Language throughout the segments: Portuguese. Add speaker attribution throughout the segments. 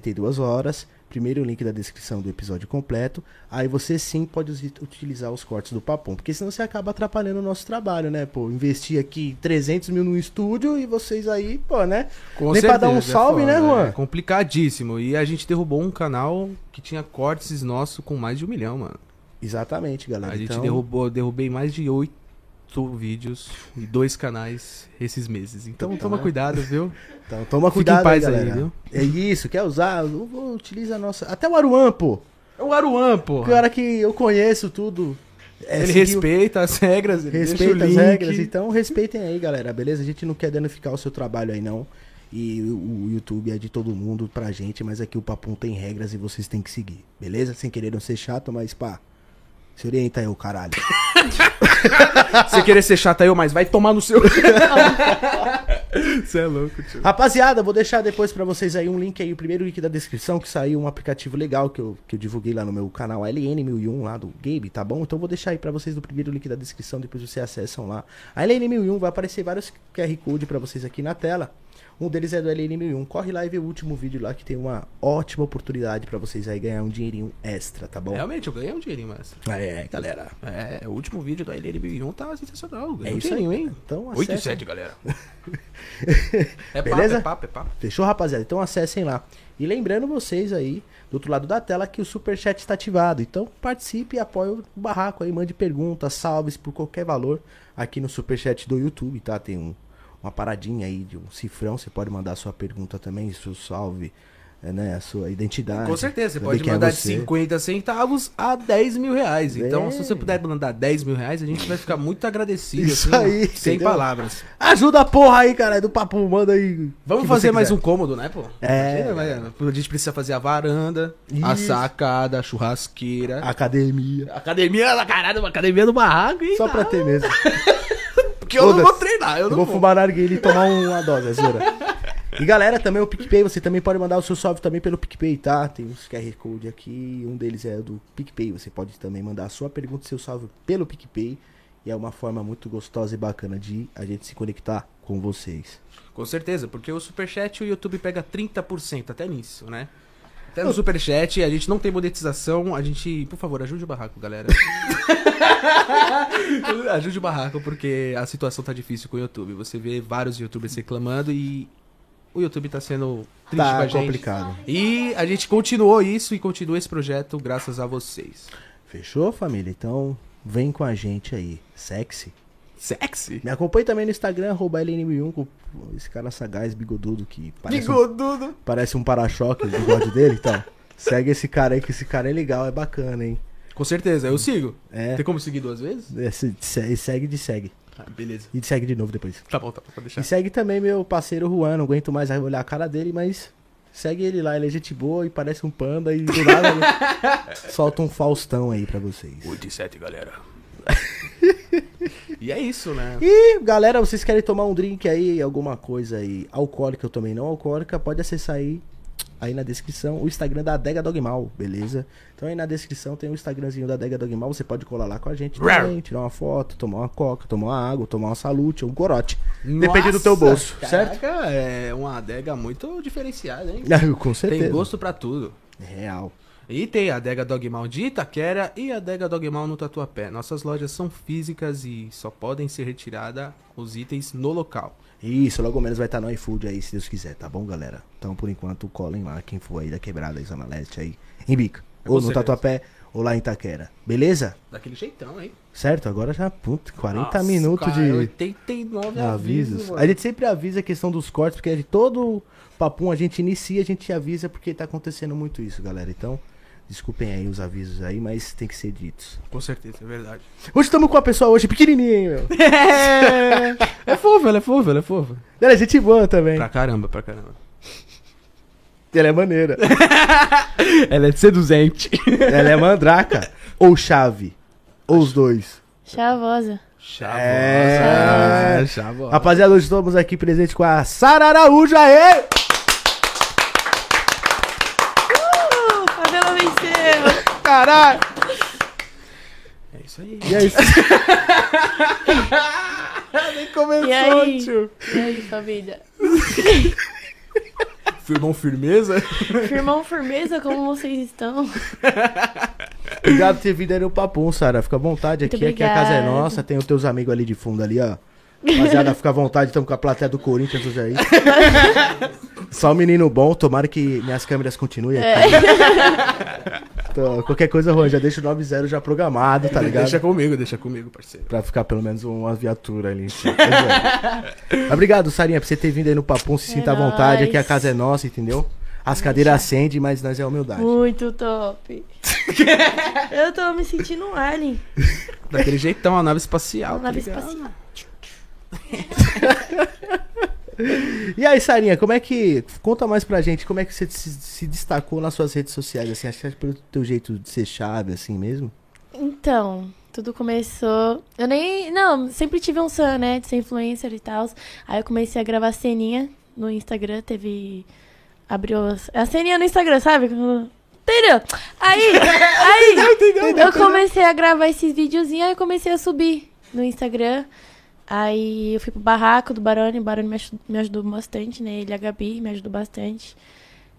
Speaker 1: 72 horas. Primeiro o link da descrição do episódio completo. Aí você sim pode usi- utilizar os cortes do Papom. Porque senão você acaba atrapalhando o nosso trabalho, né? Pô, investir aqui 300 mil no estúdio e vocês aí, pô, né?
Speaker 2: Com
Speaker 1: Nem pra dar um
Speaker 2: certeza, é
Speaker 1: salve, né,
Speaker 2: foda,
Speaker 1: Juan?
Speaker 2: É complicadíssimo. E a gente derrubou um canal que tinha cortes nosso com mais de um milhão, mano.
Speaker 1: Exatamente, galera.
Speaker 2: A gente
Speaker 1: então,
Speaker 2: derrubou, derrubei mais de oito vídeos e dois canais esses meses. Então
Speaker 1: Então tá,
Speaker 2: toma
Speaker 1: né?
Speaker 2: cuidado, viu?
Speaker 1: então toma
Speaker 2: Fique em
Speaker 1: cuidado
Speaker 2: paz
Speaker 1: aí,
Speaker 2: aí,
Speaker 1: galera.
Speaker 2: viu?
Speaker 1: É isso, quer usar? Utiliza a nossa. Até o Aruan, pô.
Speaker 2: É o Aruan, pô.
Speaker 1: O cara que eu conheço tudo. é,
Speaker 2: ele
Speaker 1: seguiu-
Speaker 2: respeita as regras, ele
Speaker 1: Respeita
Speaker 2: deixa o
Speaker 1: as
Speaker 2: link.
Speaker 1: regras, então respeitem aí, galera, beleza? A gente não quer danificar o seu trabalho aí, não. E o o YouTube é de todo mundo pra gente, mas aqui o Papum tem regras e vocês têm que seguir, beleza? Sem querer não ser chato, mas pá, se orienta aí, ô caralho.
Speaker 2: Você querer ser chato aí, mas vai tomar no seu. Você é louco, tio.
Speaker 1: Rapaziada, vou deixar depois pra vocês aí um link aí, o primeiro link da descrição, que saiu um aplicativo legal que eu, que eu divulguei lá no meu canal LN1001 lá do Gabe, tá bom? Então eu vou deixar aí pra vocês o primeiro link da descrição, depois vocês acessam lá. A LN1001 vai aparecer vários QR Code pra vocês aqui na tela. Um deles é do LN1001. Corre lá e vê o último vídeo lá que tem uma ótima oportunidade pra vocês aí ganhar um dinheirinho extra, tá bom?
Speaker 2: Realmente, eu ganhei um dinheirinho, mas.
Speaker 1: É, galera.
Speaker 2: É, o último vídeo da LNB1 tá sensacional. eu
Speaker 1: É
Speaker 2: ganhei um
Speaker 1: isso aí,
Speaker 2: dinheirinho,
Speaker 1: hein?
Speaker 2: hein?
Speaker 1: Então
Speaker 2: 8 e
Speaker 1: acessa.
Speaker 2: 7, galera. É
Speaker 1: Beleza?
Speaker 2: papo, é papo, é papo.
Speaker 1: Fechou, rapaziada? Então acessem lá. E lembrando vocês aí, do outro lado da tela, que o Superchat está ativado. Então participe e apoie o barraco aí. Mande perguntas, salves por qualquer valor aqui no Superchat do YouTube, tá? Tem um- uma paradinha aí de um cifrão. Você pode mandar sua pergunta também, seu salve, é, né? A sua identidade.
Speaker 2: Com certeza, você
Speaker 1: saber
Speaker 2: pode
Speaker 1: quem é
Speaker 2: mandar de
Speaker 1: você.
Speaker 2: 50 centavos a 10 mil reais. Então,
Speaker 1: Bem.
Speaker 2: se você puder mandar 10 mil reais, a gente vai ficar muito agradecido.
Speaker 1: Isso
Speaker 2: assim,
Speaker 1: aí,
Speaker 2: Sem
Speaker 1: entendeu?
Speaker 2: palavras.
Speaker 1: Ajuda a porra aí, cara, é do papo, manda aí.
Speaker 2: Vamos
Speaker 1: o que
Speaker 2: fazer
Speaker 1: você
Speaker 2: mais
Speaker 1: quiser.
Speaker 2: um cômodo, né, pô?
Speaker 1: É.
Speaker 2: Imagina, vai, A gente precisa fazer a varanda, a
Speaker 1: Isso.
Speaker 2: sacada, a churrasqueira.
Speaker 1: Academia.
Speaker 2: Academia da caralho, uma academia do barraco, hein?
Speaker 1: Só pra ter mesmo.
Speaker 2: Porque eu não vou
Speaker 1: Foda-se.
Speaker 2: treinar, eu
Speaker 1: Eu
Speaker 2: não
Speaker 1: vou fumar narguilha e tomar uma dose, é zoeira. E galera, também o PicPay, você também pode mandar o seu salve também pelo PicPay, tá? Tem uns QR Code aqui, um deles é do PicPay, você pode também mandar a sua pergunta e seu salve pelo PicPay. E é uma forma muito gostosa e bacana de a gente se conectar com vocês.
Speaker 2: Com certeza, porque o Superchat o YouTube pega 30%, até nisso, né? Até no Superchat, a gente não tem monetização, a gente... Por favor, ajude o barraco, galera. ajude o barraco, porque a situação tá difícil com o YouTube. Você vê vários youtubers reclamando e o YouTube tá sendo triste com a
Speaker 1: tá
Speaker 2: gente.
Speaker 1: complicado.
Speaker 2: E a gente continuou isso e continua esse projeto graças a vocês.
Speaker 1: Fechou, família? Então, vem com a gente aí. Sexy.
Speaker 2: Sexy!
Speaker 1: Me acompanhe também no Instagram, arroba LN1 com esse cara sagaz, bigodudo, que parece um
Speaker 2: Bigodudo!
Speaker 1: Parece um para-choque o bigode dele, então. Segue esse cara aí, que esse cara é legal, é bacana, hein?
Speaker 2: Com certeza, eu sigo.
Speaker 1: É.
Speaker 2: Tem como seguir duas vezes?
Speaker 1: é, se- se- E segue de segue.
Speaker 2: Ah, beleza.
Speaker 1: E de segue de novo depois.
Speaker 2: Tá bom, tá bom, pode deixar.
Speaker 1: E segue também meu parceiro Juan, não aguento mais olhar a cara dele, mas segue ele lá, ele é gente boa e parece um panda e do nada ele solta um Faustão aí pra vocês.
Speaker 2: 8 e 7, galera. e é isso, né?
Speaker 1: E galera, vocês querem tomar um drink aí, alguma coisa aí, alcoólica ou também não alcoólica, pode acessar aí aí na descrição o Instagram da Adega Dogmal, beleza? Então aí na descrição tem o Instagramzinho da Adega Dogmal, você pode colar lá com a gente
Speaker 2: Rar.
Speaker 1: também, tirar uma foto, tomar uma coca, tomar uma água, tomar uma salute, um corote.
Speaker 2: Nossa,
Speaker 1: Depende do teu bolso, certo?
Speaker 2: Caraca, é uma adega muito diferenciada, hein?
Speaker 1: com certeza. É
Speaker 2: Tem gosto pra tudo.
Speaker 1: Real.
Speaker 2: E tem a Adega Dogmal de Itaquera e a Adega Dogmal no Tatuapé. Nossas lojas são físicas e só podem ser retiradas os itens no local.
Speaker 1: Isso, logo menos vai estar no iFood aí, se Deus quiser, tá bom, galera? Então, por enquanto, colhem lá quem for aí da quebrada aí, Zona Leste aí, em Bica.
Speaker 2: É
Speaker 1: ou
Speaker 2: com
Speaker 1: no
Speaker 2: certeza.
Speaker 1: Tatuapé, ou lá em Itaquera. Beleza?
Speaker 2: Daquele jeitão, hein?
Speaker 1: Certo? Agora já, puta, 40
Speaker 2: Nossa,
Speaker 1: minutos
Speaker 2: cara,
Speaker 1: de
Speaker 2: 89
Speaker 1: avisos.
Speaker 2: avisos. é mano.
Speaker 1: a gente sempre avisa a questão dos cortes, porque a gente- todo papum a gente inicia, a gente avisa, porque tá acontecendo muito isso, galera. Então, desculpem aí os avisos aí, mas tem que ser ditos.
Speaker 2: Com certeza, é verdade.
Speaker 1: Hoje estamos com a pessoa hoje pequenininha, hein, meu.
Speaker 2: é fofo, ela é fofa, ela é fofa.
Speaker 1: Ela é gente boa também.
Speaker 2: Pra caramba, pra caramba.
Speaker 1: Ela é maneira.
Speaker 2: Ela é seduzente.
Speaker 1: Ela é mandraca. ou chave. Ou os dois.
Speaker 3: Chavosa.
Speaker 2: Chavosa.
Speaker 1: É.
Speaker 2: Chavosa.
Speaker 1: Rapaziada, hoje estamos aqui presente com a Sara Araújo. Aê!
Speaker 3: Uh, cabelo venceu!
Speaker 1: Caralho!
Speaker 2: É isso aí.
Speaker 1: E aí? Nem começou,
Speaker 3: E aí?
Speaker 1: tio.
Speaker 3: E aí, família?
Speaker 2: Firmão firmeza?
Speaker 3: Firmão firmeza, como vocês estão?
Speaker 1: Obrigado por ter vindo aí no Papum, Sara. Fica à vontade
Speaker 3: Muito
Speaker 1: aqui, aqui a casa é
Speaker 3: obrigada.
Speaker 1: nossa. Tem os teus amigos ali de fundo ali, ó. Rapaziada, fica à vontade, estamos com a plateia do Corinthians hoje aí. Só um menino bom, tomara que minhas câmeras continuem aqui.
Speaker 3: É.
Speaker 1: Então, qualquer coisa, Juan, já deixa o 9-0 já programado, tá ligado?
Speaker 2: Deixa comigo, deixa comigo, parceiro.
Speaker 1: Pra ficar pelo menos uma viatura ali. em cima. Pois é. Mas Obrigado, Sarinha, por você ter vindo aí no Papum. Se
Speaker 3: É
Speaker 1: sinta à vontade,
Speaker 3: nóis.
Speaker 1: aqui a casa é nossa, entendeu? As cadeiras acendem, mas nós é humildade.
Speaker 3: Muito top. Eu tô me sentindo um alien.
Speaker 2: Daquele jeitão, a nave espacial.
Speaker 3: Uma
Speaker 2: tá
Speaker 3: nave
Speaker 2: ligado?
Speaker 3: espacial.
Speaker 1: E aí, Sarinha, como é que. Conta mais pra gente, como é que você se, se destacou nas suas redes sociais, assim, acho que é pelo teu jeito de ser chave, assim mesmo.
Speaker 3: Então, tudo começou. Eu nem. Não, sempre tive um sonho, né? De ser influencer e tal. Aí eu comecei a gravar ceninha no Instagram. Teve. Abriu. as- é A ceninha no Instagram, sabe? Quando- Entendeu? Aí. aí eu comecei a gravar esses videozinhos. Aí eu comecei a subir no Instagram. Aí eu fui pro barraco do Barone. O Barone me ajudou, me ajudou bastante, né? Ele e a Gabi me ajudou bastante.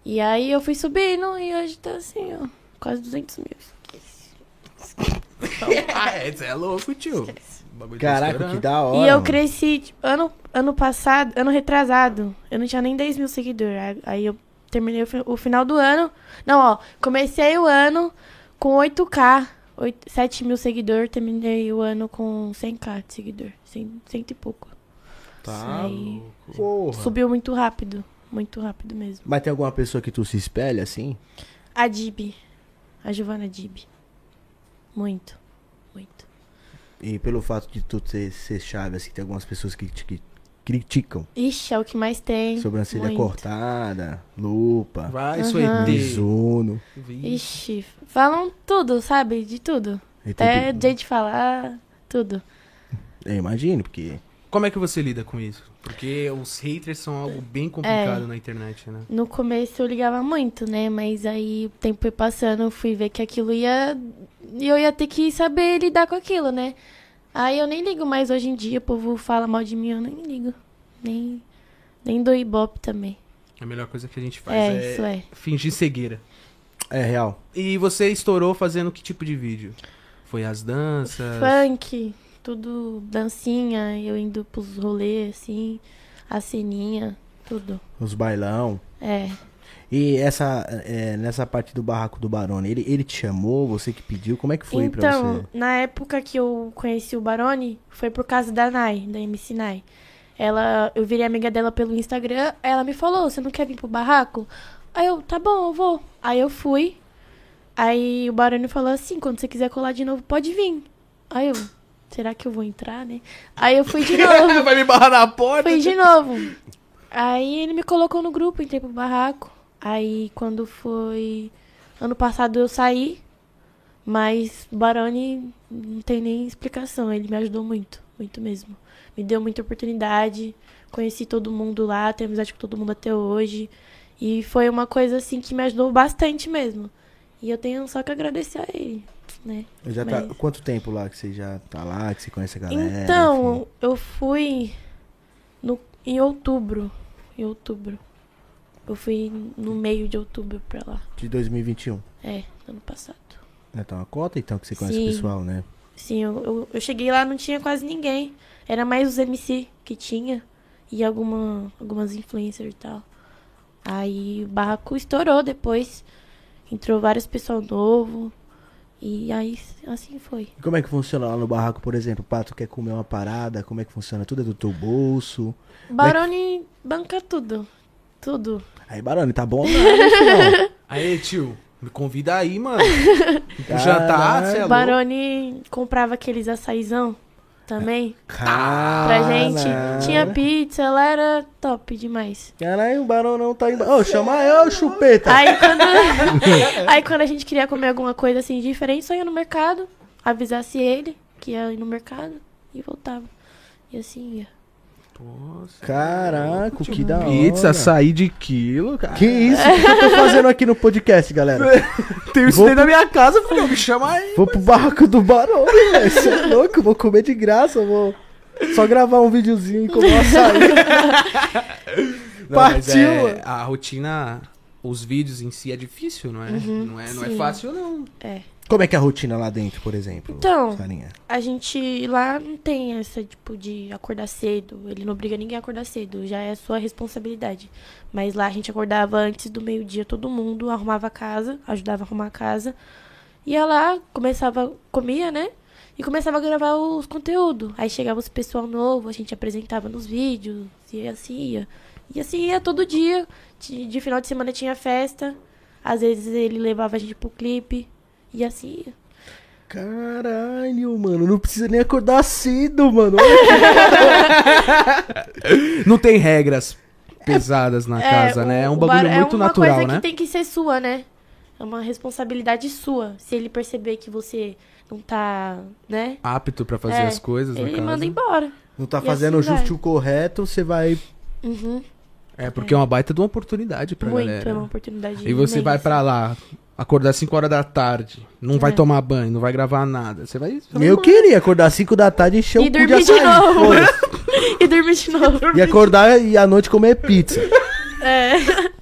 Speaker 3: E aí eu fui subindo e hoje tá assim, ó. Quase 200 mil.
Speaker 2: Ah, é, você é louco, tio. O bagulho tá
Speaker 1: Caraca, que
Speaker 2: estourando.
Speaker 1: da hora.
Speaker 3: E eu
Speaker 1: mano.
Speaker 3: cresci, tipo, ano, ano passado, ano retrasado, eu não tinha nem 10 mil seguidores. Aí- Aí eu terminei o, fi- o final do ano. Não, ó, comecei o ano com 8K, 8, 7 mil seguidores, terminei o ano com 100K de seguidor, 100, cento e pouco.
Speaker 1: Tá
Speaker 3: Aí.
Speaker 2: louco.
Speaker 1: Porra.
Speaker 3: Subiu muito rápido, muito rápido mesmo.
Speaker 1: Mas tem alguma pessoa que tu se espelha, assim?
Speaker 3: A Dib, a Giovana Dib. Muito, muito.
Speaker 1: E pelo fato de tu ser, ser chave, assim, tem algumas pessoas que te que criticam.
Speaker 3: Ixi, é o que mais tem.
Speaker 1: Sobrancelha
Speaker 3: muito.
Speaker 1: cortada, lupa,
Speaker 2: Vai,
Speaker 3: Aham.
Speaker 2: isso aí.
Speaker 1: bizuno.
Speaker 3: Ixi, falam tudo, sabe? De tudo.
Speaker 1: e tudo.
Speaker 3: Até jeito É, de falar, tudo.
Speaker 1: Então, Eu imagino, porque.
Speaker 2: Como é que você lida com isso? Porque os haters são algo
Speaker 3: É.
Speaker 2: bem complicado na internet, né?
Speaker 3: No começo eu ligava muito, né? Mas aí o tempo foi passando, eu fui ver que aquilo ia. e Eu ia ter que saber lidar com aquilo, né? Aí eu nem ligo mais hoje em dia, o povo fala mal de mim, eu nem ligo. Nem, nem dou ibope também.
Speaker 2: É A melhor coisa que a gente faz
Speaker 3: é,
Speaker 2: é,
Speaker 3: isso é.
Speaker 2: fingir cegueira.
Speaker 1: É real.
Speaker 2: E você estourou fazendo que tipo de vídeo? Foi as danças?
Speaker 3: Funk, tudo dancinha, eu indo pros rolês, assim, a ceninha, tudo.
Speaker 1: Os bailão.
Speaker 3: É.
Speaker 1: E essa, é, nessa parte do barraco do Barone, ele, ele te chamou, você que pediu, como é que foi pra
Speaker 3: então,
Speaker 1: você?
Speaker 3: na época que eu conheci o Barone, foi por causa da Nai, da MC Nai. Ela, eu virei amiga dela pelo Instagram, aí ela me falou, você não quer vir pro barraco? Aí eu, tá bom, eu vou. Aí eu fui. Aí o Barone falou assim, quando você quiser colar de novo, pode vir. Aí eu, será que eu vou entrar, né? Aí eu fui de novo.
Speaker 2: Vai me barrar na porta?
Speaker 3: Fui de novo. Aí ele me colocou no grupo, entrei pro barraco. Aí quando foi. Ano passado eu saí, mas o Baroni não tem nem explicação. Ele me ajudou muito, muito mesmo. Me deu muita oportunidade, conheci todo mundo lá, tenho amizade com todo mundo até hoje. E foi uma coisa assim que me ajudou bastante mesmo. E eu tenho só que agradecer a ele, né?
Speaker 1: já tá,
Speaker 3: mas-
Speaker 1: Quanto tempo lá que você já tá lá, que você conhece a galera?
Speaker 3: Então,
Speaker 1: enfim?
Speaker 3: eu fui no, em outubro. Em outubro. Eu fui no meio de outubro pra lá.
Speaker 1: de 2021.
Speaker 3: É, ano passado.
Speaker 1: Né, tá uma cota então que você conhece o
Speaker 3: Sim.
Speaker 1: pessoal, né?
Speaker 3: Sim, eu, eu, eu cheguei lá, não tinha quase ninguém. Era mais os MC que tinha e alguma, algumas influencers e tal. Aí o barraco estourou depois. Entrou vários pessoal novo. E aí, assim foi.
Speaker 1: E como é que funciona lá no barraco, por exemplo? Pá, tu quer comer uma parada? Como é que funciona? Tudo é do teu bolso.
Speaker 3: Baroni banca tudo. Tudo.
Speaker 1: Aí, Barone, tá bom? Não, não.
Speaker 2: Aí, tio, me convida aí, mano. O jantar,
Speaker 1: Caralho.
Speaker 2: você é
Speaker 3: O
Speaker 2: louco.
Speaker 3: Baroni comprava aqueles açaizão também pra
Speaker 2: Ah, né?
Speaker 1: Caralho.
Speaker 3: gente. Tinha pizza, ela era top demais.
Speaker 1: Caralho, o Barone não tá indo. Ô, chama eu, chupeta.
Speaker 2: Tá.
Speaker 3: Aí quando, aí quando a gente queria comer alguma coisa assim diferente, só ia no mercado, avisasse ele que ia ir no mercado e voltava. E assim ia.
Speaker 2: Nossa.
Speaker 1: Caraca, que da hora.
Speaker 2: Pizza, açaí de quilo, cara.
Speaker 1: Que isso que eu tô fazendo aqui no podcast, galera?
Speaker 2: Tem isso
Speaker 1: Vou-
Speaker 2: dentro da minha casa, filho. Me chama aí.
Speaker 1: Vou pro barraco do Barone, velho. Você é louco, vou comer de graça, vou só gravar um videozinho e comer um açaí.
Speaker 2: Não, mas
Speaker 1: Partiu!
Speaker 2: é, a rotina, os vídeos em si é difícil, não é? não, é não é
Speaker 3: Uhum, sim.
Speaker 2: fácil, não.
Speaker 1: Como é que é a rotina lá dentro, por exemplo?
Speaker 3: Então.
Speaker 1: Sarinha?
Speaker 3: A gente lá não tem essa, tipo, de acordar cedo. Ele não obriga ninguém a acordar cedo. Já é sua responsabilidade. Mas lá a gente acordava antes do meio-dia, todo mundo arrumava a casa, ajudava a arrumar a casa. Ia lá, começava, comia, né? E começava a gravar os conteúdos. Aí chegava os pessoal novo, a gente apresentava nos vídeos, e assim ia. E assim ia todo dia. De, de final de semana tinha festa. Às vezes ele levava a gente pro clipe. E assim ia.
Speaker 1: Caralho, mano, não precisa nem acordar cedo, mano. Olha
Speaker 2: Não tem regras pesadas na casa,
Speaker 3: o-
Speaker 2: né? É um
Speaker 3: o
Speaker 2: bagulho
Speaker 3: bar-
Speaker 2: muito
Speaker 3: É uma
Speaker 2: natural,
Speaker 3: coisa
Speaker 2: né?
Speaker 3: que tem que ser sua, né? É uma responsabilidade sua. Se ele perceber que você não tá, né?
Speaker 2: Apto pra fazer
Speaker 3: É,
Speaker 2: as coisas na
Speaker 3: Ele
Speaker 2: casa.
Speaker 3: manda embora.
Speaker 1: Não tá
Speaker 3: E
Speaker 1: fazendo
Speaker 3: assim vai.
Speaker 1: justo o correto, você vai.
Speaker 3: Uhum.
Speaker 2: É, porque é uma baita de uma oportunidade pra
Speaker 3: Muito,
Speaker 2: galera.
Speaker 3: é uma oportunidade.
Speaker 2: E você vai
Speaker 3: imensa.
Speaker 2: pra lá, acordar 5 horas da tarde, não vai
Speaker 3: É.
Speaker 2: tomar banho, não vai gravar nada. Você vai.
Speaker 1: Eu queria acordar 5 da tarde e encher
Speaker 3: E
Speaker 1: o cu de
Speaker 3: dormir de
Speaker 1: açaí.
Speaker 3: novo.
Speaker 1: foda-se.
Speaker 3: E dormir de novo.
Speaker 1: E acordar e à noite comer pizza.
Speaker 3: É.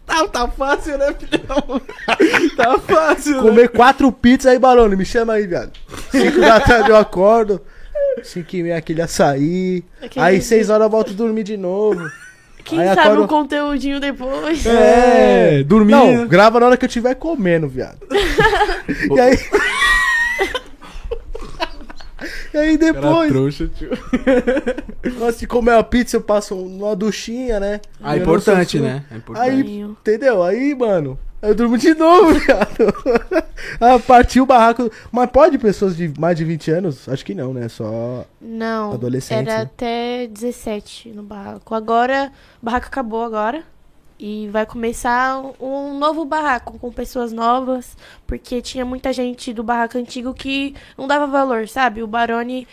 Speaker 2: Tá, tá fácil, né, filhão? tá fácil,
Speaker 1: Comer quatro pizzas aí, Barone, me chama aí, viado. Cinco da tarde eu acordo. Cinco e meia aquele açaí.
Speaker 3: Aquele
Speaker 1: aí
Speaker 3: dia.
Speaker 1: seis horas eu volto dormir de novo.
Speaker 3: Quem
Speaker 1: Aí
Speaker 3: sabe
Speaker 1: acorda-
Speaker 3: um conteúdinho depois.
Speaker 2: É, dormir.
Speaker 1: Não, grava na hora que eu estiver comendo, viado. e aí... E aí depois,
Speaker 2: trouxa, tio.
Speaker 1: antes de comer uma pizza, eu passo uma duchinha, né?
Speaker 2: Ah,
Speaker 1: Eu não
Speaker 2: importante,
Speaker 1: sou-
Speaker 2: né? É importante.
Speaker 1: Aí,
Speaker 3: Ganho.
Speaker 1: entendeu? Aí, mano, eu durmo de novo, viado. ah, partiu o barraco. Mas pode pessoas de mais de 20 anos? Acho que não, né? Só.
Speaker 3: Não.
Speaker 1: Adolescente,
Speaker 3: Era
Speaker 1: né?
Speaker 3: até 17 no barraco. Agora, o barraco acabou agora. E vai começar um novo barraco com pessoas novas. Porque tinha muita gente do barraco antigo que não dava valor, sabe? O Barone,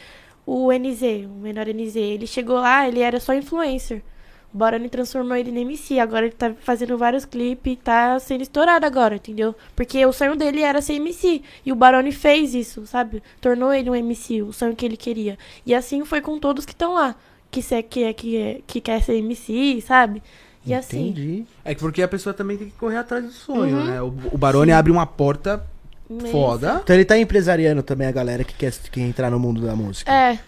Speaker 3: o NZ, o menor NZ, ele chegou lá, ele era só influencer. O Barone transformou ele em MC. Agora ele tá fazendo vários clipes e tá sendo estourado agora, entendeu? Porque o sonho dele era ser MC. E o Barone fez isso, sabe? Tornou ele um MC, o sonho que ele queria. E assim foi com todos que estão lá. Que, se, que, é- que, é- que quer ser MC, sabe? E assim.
Speaker 1: Entendi.
Speaker 2: É que porque a pessoa também tem que correr atrás do sonho,
Speaker 3: Uhum.
Speaker 2: né? O, o Barone abre uma porta
Speaker 3: meio-
Speaker 2: foda.
Speaker 1: Então ele tá empresariando também a galera que quer que quer entrar no mundo da música.
Speaker 3: É.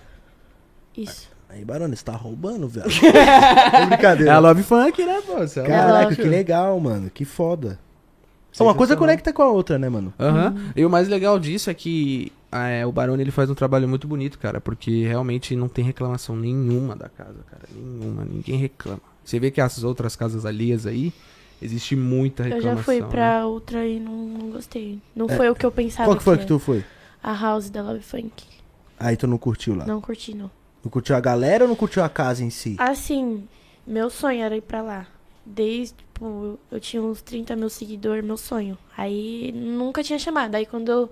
Speaker 3: Isso.
Speaker 1: Aí, Barone, você tá roubando, velho. é
Speaker 2: É
Speaker 1: brincadeira.
Speaker 2: a Love Funk, né, pô? Você é a Love
Speaker 1: Caraca,
Speaker 3: Ela-
Speaker 1: que legal, mano. Que foda.
Speaker 2: Sensacional.
Speaker 1: uma coisa conecta com a outra, né, mano?
Speaker 2: Aham.
Speaker 3: Uhum.
Speaker 2: E o mais legal disso é que é, o Barone ele faz um trabalho muito bonito, cara, porque realmente não tem reclamação nenhuma da casa, cara. Nenhuma, ninguém reclama. Você vê que as outras casas alheias aí, existe muita
Speaker 3: Eu
Speaker 2: reclamação.
Speaker 3: já fui
Speaker 2: né?
Speaker 3: pra outra e não, não gostei. Não foi o que eu pensava.
Speaker 1: É. Qual que foi que
Speaker 3: era.
Speaker 1: tu foi?
Speaker 3: A House da Love Funk.
Speaker 1: Aí tu não curtiu lá. Não.
Speaker 3: Não curti, não.
Speaker 1: curtiu a galera ou não curtiu a casa em si?
Speaker 3: Assim, meu sonho era ir pra lá. Desde, tipo, eu tinha uns 30 mil seguidores, meu sonho. Aí nunca tinha chamado. Aí quando eu,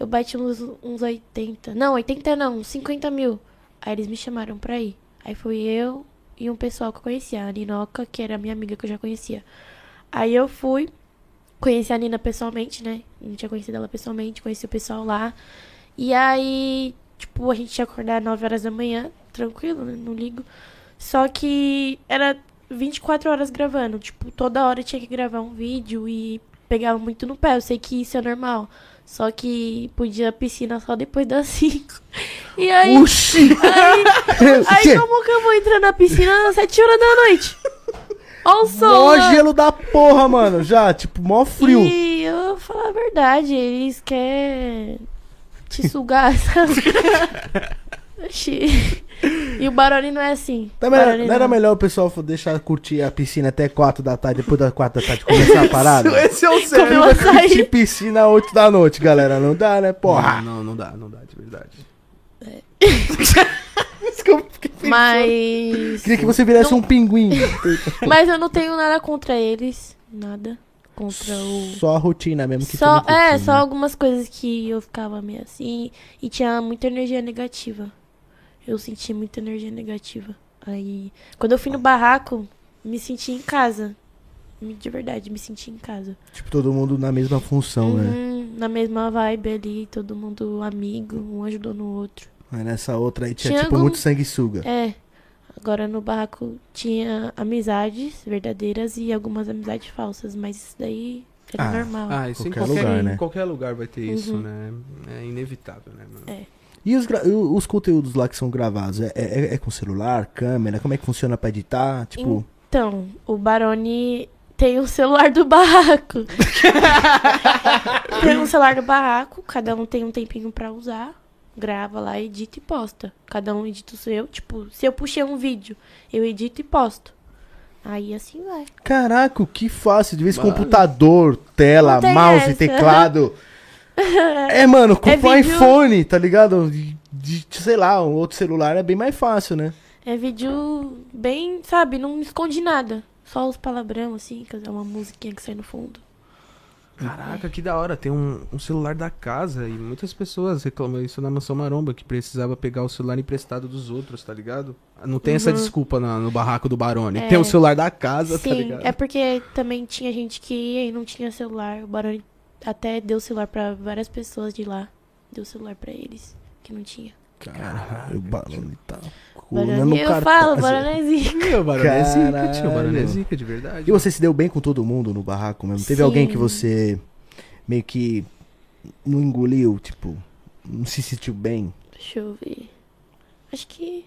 Speaker 3: eu bati uns, uns 80. Não, 80 não, uns 50 mil. Aí eles me chamaram pra ir. Aí fui eu e um pessoal que eu conhecia, a Ninoca, que era minha amiga que eu já conhecia. Aí eu fui, conheci a Nina pessoalmente, né? Não tinha conhecido ela pessoalmente, conheci o pessoal lá. E aí, tipo, a gente ia acordar 9 horas da manhã, tranquilo, né? Não ligo. Só que era 24 horas gravando. Tipo, toda hora tinha que gravar um vídeo e pegava muito no pé. Eu sei que isso é normal. Só que podia piscina só depois das 5. E aí.
Speaker 1: Oxi!
Speaker 3: Aí
Speaker 1: Tchê,
Speaker 3: como que eu vou entrar na piscina às 7 horas da noite? Olha o sol!
Speaker 1: Mó
Speaker 3: lá.
Speaker 1: gelo da porra, mano. Já, tipo, mó frio.
Speaker 3: E eu vou falar a verdade, eles querem te sugar, sabe? Oxi. e o Baroni não é assim.
Speaker 1: Tá melhor-
Speaker 3: Baroni
Speaker 1: não era
Speaker 3: não.
Speaker 1: melhor o pessoal fo- deixar curtir a piscina até 4 da tarde, depois das 4 da tarde começar a parada?
Speaker 2: Esse é o
Speaker 3: Como eu
Speaker 2: sério.
Speaker 3: vou
Speaker 1: De
Speaker 3: sair?
Speaker 1: piscina 8 da noite, galera. Não dá, né? Porra.
Speaker 2: Não, não, não dá, não dá, de verdade. É.
Speaker 3: Mas.
Speaker 1: Queria que você virasse
Speaker 3: Não.
Speaker 1: um pinguim.
Speaker 3: Mas eu não tenho nada contra eles. Nada. Contra o.
Speaker 1: Só a rotina mesmo que
Speaker 3: Só,
Speaker 1: tu não curtiu,
Speaker 3: é,
Speaker 1: né?
Speaker 3: só algumas coisas que eu ficava meio assim e tinha muita energia negativa. Eu senti muita energia negativa. Aí, quando eu fui no barraco, me senti em casa. Me- De verdade, me senti em casa.
Speaker 1: Tipo, todo mundo na mesma função, né?
Speaker 3: Uhum, Na mesma vibe ali, todo mundo amigo, um ajudou no outro.
Speaker 1: Mas nessa outra aí tinha,
Speaker 3: Tinha
Speaker 1: tipo,
Speaker 3: algum-
Speaker 1: muito sanguessuga.
Speaker 3: É. Agora no barraco tinha amizades verdadeiras e algumas amizades falsas, mas isso daí era
Speaker 1: Ah,
Speaker 3: normal.
Speaker 2: Ah, isso
Speaker 1: Qualquer
Speaker 2: em qualquer
Speaker 1: lugar,
Speaker 2: em
Speaker 1: né?
Speaker 2: qualquer lugar vai ter isso,
Speaker 3: Uhum.
Speaker 2: né? É inevitável, né, mano?
Speaker 1: E os, gra- e os conteúdos lá que são gravados? É, é- é com celular, câmera? Como é que funciona pra editar? Tipo,
Speaker 3: Então, o Baroni tem o celular do barraco. tem um celular do barraco, cada um tem um tempinho pra usar. Grava lá, edita e posta. Cada um edita o seu. Tipo, se eu puxei um vídeo, eu edito e posto. Aí assim vai.
Speaker 1: caraca, que fácil. De vez em
Speaker 2: Mano.
Speaker 1: computador, tela,
Speaker 3: Não tem
Speaker 1: mouse,
Speaker 3: essa.
Speaker 1: teclado. é, mano, com
Speaker 3: É
Speaker 1: o
Speaker 3: vídeo-
Speaker 1: iPhone, tá ligado? De, de- sei lá, um outro celular é bem mais fácil, né?
Speaker 3: É vídeo bem, sabe, não esconde nada. Só os palavrão, assim, que é uma musiquinha que sai no fundo.
Speaker 2: Caraca, que da hora. Tem um, um celular da casa e muitas pessoas reclamam isso na Mansão Maromba, que precisava pegar o celular emprestado dos outros, tá ligado? Não tem essa desculpa na- no barraco do Barone.
Speaker 3: Uhum. É.
Speaker 2: Tem o celular da casa, tá
Speaker 3: Sim,
Speaker 2: ligado?
Speaker 3: é porque também tinha gente que ia e não tinha celular. O Baroni até deu celular pra várias pessoas de lá. Deu celular pra eles, que não tinha.
Speaker 1: Caralho, o barulho tá colando
Speaker 3: Baroni, eu
Speaker 1: cartaz.
Speaker 2: assim.
Speaker 3: falo, Baroni é zica.
Speaker 2: Tinha, o Barone é zica, tinha, o Barone é
Speaker 1: Caralho.
Speaker 2: zica, de verdade.
Speaker 1: E você se deu bem com todo mundo no barraco mesmo? Teve
Speaker 3: Sim.
Speaker 1: alguém que você meio que não engoliu, tipo, não se sentiu bem?
Speaker 3: Deixa eu ver. Acho que...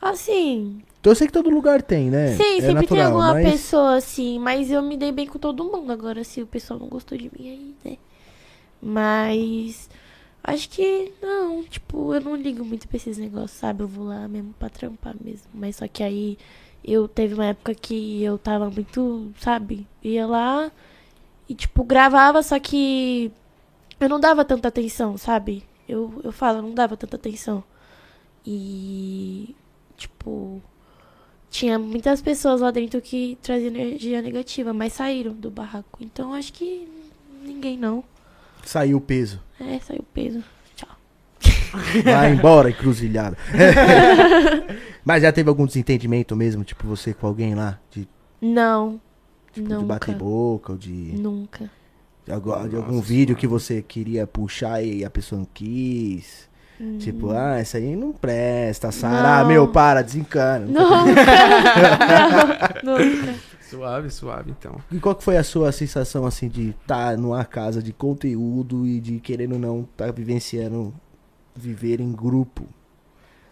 Speaker 3: Assim,
Speaker 1: Então eu sei que todo lugar tem, né?
Speaker 3: sim,
Speaker 1: É
Speaker 3: sempre tem
Speaker 1: natural,
Speaker 3: alguma
Speaker 1: mas-
Speaker 3: pessoa assim, mas eu me dei bem com todo mundo. Agora, se o pessoal não gostou de mim, aí, né? Mas... Acho que não, tipo, eu não ligo muito pra esses negócios, sabe? Eu vou lá mesmo pra trampar mesmo. Mas só que aí eu teve uma época que eu tava muito, sabe? Ia lá e, tipo, gravava, só que eu não dava tanta atenção, sabe? Eu, eu falo, eu não dava tanta atenção. E, tipo, tinha muitas pessoas lá dentro que traziam energia negativa, mas saíram do barraco. Então acho que ninguém não.
Speaker 1: Saiu o peso.
Speaker 3: É, saiu peso. Tchau.
Speaker 1: Vai embora, encruzilhada. Mas já teve algum desentendimento mesmo, tipo você com alguém lá? De,
Speaker 3: Não.
Speaker 1: tipo, de bater
Speaker 3: nunca.
Speaker 1: boca, ou de,
Speaker 3: Nunca.
Speaker 1: de, algu- de algum
Speaker 2: Nossa
Speaker 1: vídeo que você queria puxar e a pessoa não quis? Tipo, ah, essa aí não presta, Sara. Ah,
Speaker 3: Hum. Não.
Speaker 1: meu, para, desencana.
Speaker 3: Nunca. não, nunca.
Speaker 2: Suave, suave, então.
Speaker 1: E qual que foi a sua sensação, assim, de estar numa casa de conteúdo e de, querendo ou não, estar vivenciando viver em grupo?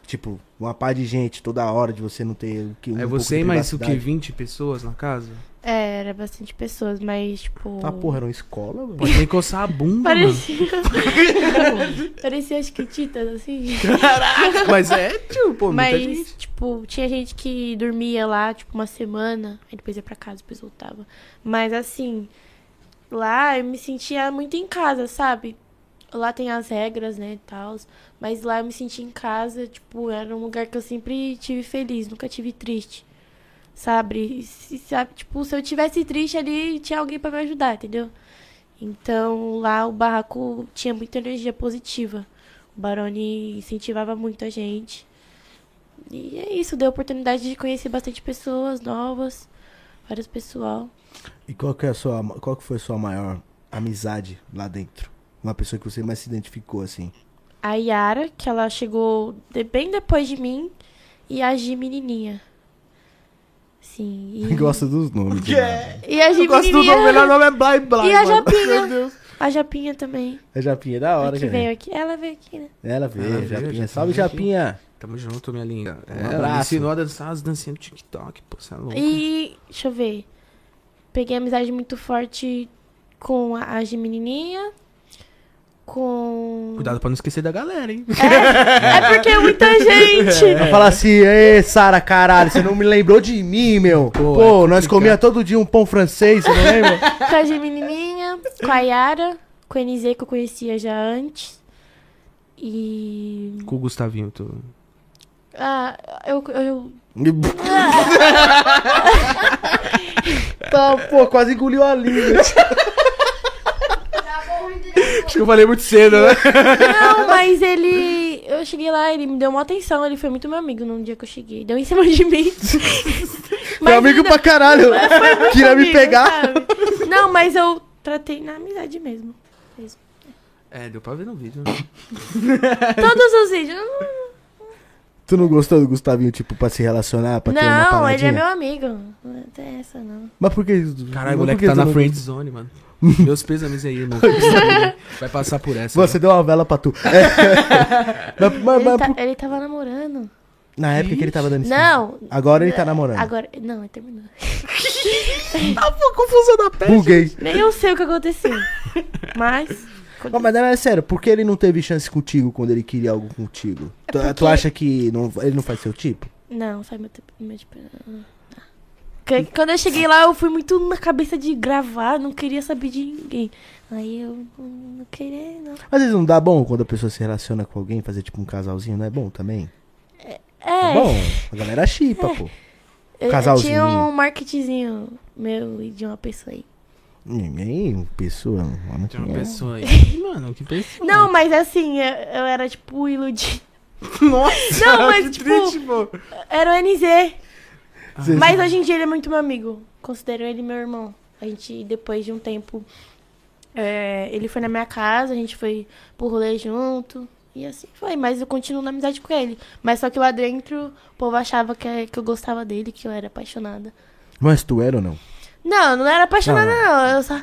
Speaker 1: Tipo, uma par de gente toda hora de você não ter o que um
Speaker 2: é
Speaker 1: pouco
Speaker 2: você
Speaker 1: de
Speaker 2: e mais o que,
Speaker 1: privacidade.
Speaker 2: 20 pessoas na casa?
Speaker 3: É, era bastante pessoas, mas tipo.
Speaker 1: Ah, porra, era uma escola, mano.
Speaker 2: Pode nem coçar a bunda, mano.
Speaker 3: Parecia. Parecia as quititas, assim.
Speaker 2: Mas é, tio, pô, muita gente.
Speaker 3: Mas, tipo, tinha gente que dormia lá, tipo, uma semana, aí depois ia pra casa, depois voltava. Mas, assim, lá eu me sentia muito em casa, sabe? Lá tem as regras, né, e tal. Mas lá eu me sentia em casa, tipo, era um lugar que eu sempre tive feliz, nunca tive triste. Sabe? E se- sabe? Tipo, se eu tivesse triste ali, tinha alguém pra me ajudar, entendeu? Então, lá o barraco tinha muita energia positiva. O Baroni incentivava muito a gente. E é isso, deu a oportunidade de conhecer bastante pessoas novas, vários pessoal.
Speaker 1: E qual que, é a sua, qual que foi a sua maior amizade lá dentro? Uma pessoa que você mais se identificou, assim.
Speaker 3: A Yara, que ela chegou de- bem depois de mim, e a Gi Menininha. Sim. E,
Speaker 1: Gosta dos nomes. né? de lá.
Speaker 3: e a Gi Menininha.
Speaker 2: nome é Blay Blay.
Speaker 3: E a Japinha. A Japinha também.
Speaker 1: A Japinha é da hora,
Speaker 3: que
Speaker 1: cara.
Speaker 3: veio aqui. Ela veio aqui, né?
Speaker 1: Ela veio,
Speaker 2: Ela veio,
Speaker 1: Japinha.
Speaker 2: Japinha
Speaker 1: Salve,
Speaker 2: veio aqui.
Speaker 1: Japinha.
Speaker 2: Tamo junto, minha linda.
Speaker 1: Um
Speaker 2: É, ela me
Speaker 1: abraço.
Speaker 2: ensinou a dançar as dancinhas do TikTok, pô, você é louco.
Speaker 3: E deixa eu ver. Peguei amizade muito forte com a a Gi Menininha. Com.
Speaker 2: Cuidado pra não esquecer da galera, hein?
Speaker 3: É porque é muita gente.
Speaker 1: Ela fala assim, ê, Sara, caralho, você não me lembrou de mim, meu. Pô,
Speaker 2: é
Speaker 1: nós
Speaker 2: complicado.
Speaker 1: comia todo dia um pão francês, você não lembra?
Speaker 3: Com a Geminininha, com a Yara, com a NZ que eu conhecia já antes. E.
Speaker 2: Com o Gustavinho, tu.
Speaker 3: Ah, eu. eu...
Speaker 1: tá, pô, quase engoliu a língua.
Speaker 2: Acho que eu falei muito cedo, né?
Speaker 3: Não, mas ele. Eu cheguei lá, ele me deu uma atenção, ele foi muito meu amigo no dia que eu cheguei. Deu em cima de mim.
Speaker 1: Meu amigo pra caralho. Queria me
Speaker 3: amigo,
Speaker 1: pegar.
Speaker 3: sabe? Não, mas eu tratei na amizade mesmo.
Speaker 2: É, deu pra ver no vídeo, né?
Speaker 3: Todos os vídeos. eu não-
Speaker 1: Tu não gostou do Gustavinho, tipo, pra se relacionar, pra ter uma
Speaker 3: não, ele
Speaker 1: paradinha?
Speaker 3: é meu amigo. Não tem essa, não.
Speaker 1: Mas por que...
Speaker 2: Caralho, o
Speaker 1: mas por
Speaker 2: moleque
Speaker 1: que
Speaker 2: tá
Speaker 1: tu
Speaker 2: na
Speaker 1: não-
Speaker 2: friend zone, mano. Meus pêsames aí, irmão. Vai passar por essa. né?
Speaker 1: Você deu uma vela pra tu. É. mas, mas-
Speaker 3: Ele,
Speaker 1: mas
Speaker 3: tá-
Speaker 1: por-
Speaker 3: ele tava namorando.
Speaker 1: Na época que ele tava dando
Speaker 3: Não!
Speaker 1: Agora ele tá namorando.
Speaker 3: Agora. Não, ele terminou.
Speaker 2: Pô, confusão da peste.
Speaker 1: Buguei.
Speaker 3: Nem eu sei o que aconteceu. Mas.
Speaker 1: Não, mas não é sério, por que ele não teve chance contigo quando ele queria algo contigo? Tu,
Speaker 3: É porque-
Speaker 1: tu acha que não- ele não faz seu tipo?
Speaker 3: Não, sai meu tempo. Meu tipo, não. Porque Quando eu cheguei lá, eu fui muito na cabeça de gravar, não queria saber de ninguém. Aí eu não- não queria, não.
Speaker 1: Às vezes não dá bom quando a pessoa se relaciona com alguém, fazer tipo um casalzinho, não é bom também?
Speaker 3: É,
Speaker 1: É bom, a galera chipa, pô.
Speaker 3: eu- eu
Speaker 1: casalzinho.
Speaker 3: tinha um marketzinho meu e de uma pessoa aí.
Speaker 1: Ninguém, pessoa, um eu não
Speaker 2: Tem uma
Speaker 1: conheço.
Speaker 2: pessoa aí. Mano, que
Speaker 1: Hum.
Speaker 2: pessoa.
Speaker 3: Não, mas assim, eu, eu era tipo iludida.
Speaker 2: Nossa,
Speaker 3: Não, mas,
Speaker 2: que
Speaker 3: tipo,
Speaker 2: triste, pô.
Speaker 3: Era o NZ.
Speaker 1: Você-
Speaker 3: Mas hoje em dia ele é muito meu amigo. Considero ele meu irmão. A gente, depois de um tempo, é, ele foi na minha casa, a gente foi pro rolê junto. E assim foi, mas eu continuo na amizade com ele. Mas só que lá dentro o povo achava que, que eu gostava dele, que eu era apaixonada.
Speaker 1: Mas tu era ou não?
Speaker 3: Não, eu não era apaixonada,
Speaker 1: Não.
Speaker 3: não. Eu só.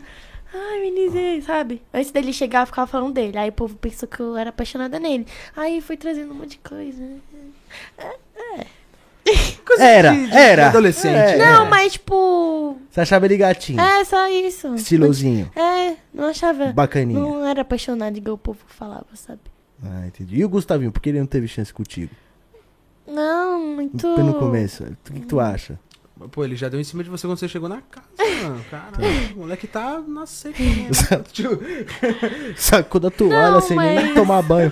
Speaker 3: Ai, menino, sabe? Antes dele chegar, eu ficava falando dele. Aí o povo pensou que eu era apaixonada nele. Aí foi trazendo um monte de coisa.
Speaker 2: Coisa
Speaker 1: Era,
Speaker 2: de- de
Speaker 1: era.
Speaker 2: adolescente,
Speaker 1: É,
Speaker 2: né?
Speaker 3: Não, mas tipo.
Speaker 1: Você achava ele gatinho,
Speaker 3: É, só isso.
Speaker 1: estilosinho,
Speaker 3: É, não achava.
Speaker 1: bacaninha.
Speaker 3: Não era apaixonado igual o povo falava, sabe?
Speaker 1: Ah, entendi. E o Gustavinho, por que ele não teve chance contigo?
Speaker 3: Não, muito.
Speaker 1: Pelo começo, o que, que tu acha?
Speaker 2: Pô, ele já deu em cima de você quando você chegou na casa, mano. Caralho, o moleque tá na seca, né? Tio,
Speaker 1: Sacou da toalha
Speaker 3: Não,
Speaker 1: sem nem
Speaker 3: mas-
Speaker 1: tomar banho.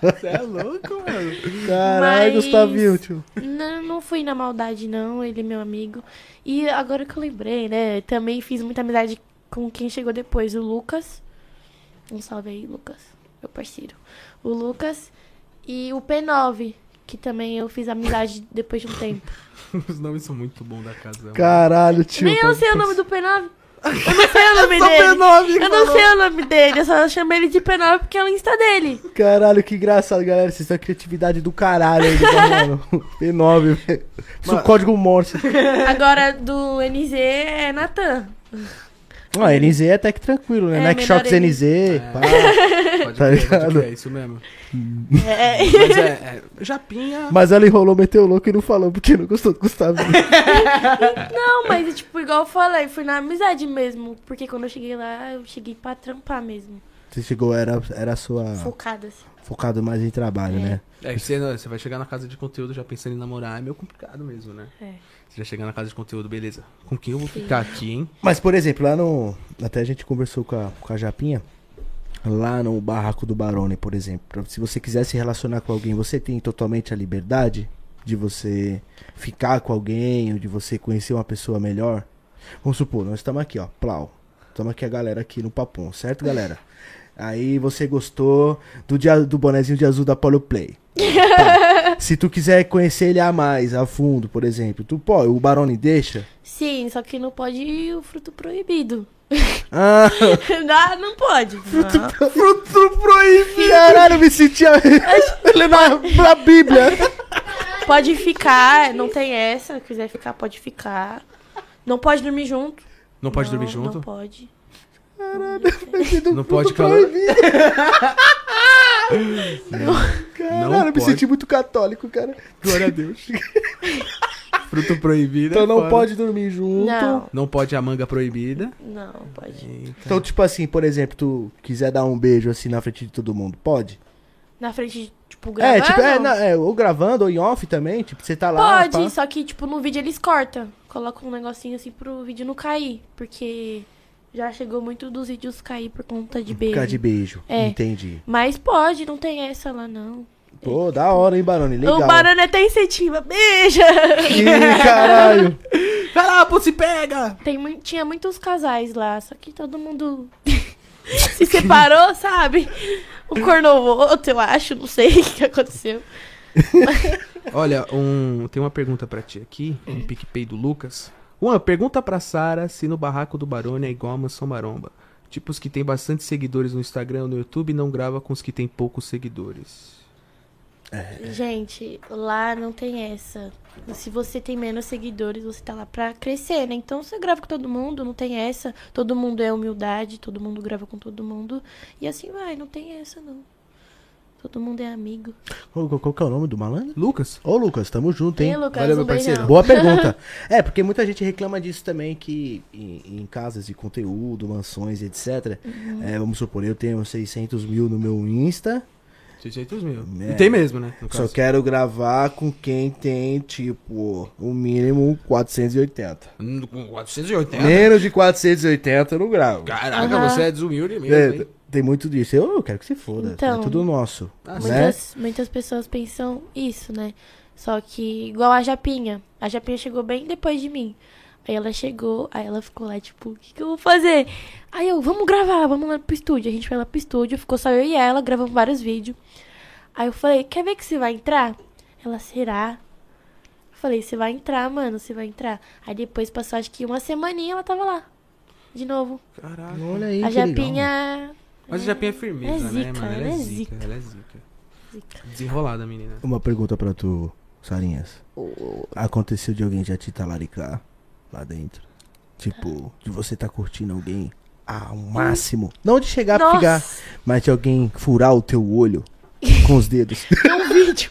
Speaker 2: Você é louco, mano.
Speaker 1: Caralho,
Speaker 3: Mas-
Speaker 1: Gustavinho, tio.
Speaker 3: Não, não fui na maldade, não. Ele é meu amigo. E agora que eu lembrei, né? Também fiz muita amizade com quem chegou depois, o Lucas. Um salve aí, Lucas. Meu parceiro. O Lucas e o P9, que também eu fiz amizade depois de um tempo.
Speaker 2: Os nomes são muito bons da casa. mano.
Speaker 1: Caralho, tio.
Speaker 3: Nem eu sei o nome do P9. Eu não sei o nome
Speaker 2: Só
Speaker 3: dele.
Speaker 2: P9,
Speaker 3: é- Eu
Speaker 2: mano.
Speaker 3: não sei o nome dele, eu só chamei ele de P9 porque é o Insta dele.
Speaker 1: Caralho, que engraçado, galera. Vocês têm a criatividade do caralho aí, tá, mano. P9, velho. Isso é o código morse.
Speaker 3: Agora do NZ é Natan.
Speaker 1: Ah, NZ é até que tranquilo, né?
Speaker 3: É,
Speaker 1: Nike Shox
Speaker 3: melhor ele-
Speaker 1: NZ.
Speaker 2: É.
Speaker 1: pá.
Speaker 2: Pode
Speaker 1: Tá
Speaker 2: crer, pode
Speaker 1: ligado?
Speaker 2: crer, é isso mesmo.
Speaker 3: É,
Speaker 2: Mas é, é, Japinha.
Speaker 1: Mas ela enrolou, meteu o louco e não falou porque não gostou do Gustavo.
Speaker 3: não, mas é tipo, igual eu falei, fui na amizade mesmo. Porque quando eu cheguei lá, eu cheguei pra trampar mesmo.
Speaker 1: Você chegou, era, era a sua.
Speaker 3: Focada, assim.
Speaker 1: Focado mais em trabalho,
Speaker 3: É.
Speaker 1: né?
Speaker 2: É, você, não, você vai chegar na casa de conteúdo já pensando em namorar, é meio complicado mesmo, né?
Speaker 3: É.
Speaker 2: Você já chegar na casa de conteúdo, beleza. Com quem eu vou ficar aqui, hein?
Speaker 1: Mas, por exemplo, lá no. Até a gente conversou com a, com a Japinha. Lá no barraco do Barone, por exemplo. pra- Se você quiser se relacionar com alguém, você tem totalmente a liberdade de você ficar com alguém ou de você conhecer uma pessoa melhor. Vamos supor, nós estamos aqui, ó. Plau. Estamos aqui a galera aqui no Papum, certo, galera? Aí você gostou do, dia, do bonezinho de azul da Polo Play. Tá. Se tu quiser conhecer ele a mais, a fundo, por exemplo, tu pô, o Barone deixa?
Speaker 3: Sim, só que não pode ir o fruto proibido.
Speaker 1: Ah,
Speaker 3: não, não pode. Não.
Speaker 1: Fruto proibido. Caralho, eu me sentia lendo a- a Bíblia.
Speaker 3: Ah. Pode ficar, não tem essa. Se quiser ficar, pode ficar. Não pode dormir junto.
Speaker 2: Não pode
Speaker 3: Não,
Speaker 2: dormir junto?
Speaker 3: Não pode.
Speaker 2: Não pode calar.
Speaker 1: Caralho,
Speaker 2: Não
Speaker 1: eu me
Speaker 2: pode.
Speaker 1: senti muito católico, cara.
Speaker 2: Glória a Deus. Fruto proibido.
Speaker 1: Então
Speaker 2: é
Speaker 1: não
Speaker 2: foda.
Speaker 1: pode dormir junto.
Speaker 3: Não,
Speaker 2: Não pode a manga proibida.
Speaker 3: não pode.
Speaker 1: Então, tipo assim, por exemplo, tu quiser dar um beijo assim na frente de todo mundo, pode?
Speaker 3: Na frente, de, tipo,
Speaker 1: é,
Speaker 3: gravando.
Speaker 1: tipo, é, na- é, ou gravando ou em off também, tipo, você tá lá.
Speaker 3: Pode,
Speaker 1: pá.
Speaker 3: só que, tipo, no vídeo eles cortam. Colocam um negocinho assim pro vídeo não cair. Porque já chegou muito dos vídeos cair por conta de beijo.
Speaker 1: Ficar de beijo.
Speaker 3: É.
Speaker 1: Entendi.
Speaker 3: Mas pode, não tem essa lá, não.
Speaker 1: Pô, da hora, hein, Barone? Legal.
Speaker 3: O Barano até incentiva. Beija!
Speaker 1: Ih, caralho.
Speaker 2: Vai lá, pô, se pega!
Speaker 3: Tem, mui- tinha muitos casais lá, só que todo mundo se separou, sabe? O cornou o outro, eu acho, não sei o que aconteceu.
Speaker 2: Olha, um, tem uma pergunta pra ti aqui, um PicPay do Lucas. Uma pergunta pra Sara se no barraco do Barone é igual a Mansão Maromba. Tipo, os que tem bastante seguidores no Instagram ou no YouTube não grava com os que tem poucos seguidores.
Speaker 3: Gente, lá não tem essa. Se você tem menos seguidores, você tá lá pra crescer, né? Então você grava com todo mundo, não tem essa. Todo mundo é humildade, todo mundo grava com todo mundo. E assim vai, não tem essa, não. Todo mundo é amigo.
Speaker 1: Qual, qual- qual que é o nome do malandro?
Speaker 2: Lucas?
Speaker 1: Ô, Lucas, tamo junto, hein?
Speaker 3: Ei, Lucas,
Speaker 2: Valeu, meu
Speaker 3: um beijão.
Speaker 2: parceiro.
Speaker 1: Boa pergunta. É, porque muita gente reclama disso também, que em, em casas de conteúdo, mansões, etc.
Speaker 3: Uhum.
Speaker 1: é, vamos supor, eu tenho 600 mil no meu Insta,
Speaker 2: 600 mil.
Speaker 1: É.
Speaker 2: E tem mesmo, né? no
Speaker 1: só
Speaker 2: caso.
Speaker 1: quero gravar com quem tem, tipo, o mínimo 480.
Speaker 2: Hum, com 480.
Speaker 1: Menos de 480 eu não gravo.
Speaker 2: Caraca,
Speaker 3: Aham.
Speaker 2: você é desumilde mesmo,
Speaker 1: É,
Speaker 2: hein?
Speaker 1: tem muito disso. Eu, eu quero que se foda.
Speaker 3: Então.
Speaker 1: é tudo nosso. né?
Speaker 2: Ah,
Speaker 3: Muitas, muitas pessoas pensam isso, né? Só que, igual a Japinha. A Japinha chegou bem depois de mim. Aí ela chegou, aí ela ficou lá, tipo, o que, que eu vou fazer? Aí eu, vamos gravar, vamos lá pro estúdio. A gente foi lá pro estúdio, ficou só eu e ela, gravamos vários vídeos. Aí eu falei, quer ver que você vai entrar? Ela, será? Eu falei, você vai entrar, mano, você vai entrar. Aí depois passou acho que uma semaninha ela tava lá. De novo.
Speaker 2: Caraca.
Speaker 1: Olha aí,
Speaker 3: a
Speaker 1: que legal.
Speaker 3: Japinha.
Speaker 2: Mas a Japinha é firmeza,
Speaker 3: É
Speaker 2: né,
Speaker 3: zica,
Speaker 2: mano? Ela é
Speaker 3: ela é
Speaker 2: zica,
Speaker 3: zica.
Speaker 2: ela é zica.
Speaker 3: Zica.
Speaker 2: Desenrolada, menina.
Speaker 1: Uma pergunta pra tu, Sarinhas. Aconteceu de alguém já te talaricar lá dentro? Tipo, de você tá curtindo alguém ao máximo. Não de chegar a
Speaker 3: Hum. Nossa.
Speaker 1: pegar, mas de alguém furar o teu olho com os dedos.
Speaker 3: Tem um vídeo.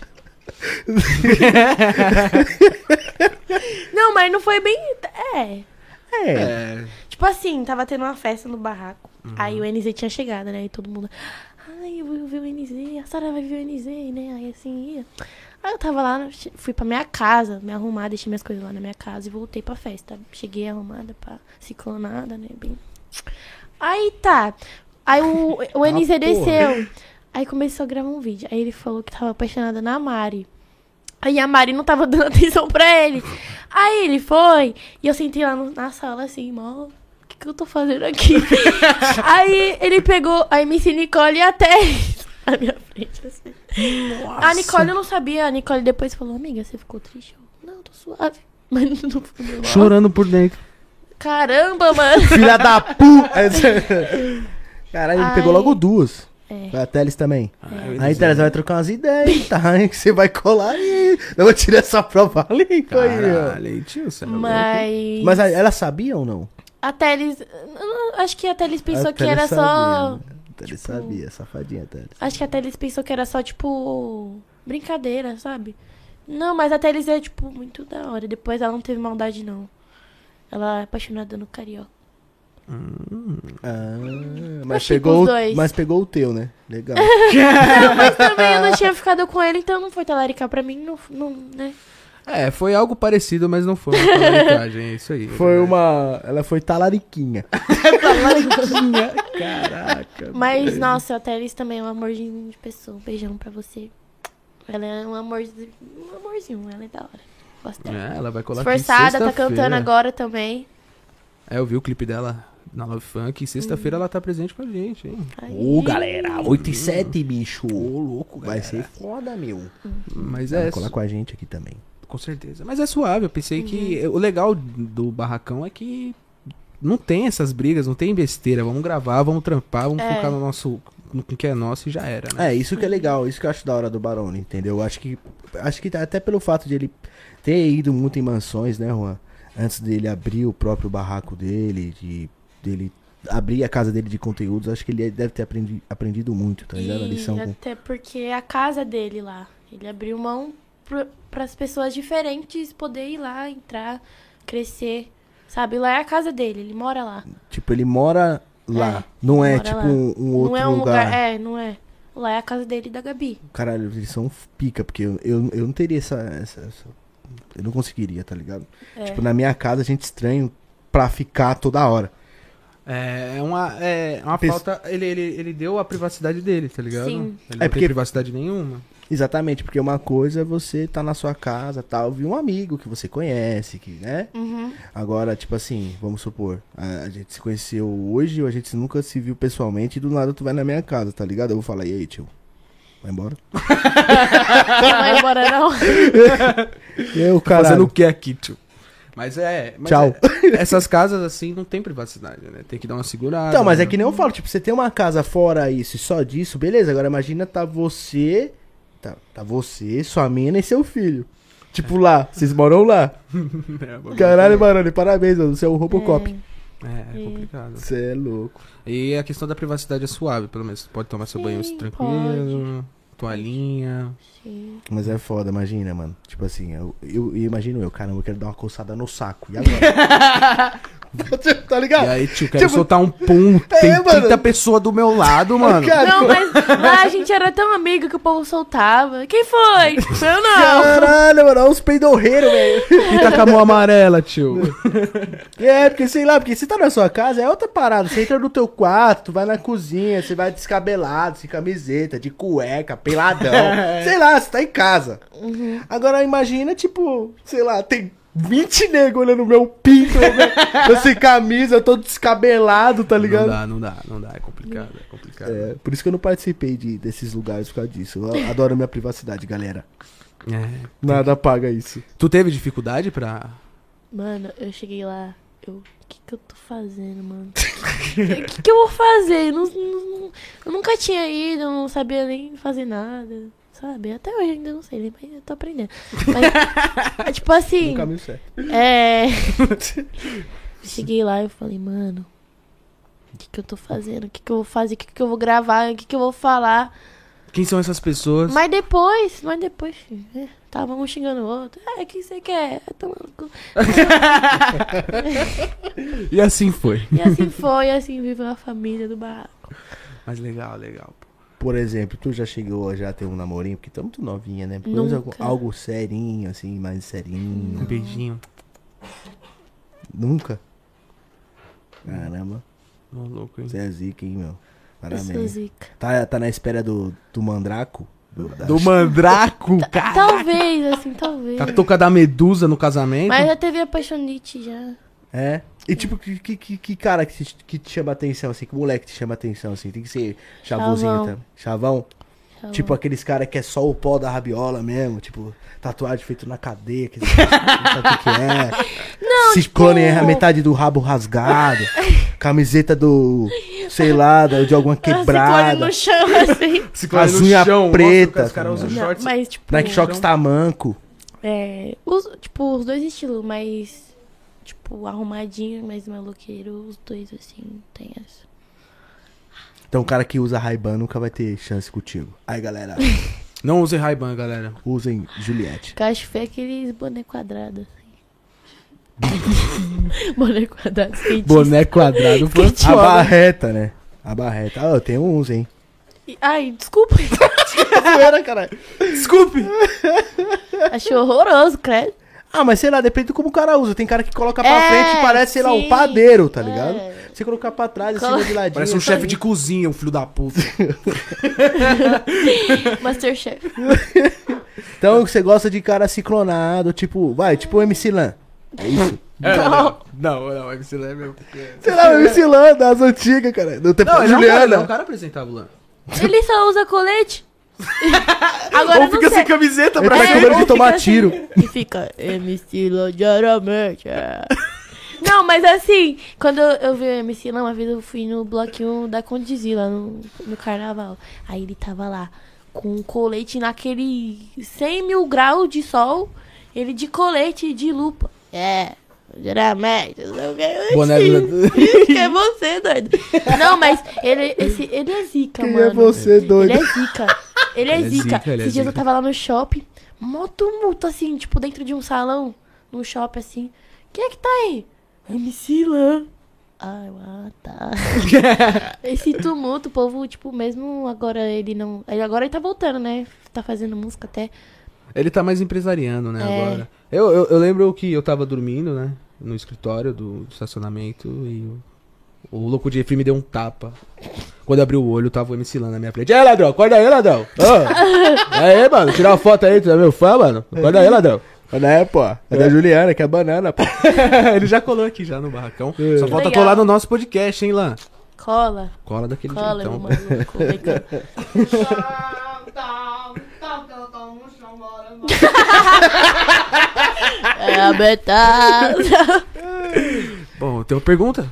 Speaker 3: não, mas não foi bem. É.
Speaker 1: É.
Speaker 2: É.
Speaker 3: Tipo assim, tava tendo uma festa no barraco. Aí o NZ tinha chegado, né? E todo mundo. Ai, eu vou ver o NZ, a Sara vai ver o NZ, né? Aí assim ia. Aí eu tava lá, che- fui pra minha casa, me arrumar, deixei minhas coisas lá na minha casa e voltei pra festa. Cheguei arrumada pra ciclonada, né? Bem. Aí tá. Aí o, o NZ
Speaker 1: porra.
Speaker 3: desceu. Aí começou a gravar um vídeo. Aí ele falou que tava apaixonada na Mari. Aí a Mari não tava dando atenção pra ele. Aí ele foi, e eu sentei lá no- na sala assim, mó. O que, que eu tô fazendo aqui? aí ele pegou a MC Nicole e a Tess na minha frente, assim. A Nicole eu não sabia, a Nicole depois falou, amiga, você ficou triste? Eu, não, tô suave. Mas não ficou não.
Speaker 2: Chorando por dentro.
Speaker 3: Caramba, mano.
Speaker 1: Filha da puta! Caralho, ele pegou
Speaker 3: Ai.
Speaker 1: logo duas.
Speaker 3: É.
Speaker 1: A Teles também. Aí,
Speaker 2: Aí,
Speaker 1: Teles, vai trocar umas ideias, tá? Aí que você vai colar e eu vou tirar essa prova ali, coelho.
Speaker 2: Caralho, aí, tio, você é louco.
Speaker 3: Mas.
Speaker 1: Mas a- ela sabia ou não?
Speaker 3: A Teles. eu não- Acho que a Teles pensou
Speaker 1: A
Speaker 3: que
Speaker 1: Ah, Teles
Speaker 3: era só. tipo
Speaker 1: sabia, né? A Teles sabia, safadinha, Teles.
Speaker 3: Acho que a Teles pensou que era só, tipo, brincadeira, sabe? Não, mas a Teles é, tipo, muito da hora. Depois ela não teve maldade, não. Ela é apaixonada no carioca.
Speaker 2: Hum.
Speaker 1: Ah, mas
Speaker 3: Achei
Speaker 1: pegou,
Speaker 3: os dois.
Speaker 1: mas pegou o teu, né? Legal.
Speaker 3: Mas também eu não tinha ficado com ele, então não foi talaricar pra mim, não, não né?
Speaker 2: É, foi algo parecido, mas não foi uma talaricagem, é isso aí.
Speaker 1: Foi uma, ela foi talariquinha. talariquinha. Caraca.
Speaker 3: Mas, nossa, a Teles também é um amorzinho de pessoa. Um beijão pra você. Ela é um amor, um amorzinho, ela é da hora. Gosto dela.
Speaker 2: É, ela vai colar aqui
Speaker 3: Esforçada, tá
Speaker 2: sexta-feira.
Speaker 3: cantando agora também.
Speaker 2: É, eu vi o clipe dela na Love Funk e sexta-feira ela tá presente com a gente, hein?
Speaker 3: Aí.
Speaker 1: Ô, galera, 8 e 7, bicho.
Speaker 2: louco,
Speaker 1: Vai ser foda, meu.
Speaker 2: É, Mas
Speaker 1: Vai
Speaker 2: é,
Speaker 1: colar com a gente aqui também.
Speaker 2: com certeza. Mas é suave, eu pensei
Speaker 3: Uhum.
Speaker 2: que... O legal do barracão é que não tem essas brigas, não tem besteira. Vamos gravar, vamos trampar, vamos
Speaker 3: É.
Speaker 2: focar no nosso... No que é nosso e já era, né?
Speaker 1: É, isso que é legal, isso que eu acho da hora do Barone, entendeu? Eu Acho que acho que até pelo fato de ele ter ido muito em mansões, né, Juan? Antes dele abrir o próprio barraco dele, de dele abrir a casa dele de conteúdos, acho que ele deve ter aprendi- aprendido muito, tá ligado? A lição
Speaker 3: E
Speaker 1: com
Speaker 3: até porque é a casa dele lá. Ele abriu mão para as pessoas diferentes poder ir lá, entrar, crescer. Sabe, lá é a casa dele, ele mora lá.
Speaker 1: Tipo, ele mora lá.
Speaker 3: É,
Speaker 1: não é
Speaker 3: mora
Speaker 1: tipo
Speaker 3: lá.
Speaker 1: um, um outro
Speaker 3: não é um
Speaker 1: lugar.
Speaker 3: lugar. É, não é. Lá é a casa dele e da Gabi.
Speaker 1: Caralho, eles são pica, porque eu, eu, eu não teria essa, essa- essa- Eu não conseguiria, tá ligado?
Speaker 3: É.
Speaker 1: Tipo, na minha casa a gente estranho pra ficar toda hora.
Speaker 2: É é uma, é uma
Speaker 1: Pes-
Speaker 2: falta. Ele, ele, ele deu a privacidade dele, tá ligado?
Speaker 3: Sim.
Speaker 2: Ele
Speaker 1: É
Speaker 2: não
Speaker 1: porque-
Speaker 2: tem privacidade nenhuma.
Speaker 1: Exatamente, porque uma coisa é você tá na sua casa tal, viu um amigo que você conhece, que, né?
Speaker 3: Uhum.
Speaker 1: Agora, tipo assim, vamos supor, a, a gente se conheceu hoje ou a gente nunca se viu pessoalmente e do nada tu vai na minha casa, tá ligado? Eu vou falar, e aí, tio? Vai embora?
Speaker 3: Não vai embora, não.
Speaker 1: E aí, o
Speaker 2: Tá
Speaker 1: cara.
Speaker 2: Fazendo o que aqui, tio? Mas é. mas
Speaker 1: Tchau.
Speaker 2: é- essas casas assim não tem privacidade, né? Tem que dar uma segurada.
Speaker 1: Então, mas é
Speaker 2: né?
Speaker 1: que nem eu falo, tipo, você tem uma casa fora isso e só disso, beleza. Agora imagina tá você Tá, tá você, sua mina e seu filho. Tipo lá, vocês moram lá. Caralho, Barone, parabéns, mano. Você é o Robocop.
Speaker 2: É, é complicado.
Speaker 1: Você é louco.
Speaker 2: E a questão da privacidade é suave, pelo menos. Você pode tomar seu
Speaker 3: Sim,
Speaker 2: banho tranquilo, toalhinha.
Speaker 3: Sim.
Speaker 1: Mas é foda, imagina, mano. Tipo assim, eu, eu, eu imagino eu, caramba, eu quero dar uma coçada no saco. E agora? tá ligado?
Speaker 2: E aí, tio, quero
Speaker 1: Tipo-
Speaker 2: soltar um pum.
Speaker 1: É,
Speaker 2: Tem
Speaker 1: mano.
Speaker 2: 30 pessoas do meu lado, mano.
Speaker 1: Cara,
Speaker 3: Não, mas lá a gente era tão amigo que o povo soltava. Quem foi? Eu não.
Speaker 1: Caralho, mano, olha os peidorreiros, velho.
Speaker 2: E tá com a mão amarela, tio.
Speaker 1: É, porque sei lá, porque você tá na sua casa, é outra parada. Você entra no teu quarto, tu vai na cozinha, você vai descabelado, sem camiseta, de cueca, peladão. sei lá, você tá em casa. Agora imagina, tipo, sei lá, tem 20 negros olhando meu pinto, meu, eu sem camisa, eu tô descabelado, tá
Speaker 2: Não
Speaker 1: ligado?
Speaker 2: dá, não dá, não dá. É complicado, é complicado.
Speaker 1: É, por isso que eu não participei de, desses lugares por causa disso. Eu adoro minha privacidade, galera.
Speaker 2: É.
Speaker 1: Nada paga isso.
Speaker 2: Tu teve dificuldade pra.
Speaker 3: Mano, eu cheguei lá. Eu. O que, que eu tô fazendo, mano? O que, que eu vou fazer? Eu, não- não- não- eu nunca tinha ido, eu não sabia nem fazer nada. Sabe? Até hoje ainda não sei, nem- mas eu tô aprendendo. Mas, é, tipo assim.
Speaker 1: No caminho certo.
Speaker 3: É. Cheguei lá e falei, mano, o que, que eu tô fazendo? O que, que eu vou fazer? O que, que eu vou gravar? O que, que eu vou falar?
Speaker 2: Quem são essas pessoas?
Speaker 3: Mas depois, mas depois, filho, é, tava um xingando o outro. É, o que você quer? É, toma no cu.
Speaker 2: E assim foi.
Speaker 3: E assim foi, e assim viveu a família do barraco.
Speaker 2: Mas legal, legal. pô.
Speaker 1: Por exemplo, tu já chegou a já ter um namorinho? Porque tu é muito novinha, né? Pelo menos algo,
Speaker 3: Nunca.
Speaker 1: algo serinho, assim, mais serinho.
Speaker 2: Um beijinho.
Speaker 1: Nunca? Caramba,
Speaker 2: Ô, louco, hein?
Speaker 1: você é zica, hein, meu?
Speaker 3: Eu sou
Speaker 1: Parabéns.
Speaker 3: zica.
Speaker 1: Tá, tá na espera do, do mandraco? Do, da-
Speaker 2: Do mandraco,
Speaker 3: Tá-
Speaker 2: cara.
Speaker 3: Talvez, assim, talvez.
Speaker 2: Tá toca da medusa no casamento?
Speaker 3: Mas já teve apaixonite já.
Speaker 1: É? E tipo, que, que- que, que cara que, te- que te chama atenção, assim? Que moleque te chama atenção, assim? Tem que ser chavozinho
Speaker 3: Chavão.
Speaker 1: também. Chavão?
Speaker 3: Já
Speaker 1: Tipo aqueles cara que é só o pó da rabiola mesmo, tipo, tatuagem feito na cadeia, que não sabe o que que é. Não, Ciclone é a metade do rabo rasgado, camiseta do, sei lá, da- de alguma
Speaker 3: Ah, se colhe
Speaker 1: quebrada,
Speaker 3: no chão, assim.
Speaker 2: Se coloca
Speaker 1: as
Speaker 2: no
Speaker 1: unhas
Speaker 2: chão, mostra
Speaker 1: preta,
Speaker 2: que Os caras
Speaker 1: tá
Speaker 2: usam
Speaker 3: Não,
Speaker 2: Tá shorts.
Speaker 3: mas, tipo,
Speaker 1: Nike tá Shox tamanco.
Speaker 3: É, os, tipo, os dois estilos, mas, tipo, arrumadinho, mais maloqueiro, os dois, assim, tem essa.
Speaker 1: Então o cara que usa Ray-Ban nunca vai ter chance contigo. Aí galera,
Speaker 2: Não usem Ray-Ban, galera.
Speaker 1: usem Juliette.
Speaker 3: O que eu acho feio é aqueles boné quadrado, assim. boné quadrado, skatista.
Speaker 2: Boné quadrado foi
Speaker 1: A barreta, né? A barreta. Ah, eu tenho uns, hein?
Speaker 3: E- Ai, desculpa,
Speaker 1: Era, caralho.
Speaker 2: Desculpe!
Speaker 3: achei horroroso, credo.
Speaker 1: Ah, mas sei lá, depende do como o cara usa. Tem cara que coloca pra
Speaker 3: É,
Speaker 1: frente e parece, sei lá, um
Speaker 3: sim.
Speaker 1: padeiro, tá
Speaker 3: É.
Speaker 1: ligado? Você colocar pra trás, assim,
Speaker 3: Colo-
Speaker 1: de ladinho.
Speaker 2: Parece um
Speaker 1: tá
Speaker 2: chefe
Speaker 1: aí.
Speaker 2: de cozinha, um filho da puta.
Speaker 3: Masterchef.
Speaker 1: Então você gosta de cara ciclonado, tipo, vai, tipo o MC Lan. É isso?
Speaker 2: não, não, não, MC Lan é meu.
Speaker 1: sei lá, o MC Lan das antigas, cara. Do tempo
Speaker 2: Não,
Speaker 1: da
Speaker 2: ele é um cara, ele é um
Speaker 1: Juliana.
Speaker 2: cara apresentável lá.
Speaker 3: Ele só usa colete. Agora eu não sei.
Speaker 2: camiseta
Speaker 1: Ele vai com
Speaker 3: É,
Speaker 1: medo
Speaker 3: ou
Speaker 1: de
Speaker 3: fica
Speaker 1: tomar
Speaker 3: assim,
Speaker 1: tiro.
Speaker 3: E fica MC Lan diariamente. é." Não, mas assim, quando eu, eu vi o MC Lan, uma vez eu fui no bloquinho da Condizila, no, no carnaval. Aí ele tava lá, com um colete naquele 100 mil graus de sol, ele de colete e de lupa. É, diariamente. não sei o quê.
Speaker 2: Boné do-
Speaker 3: Isso que é você, doido. Não, mas ele, esse, ele é zica,
Speaker 1: Quem
Speaker 3: mano.
Speaker 1: é você, doido?
Speaker 3: Ele é zica. Ele é
Speaker 2: Ele é
Speaker 3: zica.
Speaker 2: zica, ele é
Speaker 3: Esses dias eu
Speaker 2: zica.
Speaker 3: tava lá no shopping, mó tumulto, assim, tipo, dentro de um salão, num shopping, assim. Quem é que tá aí? MC Lan. Ah, eu- ah, tá. Esse tumulto, o povo, tipo, mesmo agora ele não... ele- Agora ele tá voltando, né? Tá fazendo música até.
Speaker 2: Ele tá mais empresariando, né,
Speaker 3: É.
Speaker 2: agora. Eu, eu, eu lembro que eu tava dormindo, né, no escritório do, do estacionamento e o, o louco de Efrim me deu um tapa. Quando eu abri o olho, tava o MC Lan na minha frente. Ei, ladrão, acorda aí, ladrão. Ô, Aí, mano, tirar uma foto aí, tu é meu fã, mano. Acorda aí, ladrão.
Speaker 1: Mas é, pô. É da Juliana, que é banana, pô.
Speaker 2: Ele já colou aqui já no barracão.
Speaker 1: É.
Speaker 2: Só falta
Speaker 3: Legal.
Speaker 2: colar no nosso podcast, hein, Lan?
Speaker 3: Cola.
Speaker 2: Cola daquele
Speaker 3: Cola,
Speaker 2: jeitão.
Speaker 3: meu maluco. Vem cá. É a betada.
Speaker 2: Bom, tem uma pergunta?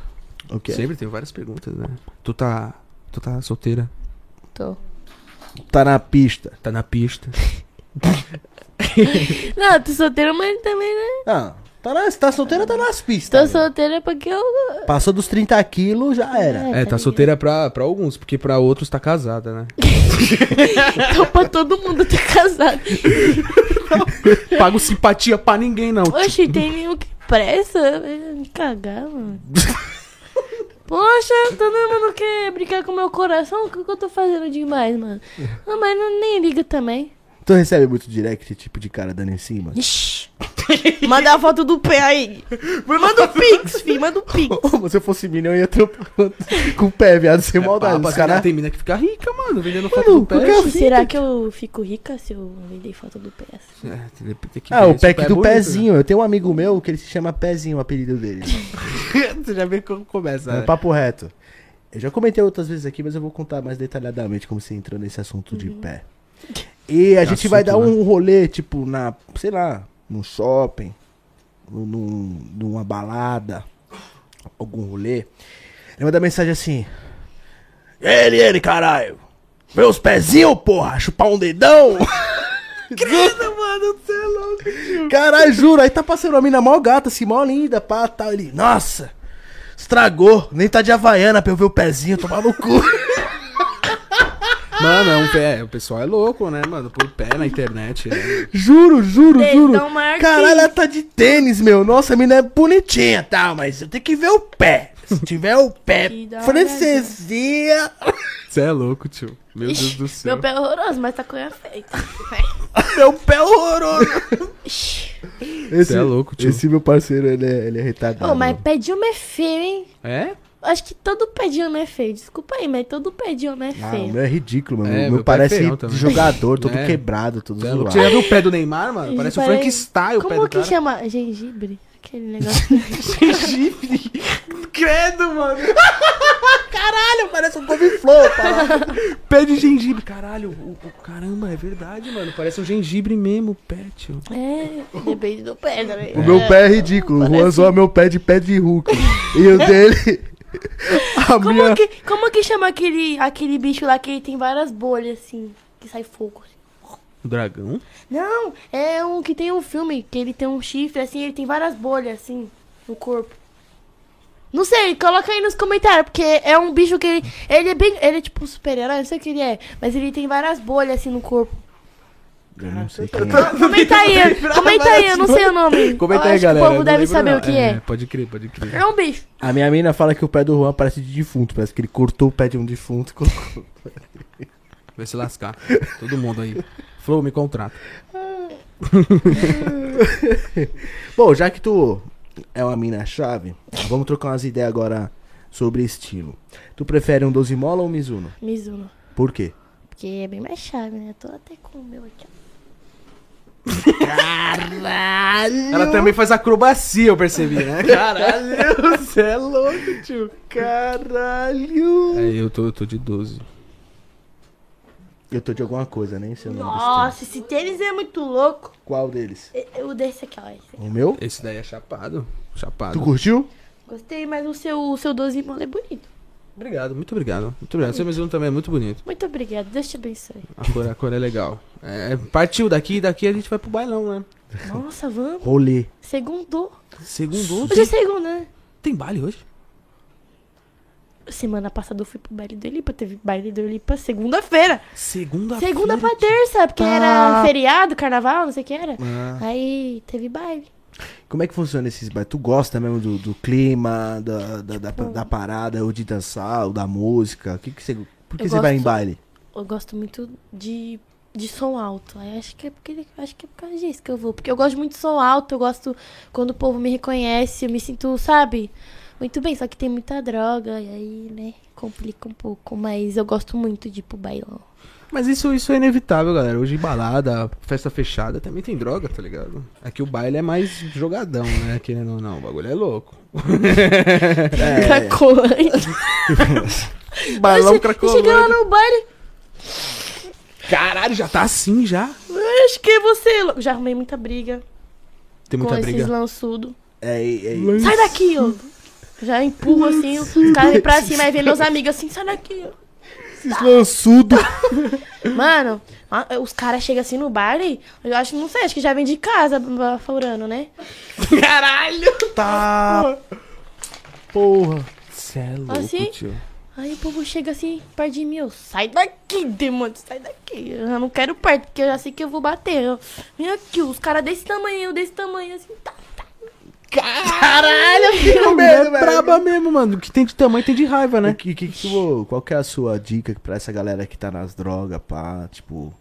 Speaker 1: O quê?
Speaker 2: Sempre tem várias perguntas, né? Tu tá. Tu tá solteira?
Speaker 3: Tô.
Speaker 1: Tá na pista.
Speaker 2: Tá na pista.
Speaker 3: Não, tô solteira, mas também, né?
Speaker 1: Ah, tá, na, tá solteira, tá nas
Speaker 3: Tô
Speaker 1: pistas.
Speaker 3: solteira porque eu.
Speaker 1: Passou dos 30 quilos, já era.
Speaker 2: É, tá solteira pra, pra alguns, porque pra outros tá casada, né?
Speaker 3: Então pra todo mundo tá casado.
Speaker 2: Pago simpatia pra ninguém, não.
Speaker 3: Oxe, tem nenhum que pressa. vai Me cagar, mano. Poxa, todo mundo quer brincar com meu coração? O que que eu tô fazendo demais, mano? Ah, mas não, nem liga também.
Speaker 1: Tu recebe muito direct, tipo de cara dando em cima.
Speaker 3: Ixi. Manda a foto do pé aí. Manda o pix, filho. Manda o pix.
Speaker 1: se eu fosse menino, eu ia trompar com o pé, viado,
Speaker 2: É
Speaker 1: sem maldade.
Speaker 2: Papa,
Speaker 1: Os caras.
Speaker 2: assim, Tem mina que fica rica, mano, vendendo um foto
Speaker 1: Mano,
Speaker 2: do pé.
Speaker 1: qualquer- Eu
Speaker 3: Oxe,
Speaker 1: vi
Speaker 3: será
Speaker 1: que-
Speaker 3: que eu fico rica se eu vender foto do pé? assim?
Speaker 2: É, tem- tem que
Speaker 1: Ah,
Speaker 2: ver
Speaker 1: o
Speaker 2: se
Speaker 1: pack
Speaker 2: pé é
Speaker 1: do
Speaker 2: bonito, né?
Speaker 1: pezinho. Eu tenho um amigo meu que ele se chama Pezinho, o apelido dele.
Speaker 2: Você já vê como começa,
Speaker 1: É
Speaker 2: né?
Speaker 1: papo reto. Eu já comentei outras vezes aqui, mas eu vou contar mais detalhadamente como você entrou nesse assunto de pé. E a
Speaker 2: Que
Speaker 1: gente vai dar
Speaker 2: assunto, né?
Speaker 1: um rolê, tipo, na, sei lá, num shopping, num- num- numa balada, algum rolê. Ele manda mensagem assim: Ele, ele, caralho! Vê os pezinhos, porra! Chupar um dedão!
Speaker 2: Credo, mano, você é louco, tio.
Speaker 1: Caralho, juro, aí tá passando uma mina mó gata, assim, mó linda, pá, tal. Ele, nossa, estragou, nem tá de Havaiana pra eu ver o pezinho tomar no cu.
Speaker 2: Mano, é um pé. O pessoal é louco, né, mano? Por pé na internet. né?
Speaker 1: juro, juro,
Speaker 3: Dedão
Speaker 1: juro.
Speaker 3: maior que
Speaker 1: Caralho,
Speaker 3: isso.
Speaker 1: ela tá de tênis, meu. Nossa, a mina é bonitinha, tá, mas eu tenho que ver o pé. Se tiver o pé
Speaker 3: Que da hora,
Speaker 1: francesinha.
Speaker 2: Você é louco, tio. Meu Deus do
Speaker 3: Ixi,
Speaker 2: céu.
Speaker 3: meu pé é horroroso, mas tá com a feita.
Speaker 1: Meu pé é horroroso.
Speaker 3: Ixi.
Speaker 1: Esse,
Speaker 2: é louco, tio.
Speaker 1: Esse meu parceiro, ele é, ele é retardado.
Speaker 3: Ô, mas pé de homem é feio, hein?
Speaker 2: É?
Speaker 3: Acho que todo pé de homem é feio. Desculpa aí, mas todo pé de homem é
Speaker 1: Ah, o
Speaker 3: feio.
Speaker 1: meu é ridículo, mano.
Speaker 2: É,
Speaker 1: meu,
Speaker 2: meu pé é
Speaker 1: parece
Speaker 2: feião também.
Speaker 1: jogador, todo
Speaker 2: É.
Speaker 1: quebrado, todo
Speaker 2: Você é louco.
Speaker 1: zoado.
Speaker 2: Você já viu o pé do Neymar, mano?
Speaker 3: Ele
Speaker 2: Parece o
Speaker 3: parece-
Speaker 2: Frankenstein, o pé
Speaker 3: Como
Speaker 2: do
Speaker 3: que
Speaker 2: cara.
Speaker 3: chama? Gengibre? Aquele negócio.
Speaker 2: Credo, mano. é
Speaker 1: Caralho, parece um couve-flor, pá.
Speaker 2: Pé de gengibre, caralho. O, o- caramba, é verdade, mano. Parece um gengibre mesmo, o pé, tio.
Speaker 3: é, depende do pé também.
Speaker 1: O meu pé é ridículo. O Juan
Speaker 3: parece-
Speaker 1: zoa meu pé de pé de Hulk. E o dele. A
Speaker 3: Como,
Speaker 1: minha.
Speaker 3: que, como que chama aquele, aquele bicho lá que tem várias bolhas, assim, que sai fogo? assim?
Speaker 2: O dragão?
Speaker 3: Não, é um que tem um filme, que ele tem um chifre, assim, ele tem várias bolhas, assim, no corpo. Não sei, coloca aí nos comentários, porque é um bicho que ele. Ele é bem. Ele é tipo um super-herói, não sei o que ele é, mas ele tem várias bolhas assim no corpo.
Speaker 1: Eu não sei quem é.
Speaker 3: Comenta aí, comenta aí, eu não sei o nome.
Speaker 2: Comenta
Speaker 3: eu
Speaker 2: aí,
Speaker 3: acho
Speaker 2: galera.
Speaker 3: Que o povo
Speaker 2: não
Speaker 3: deve
Speaker 2: lembro,
Speaker 3: saber
Speaker 2: não.
Speaker 3: o que é.
Speaker 2: Pode crer, pode crer.
Speaker 3: é. um bicho.
Speaker 1: A minha mina fala que o pé do Juan parece de defunto. Parece que ele cortou o pé de um defunto e colocou.
Speaker 2: Vai se lascar. Todo mundo aí. Flow, me contrata.
Speaker 1: Bom, já que tu é uma mina chave, vamos trocar umas ideias agora sobre estilo. Tu prefere um 12 mola ou um Mizuno?
Speaker 3: Mizuno.
Speaker 1: Por quê?
Speaker 3: Porque é bem mais chave, né? Tô até com o meu aqui. ó.
Speaker 2: Ela também faz acrobacia, eu percebi, né? Caralho, você é louco, tio.
Speaker 1: Caralho!
Speaker 2: É, eu tô, eu tô de 12.
Speaker 1: Eu tô de alguma coisa, nem sei o nome. desse tênis.
Speaker 3: Nossa, esse tênis é muito louco.
Speaker 1: Qual deles?
Speaker 3: E- O desse aqui, ó. esse.
Speaker 1: O meu?
Speaker 2: Esse daí é chapado.
Speaker 1: Tu
Speaker 2: Chapado.
Speaker 1: curtiu?
Speaker 3: Gostei, mas o seu, o seu 12 mola é bonito.
Speaker 2: Obrigado, muito obrigado. Muito obrigado. Seu Mizuno também é muito bonito.
Speaker 3: Muito obrigada, Deus te abençoe.
Speaker 2: A cor, a cor é legal. É, partiu daqui, daqui a gente vai pro bailão, né?
Speaker 3: Nossa, vamos.
Speaker 1: Rolê.
Speaker 3: Segundo.
Speaker 2: Segundo,
Speaker 3: Hoje é segundo, né?
Speaker 2: tem baile hoje?
Speaker 3: Semana passada eu fui pro baile do Elipa, teve baile do Elipa segunda-feira.
Speaker 2: Segunda-feira.
Speaker 3: Segunda pra terça, porque era feriado, carnaval, não sei o que era.
Speaker 1: Ah.
Speaker 3: Aí teve baile.
Speaker 1: Como é que funciona esses bailes? Tu gosta mesmo do, do clima, da, da, da,
Speaker 3: Tipo
Speaker 1: da parada, ou de dançar, ou da música? O que que você, por que
Speaker 3: Eu
Speaker 1: você vai em
Speaker 3: gosto-
Speaker 1: baile?
Speaker 3: Eu gosto muito de, de som alto. Aí acho que é porque acho que é por causa disso que eu vou. Porque eu gosto muito de som alto, eu gosto quando o povo me reconhece, eu me sinto, sabe? Muito bem, só que tem muita droga, e aí, né, complica um pouco. Mas eu gosto muito de ir pro bailão.
Speaker 2: Mas isso, isso é inevitável, galera. Hoje balada, festa fechada, também tem droga, tá ligado? Aqui o baile é mais jogadão, né? Querendo ou não, o bagulho é louco.
Speaker 3: Cracolândia.
Speaker 2: É.
Speaker 3: tá
Speaker 2: Bailão
Speaker 3: Cheguei lá no baile,
Speaker 2: Caralho, já tá assim já.
Speaker 3: eu acho que é você. louco. Já arrumei muita briga
Speaker 2: Tem muita
Speaker 3: com
Speaker 2: briga.
Speaker 3: esses lançudos.
Speaker 1: É, é, é.
Speaker 2: Lan-
Speaker 3: Sai daqui, ó. Já empurro assim, os caras vêm pra cima, aí vem meus amigos assim, sai daqui, ó.
Speaker 1: Esses lançudo.
Speaker 3: Mano, a- os caras chegam assim no bar e eu acho, não sei, acho que já vem de casa furando, né?
Speaker 2: Caralho!
Speaker 1: Tá. Porra.
Speaker 2: Cê é louco,
Speaker 3: Assim?
Speaker 2: tio.
Speaker 3: Aí o povo chega assim, perto de mim, eu, sai daqui, demônio, sai daqui. Eu não quero perto, porque eu já sei que eu vou bater. Eu, Vem aqui, os caras desse tamanho, eu desse tamanho, assim, tá.
Speaker 1: Caralho, eu fico com
Speaker 2: É
Speaker 1: medo, velho.
Speaker 2: braba mesmo, mano. O que tem de tamanho tem de raiva,
Speaker 1: O
Speaker 2: né?
Speaker 1: Que, que, que tu- qual que é a sua dica pra essa galera que tá nas drogas, pá? Tipo,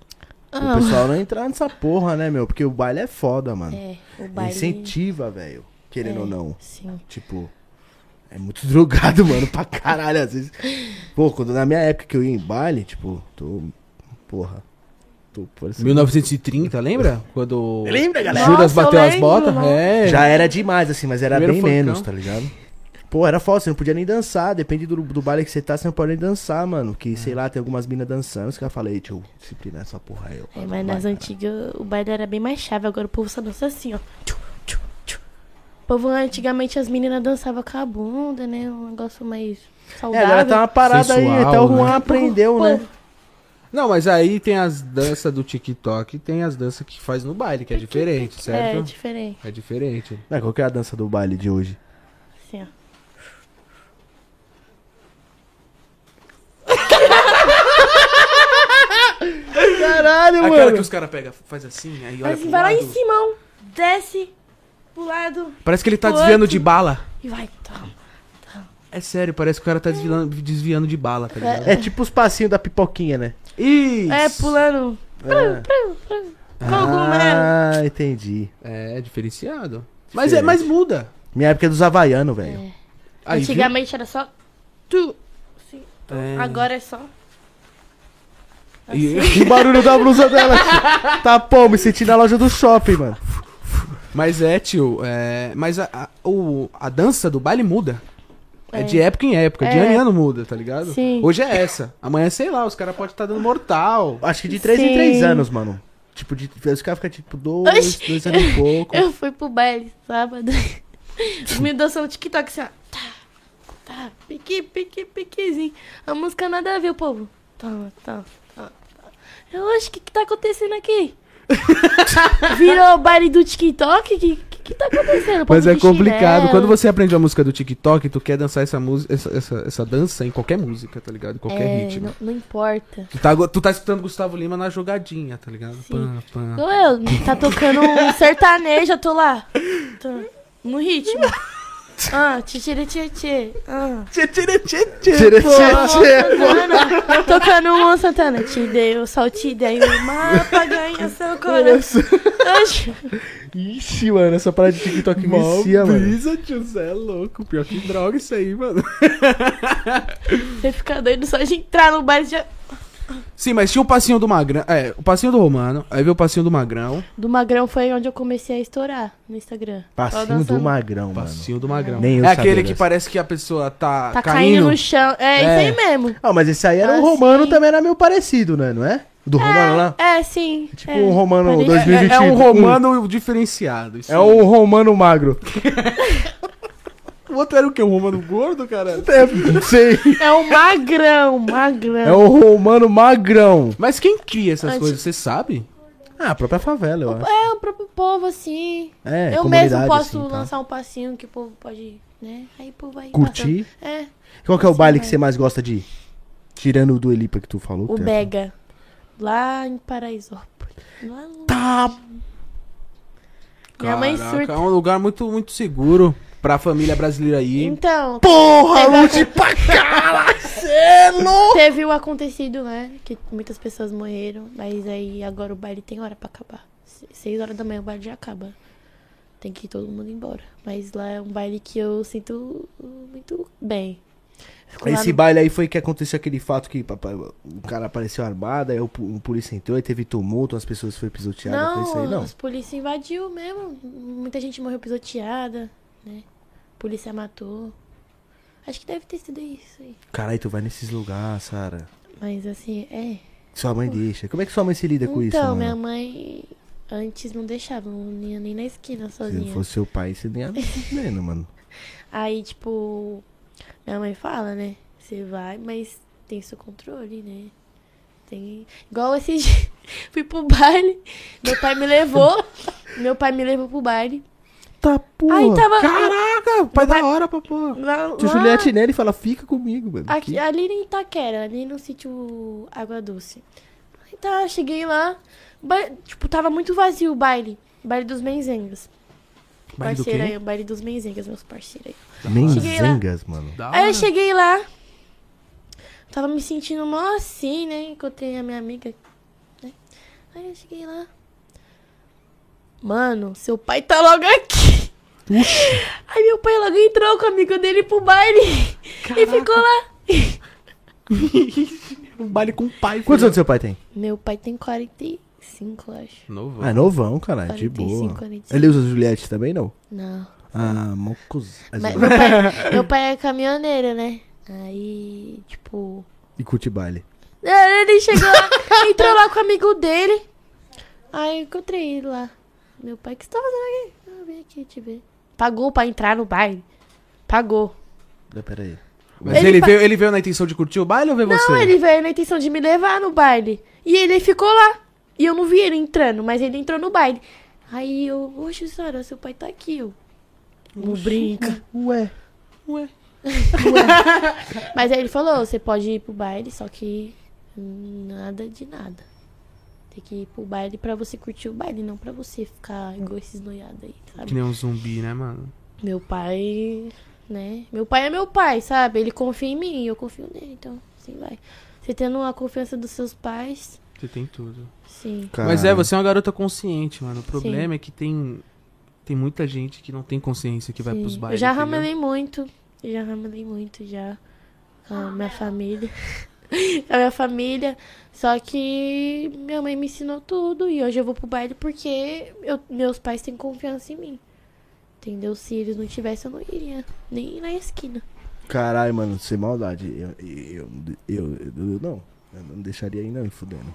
Speaker 3: Ah,
Speaker 1: o pessoal não entrar nessa porra, né, meu? Porque o baile é foda, mano.
Speaker 3: É, o baile... É.
Speaker 1: Incentiva, velho. Querendo ou não.
Speaker 3: Sim.
Speaker 1: Tipo, é muito drogado, mano, pra caralho. Às vezes. Pô, quando na minha época que eu ia em baile, tipo, tô. Porra. Tô parecendo.
Speaker 2: 1930, lembra? Quando
Speaker 1: Lembra, galera?
Speaker 2: Judas
Speaker 3: Nossa, eu
Speaker 2: bateu as
Speaker 3: lembro,
Speaker 2: botas?
Speaker 3: mano.
Speaker 2: É.
Speaker 1: Já era demais, assim, mas era
Speaker 2: Primeiro
Speaker 1: bem
Speaker 2: funkão.
Speaker 1: menos, tá ligado? Pô, era foda, você não podia nem dançar. Depende do, do baile que você tá, você não pode nem dançar, mano. Que,
Speaker 2: É.
Speaker 1: sei lá, tem algumas minas dançando. Isso que eu falei, deixa eu disciplinar essa porra aí. ó.
Speaker 3: É,
Speaker 1: Vai,
Speaker 3: mas nas
Speaker 1: cara.
Speaker 3: antigas o baile era bem mais chave, agora o povo só dança assim, ó. Tchu, tchu, tchu. O povo antigamente as meninas dançavam com a bunda, né? Um negócio mais
Speaker 1: É,
Speaker 3: saudável.
Speaker 1: agora tá uma parada aí,
Speaker 2: Sensual,
Speaker 1: até o Juan
Speaker 2: né?
Speaker 1: aprendeu, né?
Speaker 2: Não, mas aí tem as danças do TikTok e tem as danças que faz no baile, que é diferente,
Speaker 3: É,
Speaker 2: certo?
Speaker 3: diferente,
Speaker 2: É diferente.
Speaker 1: Não, qual que é a dança do baile de hoje?
Speaker 3: assim, ó.
Speaker 1: Caralho,
Speaker 2: Aquela que os caras pegam, faz assim, aí olha
Speaker 3: Mas
Speaker 2: pro
Speaker 3: vai lá em
Speaker 2: lado.
Speaker 3: cima, ó, desce pro lado
Speaker 2: Parece que ele tá
Speaker 3: Pô, é
Speaker 2: desviando
Speaker 3: que-
Speaker 2: de bala.
Speaker 3: e vai. tá. Toma.
Speaker 2: É sério, parece que o cara tá desviando, desviando de bala, tá ligado?
Speaker 1: É tipo os passinhos da pipoquinha, né?
Speaker 2: Isso!
Speaker 3: É, pulando. Cogumelo.
Speaker 1: Ah, entendi.
Speaker 2: É, diferenciado. Mas, é, mas muda.
Speaker 1: Minha época é dos havaianos, velho.
Speaker 2: Aí, viu?
Speaker 3: Antigamente era só tu. assim.
Speaker 2: É.
Speaker 3: Agora tá assim. é só.
Speaker 2: E-
Speaker 1: O barulho da blusa dela. tá, pô, me senti na loja do shopping, mano.
Speaker 2: Mas é, tio, é, mas a, a, o- a dança do baile muda. É. de época em época, de
Speaker 3: É.
Speaker 2: ano em ano muda, tá ligado?
Speaker 3: Sim.
Speaker 2: Hoje é essa. Amanhã, sei lá, os caras podem estar dando mortal.
Speaker 1: Acho que de 3
Speaker 3: Sim.
Speaker 1: em 3 anos, mano. Tipo, de, os caras ficam tipo dois,
Speaker 3: Oxi.
Speaker 1: dois anos e pouco.
Speaker 3: Eu fui pro baile sábado. Me dançando TikTok assim, ó. Tá, tá, pique, pique, piquezinho. A música nada a ver, o povo. Tá, tá, tá, tá. Eu acho que que tá acontecendo aqui? Virou o baile do TikTok? O que, que, que tá acontecendo? O povo
Speaker 2: Mas é
Speaker 3: de né?
Speaker 2: complicado.
Speaker 3: chinelo.
Speaker 2: Quando você aprende a música do TikTok, tu quer dançar essa, música, essa, essa- essa dança em qualquer música, tá ligado? Em qualquer
Speaker 3: é,
Speaker 2: ritmo.
Speaker 3: Não, não importa.
Speaker 2: Tu tá, go- tu tá escutando Gustavo Lima na jogadinha, tá ligado? Pam, pam.
Speaker 3: Ou eu, tá tocando um sertanejo, eu tô lá. Tô no ritmo. Ah, tchê, tchê, tchê. Ah. Tipo,
Speaker 1: Tchê, tchê, tchê.
Speaker 3: Santana, tocando um Luan Santana. Te dei o sol, te dei o mapa, ganha seu coração. Oxi,
Speaker 1: Ixi, mano, essa parada de TikTok vicia, mano.
Speaker 2: brisa, tio, cê é louco. Pior que droga isso aí, mano.
Speaker 3: Você fica doido só de entrar no baile já-
Speaker 2: Sim, mas tinha o passinho do Magrão. É, o passinho do Romano. Aí veio o passinho do Magrão.
Speaker 3: Do Magrão foi onde eu comecei a estourar no Instagram. Só
Speaker 1: Passinho
Speaker 3: dançando.
Speaker 1: do magrão, mano.
Speaker 2: Passinho do Magrão.
Speaker 1: Nem eu
Speaker 2: é
Speaker 1: sabia
Speaker 2: aquele que
Speaker 1: dessa.
Speaker 2: parece que a pessoa tá,
Speaker 3: Tá caindo,
Speaker 2: caindo.
Speaker 3: no chão. É,
Speaker 2: É.
Speaker 3: isso aí mesmo.
Speaker 1: Ah, mas esse aí era o
Speaker 3: Ah,
Speaker 1: romano,
Speaker 3: sim.
Speaker 1: também era meio parecido, né? Não é? Do romano lá?
Speaker 3: É, sim.
Speaker 1: Tipo
Speaker 3: é.
Speaker 1: um romano
Speaker 3: Parece-
Speaker 1: 2000.
Speaker 2: É, é um
Speaker 1: 2021.
Speaker 2: romano diferenciado. isso
Speaker 1: É
Speaker 2: aí.
Speaker 1: o romano magro.
Speaker 2: O outro era o quê? Um romano gordo, cara?
Speaker 1: É, não sei.
Speaker 3: É um magrão, magrão.
Speaker 1: É o romano magrão.
Speaker 2: Mas quem cria essas
Speaker 3: Antes-
Speaker 2: coisas, você sabe?
Speaker 1: Ah, a própria favela, eu acho.
Speaker 3: É, o próprio povo, assim.
Speaker 1: É,
Speaker 3: eu
Speaker 1: comunidade,
Speaker 3: mesmo posso
Speaker 1: assim, tá.
Speaker 3: lançar um passinho que o povo pode, né? Aí o povo vai
Speaker 1: Curtir.
Speaker 3: passando. É,
Speaker 1: Qual que é o
Speaker 3: Sim,
Speaker 1: baile que
Speaker 3: vai.
Speaker 1: você mais gosta de ir? Tirando o do Elipa que tu falou.
Speaker 3: o
Speaker 1: que é tu ia
Speaker 3: Bega. Lá em Paraisópolis. Lá no...
Speaker 1: falar. Tá.
Speaker 3: Minha mãe
Speaker 2: Caraca,
Speaker 3: surta.
Speaker 2: É um lugar muito, muito seguro pra família brasileira aí.
Speaker 3: Então,
Speaker 1: Porra,
Speaker 3: Teve
Speaker 1: Lute pra caralho, cê é louco.
Speaker 3: teve o acontecido, né? Que muitas pessoas morreram, mas aí agora o baile tem hora pra acabar. Se- Seis horas da manhã o baile já acaba. Tem que ir todo mundo embora. Mas lá é um baile que eu sinto muito bem. Fico lá
Speaker 1: Esse
Speaker 3: no-
Speaker 1: baile aí foi que aconteceu aquele fato que papai, o cara apareceu armado, aí o, pu- o polícia entrou, aí teve tumulto, as pessoas foram pisoteadas, foi isso aí,
Speaker 3: Não,
Speaker 1: não.
Speaker 3: os polícia invadiu mesmo. Muita gente morreu pisoteada, né? Polícia matou. Acho que deve ter sido isso aí.
Speaker 1: Caralho, tu vai nesses lugares, Sara.
Speaker 3: Mas assim, é.
Speaker 1: Sua mãe deixa. Como é que sua mãe se lida com isso,
Speaker 3: então,
Speaker 1: mano?
Speaker 3: minha mãe antes não deixava, não ia nem na esquina
Speaker 1: Se
Speaker 3: sozinha.
Speaker 1: não fosse seu pai, você nem ia me fudendo, mano.
Speaker 3: Aí, tipo, minha mãe fala, né? Você vai, mas tem seu controle, né? Tem. Igual esse dia. Fui pro baile. Meu pai me levou. meu pai me levou pro baile.
Speaker 1: Tá, porra.
Speaker 3: Aí tava-
Speaker 1: Caraca, pai da
Speaker 3: Meu pai-
Speaker 1: hora, papô.
Speaker 3: Lá,
Speaker 1: Tio
Speaker 3: lá-
Speaker 1: Juliette Nelly fala, fica comigo, mano.
Speaker 3: Aqui,
Speaker 1: Que-
Speaker 3: ali em Itaquera, ali no sítio Água Doce. Aí tá, cheguei lá. ba- Tipo, tava muito vazio o baile. Baile dos Menzengas.
Speaker 1: Baile do
Speaker 3: Parceiro
Speaker 1: quê?
Speaker 3: aí, o baile dos Menzengas, meus parceiros aí.
Speaker 1: Menzengas, mano.
Speaker 2: Da
Speaker 3: Aí
Speaker 2: hora.
Speaker 3: eu cheguei lá. Tava me sentindo mó assim, né? Encontrei a minha amiga. né? Aí eu cheguei lá. Mano, seu pai tá logo aqui. Aí meu pai logo entrou com o amigo dele pro baile. E ficou lá.
Speaker 2: Um baile com o pai.
Speaker 1: Quantos
Speaker 2: filho.
Speaker 1: anos seu pai tem?
Speaker 3: Meu pai tem 45, eu acho.
Speaker 2: Novo.
Speaker 1: Ah, é novão, cara, de
Speaker 3: 45,
Speaker 1: boa.
Speaker 3: 45.
Speaker 1: Ele usa Juliette também, não?
Speaker 3: Não.
Speaker 1: Ah, mocos.
Speaker 3: Mas meu, pai, meu pai é caminhoneiro, né? Aí, tipo.
Speaker 1: E curte baile.
Speaker 3: É, Ele chegou lá, entrou lá com o amigo dele. Aí eu encontrei ele lá. Meu pai, o que você tá fazendo aqui? Ah, vem aqui te ver. Pagou pra entrar no baile. Pagou.
Speaker 1: Ah, Pera aí.
Speaker 2: Mas
Speaker 3: Ele
Speaker 2: ele,
Speaker 3: fa-
Speaker 2: veio, ele veio na intenção de curtir o baile ou veio você?
Speaker 3: Não, ele veio na intenção de me levar no baile. E ele ficou lá. E eu não vi ele entrando, mas ele entrou no baile. Aí eu, oxe, senhora, seu pai tá aqui, eu. Não brinca.
Speaker 1: Ué.
Speaker 2: Ué.
Speaker 3: Mas aí ele falou, você pode ir pro baile, só que nada de nada. Tem que ir pro baile pra você curtir o baile, não pra você ficar igual esses noiados aí,
Speaker 2: Que
Speaker 3: sabe?
Speaker 2: nem um zumbi, né, mano?
Speaker 3: Meu pai, né? Meu pai é meu pai, sabe? Ele confia em mim, eu confio nele, então assim vai. Você tendo a confiança dos seus pais,
Speaker 2: Você tem tudo.
Speaker 3: sim.
Speaker 2: Mas é, você é uma garota consciente, mano. O problema
Speaker 3: Sim.
Speaker 2: é que tem tem muita gente que não tem consciência que vai
Speaker 3: sim.
Speaker 2: pros
Speaker 3: eu
Speaker 2: bailes.
Speaker 3: já
Speaker 2: entendeu?
Speaker 3: ramelei muito, eu já ramelei muito já com a minha família. a minha família. Só que minha mãe me ensinou tudo e hoje eu vou pro baile porque eu- meus pais têm confiança em mim. Entendeu? Se eles não tivessem, eu não iria. Nem na esquina.
Speaker 1: Caralho, mano, sem maldade. Eu, eu, eu, eu- eu não. Eu não deixaria aí, não, e fudendo.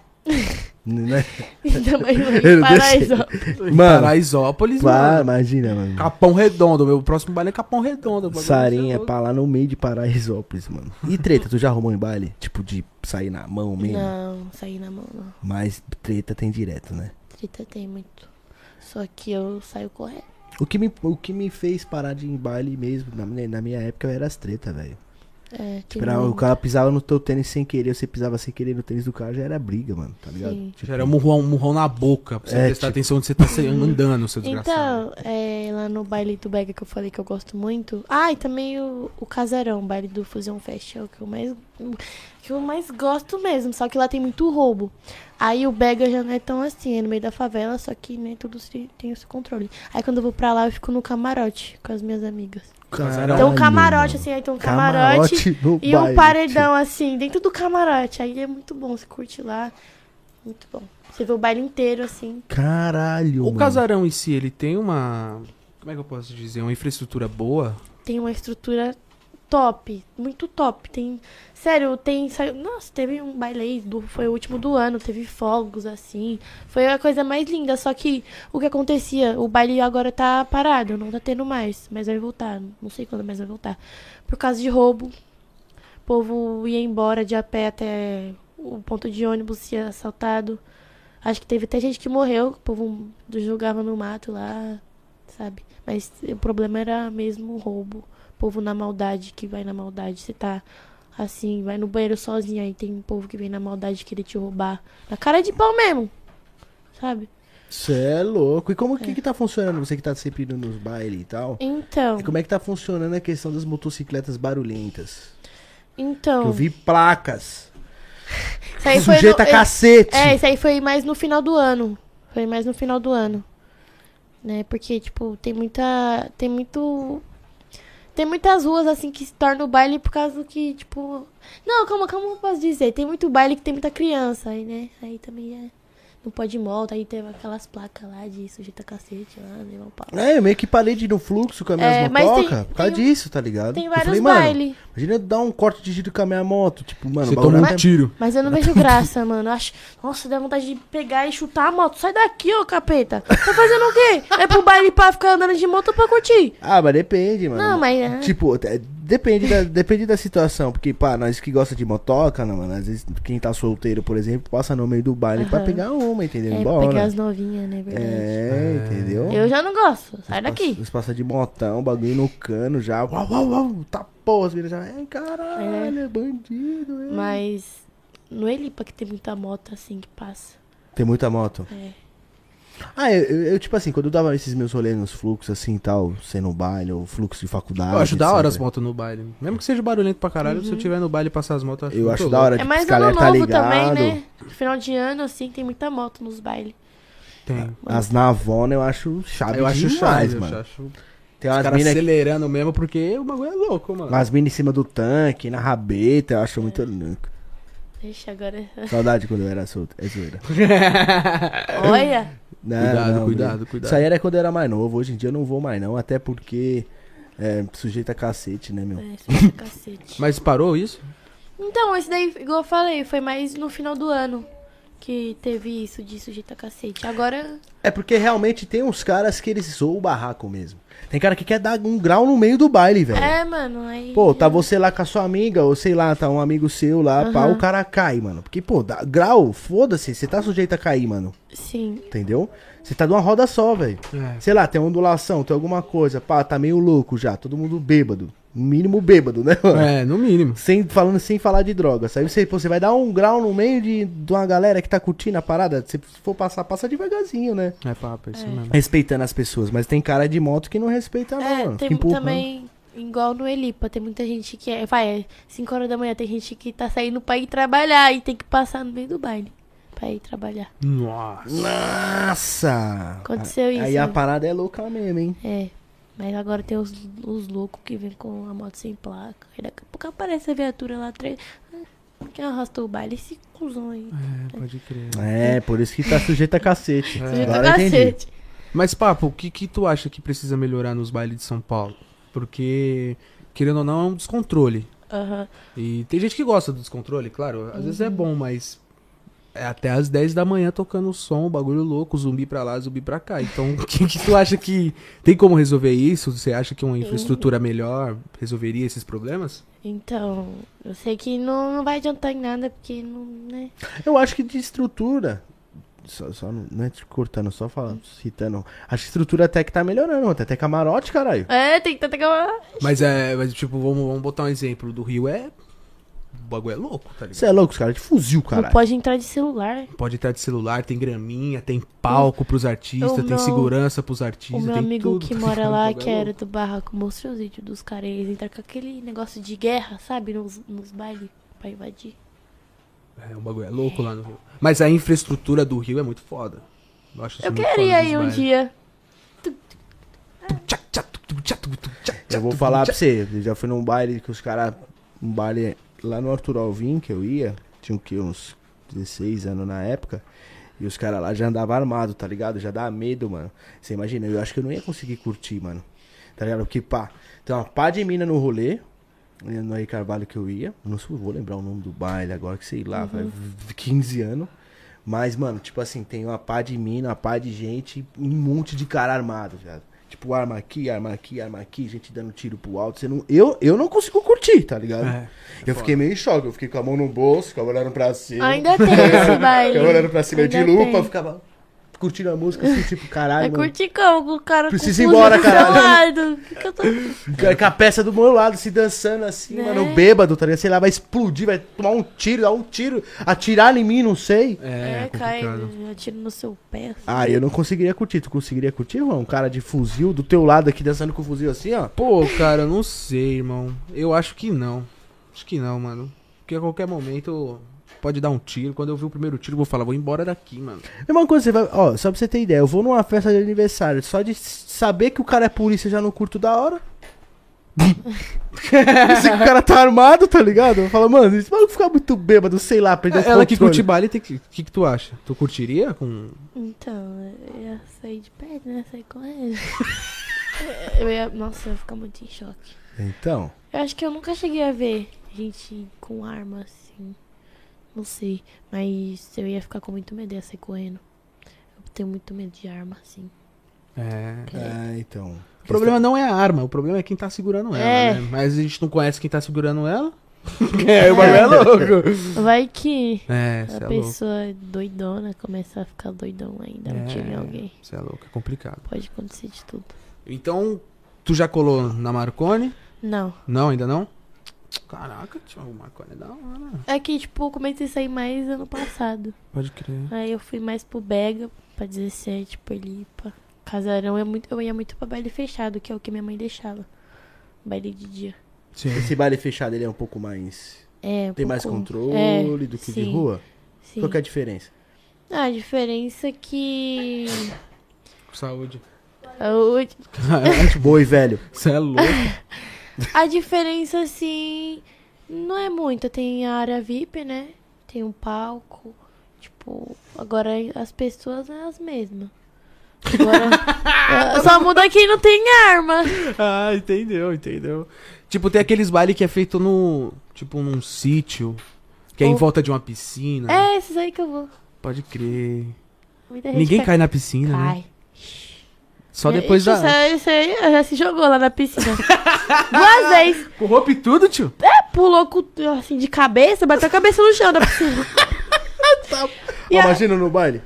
Speaker 1: Né?
Speaker 3: Ainda mais lá
Speaker 1: Eu
Speaker 3: em
Speaker 1: não Mano,
Speaker 3: Paraisópolis.
Speaker 2: Paraisópolis,
Speaker 1: pá,
Speaker 2: mano.
Speaker 1: imagina, mano.
Speaker 2: Capão Redondo. Meu próximo baile é Capão Redondo. o bagulho
Speaker 1: Sarinha,
Speaker 2: é louco.
Speaker 1: pá lá no meio de Paraisópolis, mano. E treta, tu já arrumou em baile? Tipo, de sair na mão mesmo?
Speaker 3: Não, saí na mão, não.
Speaker 1: Mas treta tem direto, né?
Speaker 3: Treta tem muito. Só que eu saio correndo.
Speaker 1: O que me, o que me fez parar de ir em baile mesmo, na, minha- na minha época, era as tretas, velho.
Speaker 3: É, tem
Speaker 1: Pra- Tipo, O
Speaker 3: muito.
Speaker 1: cara pisava no teu tênis sem querer, você pisava sem querer no tênis do cara, já era briga, mano, tá ligado?
Speaker 3: Sim.
Speaker 1: Tipo,
Speaker 2: Já era um murrão, um murrão na boca, pra você
Speaker 1: É, tipo-
Speaker 2: prestar atenção onde você tá se- andando, seu desgraçado.
Speaker 3: Então, é, lá no baile do Bega que eu falei que eu gosto muito. Ah, e também o, o Casarão, o baile do Fusion Fest, é o que eu mais que eu mais gosto mesmo, só que lá tem muito roubo. Aí o Bega já não é tão assim, é no meio da favela, só que nem tudo se- tem esse controle. Aí quando eu vou pra lá, eu fico no camarote com as minas amigas.
Speaker 1: Caralho,
Speaker 3: Então um camarote,
Speaker 1: mano.
Speaker 3: assim, aí tem um camarote,
Speaker 1: no
Speaker 3: e um
Speaker 1: baile,
Speaker 3: paredão, assim, dentro do camarote. Aí é muito bom, você curte lá, muito bom. Você vê o baile inteiro, assim,
Speaker 1: tio. Caralho,
Speaker 2: O
Speaker 1: mano.
Speaker 2: casarão em si, ele tem uma. Como é que eu posso dizer? Uma infraestrutura boa?
Speaker 3: tem uma estrutura top, muito top. Tem, sério, tem, saiu- nossa, teve um baile aí, do, foi o último do ano, teve fogos assim. Foi a coisa mais linda, só que o que acontecia, o baile agora tá parado, não tá tendo mais, mas vai voltar, não sei quando mais vai voltar. Por causa de roubo. O povo ia embora de a pé até o ponto de ônibus ser assaltado. Acho que teve até gente que morreu, o povo jogava no mato lá, sabe? Mas o problema era mesmo o roubo. O povo na maldade, que vai na maldade. Você tá assim, vai no banheiro sozinho, aí tem um povo que vem na maldade querer te roubar. Na cara de pau mesmo, sabe?
Speaker 1: Cê é louco. E como que, que tá funcionando? Você que tá sempre indo nos bailes e tal.
Speaker 3: Então,
Speaker 1: E como é que tá funcionando a questão das motocicletas barulhentas?
Speaker 3: então.
Speaker 1: Eu vi placas.
Speaker 3: Isso aí foi
Speaker 1: Sujeita
Speaker 3: no-
Speaker 1: cacete.
Speaker 3: É, isso aí foi mais no final do ano. Foi mais no final do ano. Né? Porque, tipo, tem muita. Tem muito. Tem muitas ruas assim que se torna o baile por causa que, tipo. Não, calma, calma, eu posso dizer. Tem muito baile que tem muita criança aí, né? Aí também é. Não pode ir molta, aí teve aquelas placas lá de sujeita cacete lá, né? Vamos pra lá.
Speaker 1: É, eu meio que parei de ir no fluxo com a minha
Speaker 3: É, mas
Speaker 1: motoca
Speaker 3: tem-
Speaker 1: por causa
Speaker 3: tem-
Speaker 1: disso, tá ligado?
Speaker 3: Tem
Speaker 1: Eu
Speaker 3: vários
Speaker 1: falei, mano,
Speaker 3: bailes.
Speaker 1: Imagina eu dar um corte de giro com a minha moto. Tipo, mano,
Speaker 2: você
Speaker 1: o bagulho
Speaker 2: toma um
Speaker 1: até-
Speaker 2: tiro.
Speaker 3: Mas eu não vejo graça, mano. Eu Acho... Nossa, dá vontade de pegar e chutar a moto. Sai daqui, ô capeta. Tá fazendo o quê? É pro baile pra ficar andando de moto ou pra curtir?
Speaker 1: Ah, mas depende, mano.
Speaker 3: Não, mas. é.
Speaker 1: Tipo, é, Depende da, depende da situação, porque, pá, nós que gosta de motoca, não, mano, às vezes quem tá solteiro, por exemplo, passa no meio do baile pra
Speaker 3: Aham.
Speaker 1: pegar uma, entendeu?
Speaker 3: É, pra
Speaker 1: Embora.
Speaker 3: pegar as novinhas, né? Verdade.
Speaker 1: É, entendeu?
Speaker 3: Eu já não gosto. Sai
Speaker 1: Nossa,
Speaker 3: daqui.
Speaker 1: Eles passam de motão, bagulho no cano já. Uau, uau, uau, tá porra, as meninas já. Ai, caralho, é. bandido, é.
Speaker 3: Mas no Elipa que tem muita moto assim que passa.
Speaker 1: Tem muita moto.
Speaker 3: É.
Speaker 1: Ah, eu, eu- eu, tipo assim, quando eu dava esses meus rolês nos fluxos, assim, tal, sendo baile, ou fluxo de faculdade.
Speaker 2: Eu acho da hora as
Speaker 1: etc.
Speaker 2: motos no baile. Mesmo que seja barulhento pra caralho, se eu tiver no baile e passar as motos,
Speaker 1: Eu
Speaker 2: muito
Speaker 1: acho
Speaker 2: louco.
Speaker 1: da hora,
Speaker 3: É
Speaker 1: tipo,
Speaker 3: mais
Speaker 1: os
Speaker 3: ano
Speaker 1: caras tá
Speaker 3: novo
Speaker 1: ligado.
Speaker 3: também, né? Final de ano, assim, tem muita moto nos bailes.
Speaker 2: Tem.
Speaker 1: As navona eu acho chave
Speaker 2: Eu acho
Speaker 1: demais,
Speaker 2: chave,
Speaker 1: mano.
Speaker 2: Eu acho...
Speaker 1: Tem
Speaker 2: Os
Speaker 1: umas
Speaker 2: caras
Speaker 1: minas
Speaker 2: acelerando mesmo, porque o bagulho é louco, mano.
Speaker 1: umas mina em cima do tanque, na rabeta, eu acho muito louco.
Speaker 3: Deixa agora.
Speaker 1: Saudade quando eu era solto, é zoeira.
Speaker 3: Olha!
Speaker 1: Não,
Speaker 2: Cuidado,
Speaker 1: É, não,
Speaker 2: cuidado,
Speaker 1: menino.
Speaker 2: cuidado.
Speaker 1: Isso aí era quando eu era mais novo, hoje em dia eu não vou mais não, até porque é, sujeito a cacete, né, meu?
Speaker 3: É, filho do cacete.
Speaker 2: Mas parou isso?
Speaker 3: Então, esse daí, igual eu falei, foi mais no final do ano que teve isso de sujeito a cacete. Agora.
Speaker 1: É porque realmente tem uns caras que eles zoam o barraco mesmo. Tem cara que quer dar um grau no meio do baile, velho.
Speaker 3: É, mano, aí.
Speaker 1: Pô, tá você lá com a sua amiga, ou sei lá, tá um amigo seu lá, pá,
Speaker 3: Aham.
Speaker 1: o cara cai, mano. Porque, pô, dá- grau, foda-se, você tá sujeito a cair, mano.
Speaker 3: Sim.
Speaker 1: Entendeu? Você tá de uma roda só, velho.
Speaker 2: É.
Speaker 1: Sei lá, tem ondulação, tem alguma coisa, pá, tá meio louco já, todo mundo bêbado. No mínimo bêbado, né, mano?
Speaker 2: É, no mínimo.
Speaker 1: Sem, falando sem falar de drogas. Aí você, pô, você vai dar um grau no meio de, de uma galera que tá curtindo a parada. Se for passar, passa devagarzinho, né?
Speaker 2: É papo, é isso mesmo.
Speaker 1: Respeitando as pessoas, mas tem cara de moto que não respeita, não,
Speaker 3: É,
Speaker 1: mano.
Speaker 3: tem
Speaker 1: Fica empurrando.
Speaker 3: também. Igual no Elipa, tem muita gente que é. Vai, é 5 horas da manhã, tem gente que tá saindo pra ir trabalhar e tem que passar no meio do baile pra ir trabalhar.
Speaker 2: Nossa.
Speaker 1: Nossa!
Speaker 3: Aconteceu
Speaker 1: aí,
Speaker 3: isso,
Speaker 1: Aí a
Speaker 3: né?
Speaker 1: parada é louca mesmo, hein?
Speaker 3: É. Mas agora tem os, os loucos que vêm com a moto sem placa. Aí daqui a pouco aparece a viatura lá atrás. Ah, Quem arrastou o baile? Esse cuzão aí.
Speaker 2: É, pode crer.
Speaker 1: É, por isso que tá sujeito a cacete.
Speaker 3: Sujeito
Speaker 1: É, Agora eu entendi.
Speaker 3: tá cacete.
Speaker 2: Mas, papo, o que, que tu acha que precisa melhorar nos bailes de São Paulo? Porque, querendo ou não, é um descontrole.
Speaker 3: Aham.
Speaker 2: E tem gente que gosta do descontrole, claro. Às vezes é
Speaker 3: Uhum.
Speaker 2: bom, mas é até às 10 da manhã tocando o som, o bagulho louco, zumbi pra lá, zumbi pra cá. Então, o que, que tu acha que tem como resolver isso? Você acha que uma infraestrutura melhor resolveria esses problemas?
Speaker 3: Então, eu sei que não, não vai adiantar em nada, porque não, né?
Speaker 1: Eu acho que de estrutura. Só, só não não é te cortando, só falando, citando. Acho que estrutura até que tá melhorando, até até camarote, caralho.
Speaker 3: É, tem que tentar acabar.
Speaker 2: Mas é, mas, tipo, vamos, vamos botar um exemplo do Rio é o bagulho é louco, tá
Speaker 1: Você
Speaker 2: ligado?
Speaker 1: é louco, os caras de fuzil,
Speaker 3: Não
Speaker 1: caralho.
Speaker 3: pode entrar de celular.
Speaker 2: Pode estar de celular, tem graminha, tem palco pros artistas,
Speaker 3: Hum. o
Speaker 2: tem
Speaker 3: meu-
Speaker 2: segurança pros
Speaker 3: O
Speaker 2: artistas,
Speaker 3: meu
Speaker 2: tem
Speaker 3: amigo
Speaker 2: tudo,
Speaker 3: que
Speaker 2: tá
Speaker 3: mora
Speaker 2: ligado? O
Speaker 3: lá,
Speaker 2: bagulho
Speaker 3: que
Speaker 2: é
Speaker 3: era
Speaker 2: louco.
Speaker 3: do barraco, mostrou os vídeos dos caras. Eles entram com aquele negócio de guerra, sabe? Nos, nos bailes pra invadir.
Speaker 2: É, o bagulho é louco lá no Rio. Mas a infraestrutura do Rio é muito foda. Eu, acho isso
Speaker 3: Eu
Speaker 2: muito
Speaker 3: queria
Speaker 2: foda nos
Speaker 3: ir um
Speaker 2: bailes.
Speaker 3: dia.
Speaker 2: Tum, tchac, tchac, tum, tchac, tum, tum, tchac,
Speaker 1: Eu
Speaker 2: tchac,
Speaker 1: vou
Speaker 2: tum,
Speaker 1: falar pra
Speaker 2: tchac.
Speaker 1: você, eu já fui num baile que os caras. Um baile lá no Arthur Alvim, que eu ia, tinha o quê? Uns 16 anos na época. E os caras lá já andavam armados, tá ligado? Já dá medo, mano. Você imagina, eu acho que eu não ia conseguir curtir, mano. Tá ligado? Porque, pá, tem uma pá de mina no rolê. né, No aí Carvalho que eu ia. Não sei, vou lembrar o nome do baile agora, que sei lá,
Speaker 2: Uhum.
Speaker 1: faz 15 anos. Mas, mano, tipo assim, tem uma pá de mina, uma pá de gente e um monte de cara armado, viado. Tipo, arma aqui, arma aqui, arma aqui, gente dando tiro pro alto. Você não, eu, eu não consigo curtir, tá ligado?
Speaker 2: É,
Speaker 1: eu fiquei meio em choque, eu fiquei com a mão no bolso, com a mão olhando pra cima.
Speaker 3: Ainda tem esse baile.
Speaker 1: Ficava olhando pra cima é
Speaker 3: Ainda
Speaker 1: de lupa,
Speaker 3: tem.
Speaker 1: ficava curtindo a música, assim, tipo, caralho,
Speaker 3: Vai
Speaker 1: mano.
Speaker 3: curtir como? O cara
Speaker 1: Precisa
Speaker 3: com
Speaker 1: ir
Speaker 3: blusa
Speaker 1: embora, É,
Speaker 3: do seu
Speaker 1: caralho.
Speaker 3: lado. O que que eu tô-
Speaker 1: Cara, Com a peça do meu lado, se dançando assim,
Speaker 3: Né?
Speaker 1: mano, bêbado, tá ligado? Sei lá, vai explodir, vai tomar um tiro, dar um tiro, atirar em mim, não sei.
Speaker 2: é,
Speaker 3: É, cai,
Speaker 2: complicado.
Speaker 3: atira no seu pé. assim.
Speaker 1: Ah, eu não conseguiria curtir. Tu conseguiria curtir, irmão? Um cara de fuzil do teu lado aqui dançando com o fuzil assim, ó.
Speaker 2: Pô, cara, eu não sei, irmão. Eu acho que não. Acho que não, mano. Porque a qualquer momento pode dar um tiro. Quando eu ver o primeiro tiro, eu vou falar, vou embora daqui, mano.
Speaker 1: Mesma coisa, você vai. Ó, só pra você ter ideia, eu vou numa festa de aniversário, só de s- saber que o cara é polícia eu já não curto da hora. Esse cara tá armado, tá ligado? Eu falo, mano, esse maluco fica muito bêbado, sei lá, perdeu o
Speaker 2: É, Ela que
Speaker 1: controle.
Speaker 2: curte baile, tem que. O que, que tu acha? Tu curtiria com.
Speaker 3: Então, eu ia sair de pé, né? Sair correndo. eu ia, nossa, eu ia ficar muito em choque.
Speaker 1: Então.
Speaker 3: Eu acho que eu nunca cheguei a ver gente com arma assim. Não sei, mas eu ia ficar com muito medo, ia sair correndo. Eu tenho muito medo de arma assim.
Speaker 2: É.
Speaker 1: É, então.
Speaker 2: O problema não é a arma, o problema é quem tá segurando ela,
Speaker 3: É.
Speaker 2: né? Mas a gente não conhece quem tá segurando ela. é, o bagulho é louco.
Speaker 3: Vai que
Speaker 2: É,
Speaker 3: a
Speaker 2: você é louco.
Speaker 3: pessoa doidona começa a ficar doidão ainda,
Speaker 2: É.
Speaker 3: um tiro em alguém.
Speaker 2: Você é louco, é complicado.
Speaker 3: Pode acontecer de tudo.
Speaker 2: Então, tu já colou na Marconi?
Speaker 3: Não.
Speaker 2: Não, ainda não? Caraca, tio, o Marconi é da hora.
Speaker 3: É que, tipo, eu comecei a sair mais ano passado.
Speaker 2: Pode crer.
Speaker 3: Aí eu fui mais pro Bega, pra 17, Polipa. Casarão, eu, muito, eu ia muito pra baile fechado, que é o que minha mãe deixava. Baile de dia.
Speaker 2: Sim.
Speaker 1: Esse baile fechado ele é um pouco mais.
Speaker 3: É, um
Speaker 1: Tem mais
Speaker 3: pouco-
Speaker 1: controle
Speaker 3: é,
Speaker 1: do que de
Speaker 3: sim,
Speaker 1: rua?
Speaker 3: Sim.
Speaker 1: Qual que é a diferença?
Speaker 3: Ah, A diferença é que.
Speaker 2: Saúde.
Speaker 3: o-
Speaker 1: Boi, velho.
Speaker 2: Você é louco.
Speaker 3: A diferença, assim, não é muita. Tem a área VIP, né? Tem um palco. Tipo, agora as pessoas é as mesmas. Agora, só muda quem não tem arma.
Speaker 2: ah, entendeu, entendeu. Tipo, tem aqueles baile que é feito no. Tipo, num sítio. Que é em
Speaker 3: Ou-
Speaker 2: volta de uma piscina.
Speaker 3: É, esses aí que eu vou.
Speaker 2: Pode crer.
Speaker 3: Muita gente
Speaker 2: Ninguém cai na piscina, né?
Speaker 3: Cai.
Speaker 2: Só depois
Speaker 3: isso,
Speaker 2: da.
Speaker 3: aí- Isso aí já se jogou lá na piscina. Duas vezes.
Speaker 2: Com roupa e tudo, tio?
Speaker 3: Pulou com- assim de cabeça, bateu a cabeça no chão da piscina. E
Speaker 2: Tá.
Speaker 1: Ó,
Speaker 3: a-
Speaker 1: Imagina no baile.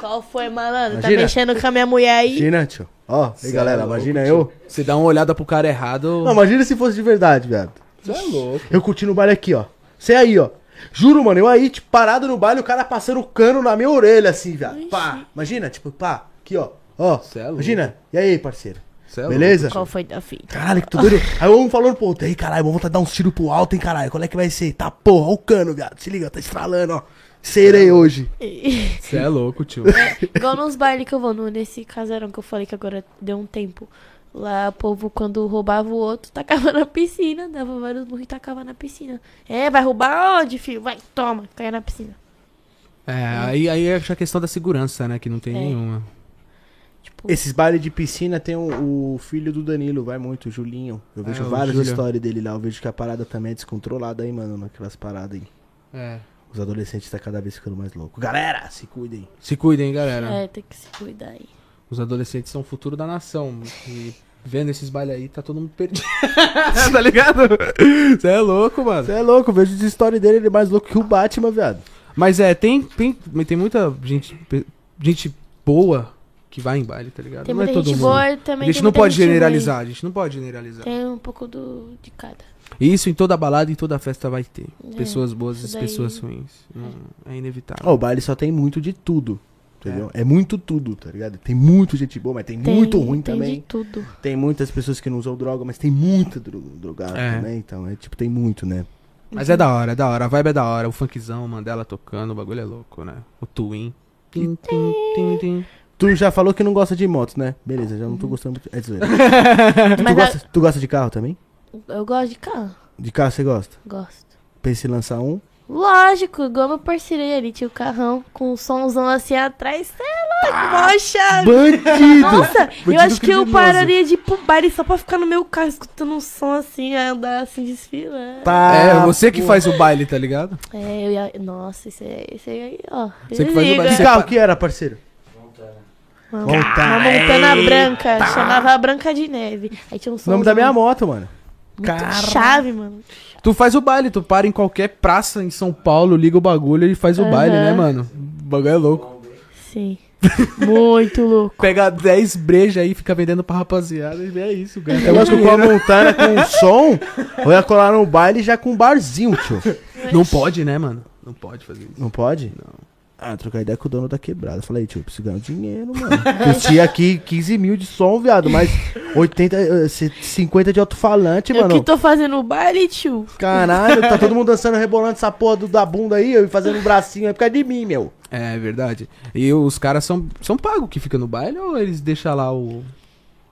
Speaker 3: Qual foi, malandro? Tá
Speaker 1: Imagina.
Speaker 3: mexendo com a minha mulher aí?
Speaker 1: Imagina, tio. Ó, e aí, galera,
Speaker 2: é louco,
Speaker 1: imagina
Speaker 2: tio.
Speaker 1: eu.
Speaker 2: Você dá uma olhada pro cara errado.
Speaker 1: Não, imagina se fosse de verdade, viado.
Speaker 2: Você é louco.
Speaker 1: Eu curtindo o baile aqui, ó. Você aí, ó. Juro, mano, eu aí, tipo, parado no baile, o cara passando o cano na minha orelha, assim, viado. Pá. Imagina, tipo, pá. Aqui, ó. Ó.
Speaker 2: Cê é louco.
Speaker 1: imagina. E aí, parceiro?
Speaker 2: Você é
Speaker 1: Beleza?
Speaker 3: Qual foi tá da fita?
Speaker 1: Caralho, que tu doido. Aí um falando pro outro, aí, caralho, vamos voltar a dar uns tiros pro alto, hein, caralho. Qual é que vai ser? Tá, porra, ó o cano, viado. Se liga, tá estralando, ó. Serei hoje.
Speaker 2: louco. Você é louco, tio.
Speaker 3: Igual nos bailes que eu vou, no- nesse casarão que eu falei que agora deu um tempo. Lá o povo, quando roubava o outro, tacava na piscina. Dava vários burros e tacava na piscina. É, vai roubar onde, filho? Vai, toma, caia na piscina.
Speaker 2: É, aí, aí é a questão da segurança, né? Que não tem
Speaker 3: É.
Speaker 2: nenhuma.
Speaker 3: Tipo,
Speaker 1: Esses bailes de piscina tem o, o filho do Danilo, vai muito, É, o Julinho. Eu vejo
Speaker 2: o
Speaker 1: várias
Speaker 2: Júlio.
Speaker 1: histórias dele lá. Eu vejo que a parada também é descontrolada aí, mano, naquelas paradas aí.
Speaker 2: É.
Speaker 1: Os adolescentes tá cada vez ficando mais loucos. Galera, se cuidem.
Speaker 2: Se cuidem, galera.
Speaker 3: é, tem que se cuidar aí.
Speaker 2: Os adolescentes são o futuro da nação. E vendo esses bailes aí, tá todo mundo perdido. tá ligado? Você é louco, mano.
Speaker 1: Você é louco, eu vejo as histórias dele, ele é mais louco que o Batman, viado.
Speaker 2: Mas é, tem, tem, tem muita gente, pe- gente boa que vai em baile, tá ligado?
Speaker 3: Tem
Speaker 2: não é
Speaker 3: muita
Speaker 2: todo
Speaker 3: gente
Speaker 2: mundo.
Speaker 3: boa e também.
Speaker 2: a gente
Speaker 3: tem
Speaker 2: não
Speaker 3: muita
Speaker 2: pode
Speaker 3: gente ruim.
Speaker 2: generalizar, a gente não pode generalizar.
Speaker 3: Tem um pouco do, de cada.
Speaker 2: E Isso em toda balada, em toda festa vai ter.
Speaker 3: É,
Speaker 2: pessoas boas
Speaker 3: isso
Speaker 2: e pessoas
Speaker 3: daí-
Speaker 2: ruins. Não, é inevitável.
Speaker 1: Ó, o baile só tem muito de tudo. Entendeu? É. muito tudo, tá ligado? Tem muito gente boa, mas tem,
Speaker 3: Tem-
Speaker 1: muito ruim
Speaker 3: tem
Speaker 1: também.
Speaker 3: de tudo.
Speaker 1: Tem muitas pessoas que não usam droga, mas tem muita dro drogada
Speaker 2: É.
Speaker 1: também. Então, é tipo, tem muito, né?
Speaker 2: Mas é da hora, é da hora. A vibe é da hora. O funkzão, o Mandela tocando, o bagulho é louco, né? O Twin. Tim, tim, tim, tim.
Speaker 1: Tu já falou que não gosta de moto, né? Beleza, já não tô gostando muito. É zoeira. tu,
Speaker 3: Mas
Speaker 1: gosta, tu gosta de carro também?
Speaker 3: eu, eu gosto de carro.
Speaker 1: De carro você gosta?
Speaker 3: Gosto.
Speaker 1: Pensa em lançar um?
Speaker 3: Lógico, igual meu parceiro aí, ele tinha o carrão com um somzão assim atrás. Cê é louco, mó chave.
Speaker 1: Bandido!
Speaker 3: Nossa, eu
Speaker 2: bandido
Speaker 3: acho que eu
Speaker 2: criminoso.
Speaker 3: pararia de ir pro baile só pra ficar no meu carro escutando um som assim, aí andar assim desfilando.
Speaker 1: Tá,
Speaker 2: É, você que
Speaker 1: pô.
Speaker 2: faz o baile, tá ligado?
Speaker 3: É, eu ia. Nossa, esse aí, esse aí, ó.
Speaker 2: Você que faz o
Speaker 3: desliga.
Speaker 2: baile,
Speaker 1: Que
Speaker 2: você-
Speaker 1: carro que era, parceiro?
Speaker 3: Uma,
Speaker 1: Montana.
Speaker 3: uma montana branca, chamava a Branca de Neve. Aí tinha um
Speaker 1: Tá. O
Speaker 3: som.
Speaker 1: nome da minha moto, mano.
Speaker 3: Chave, mano.
Speaker 2: Tu faz o baile, tu para em qualquer praça em São Paulo, liga o bagulho e faz o
Speaker 3: Aham.
Speaker 2: baile, né, mano? O bagulho é louco.
Speaker 3: Sim. Muito louco.
Speaker 2: Pega 10 brejas aí, fica vendendo pra rapaziada e é isso, ganha. até
Speaker 1: Eu acho que com a
Speaker 2: dinheiro.
Speaker 1: Montana com o som, eu ia colar no baile já com um barzinho, tio.
Speaker 2: Não pode, né, mano? Não pode fazer isso.
Speaker 1: Não pode? Não. Ah, trocar ideia com o dono da quebrada. Eu Falei, tio, eu preciso ganhar um dinheiro, mano. Curti aqui 15 mil de som, viado, mas 80, eh, c- 50 de alto-falante,
Speaker 3: Eu
Speaker 1: mano.
Speaker 3: que tô fazendo baile, tio.
Speaker 1: Caralho, tá todo mundo dançando, rebolando essa porra do, da bunda aí, eu fazendo um bracinho, é por causa de mim, meu.
Speaker 2: É, é verdade. E os caras são, são pagos que fica no baile ou eles deixam lá o.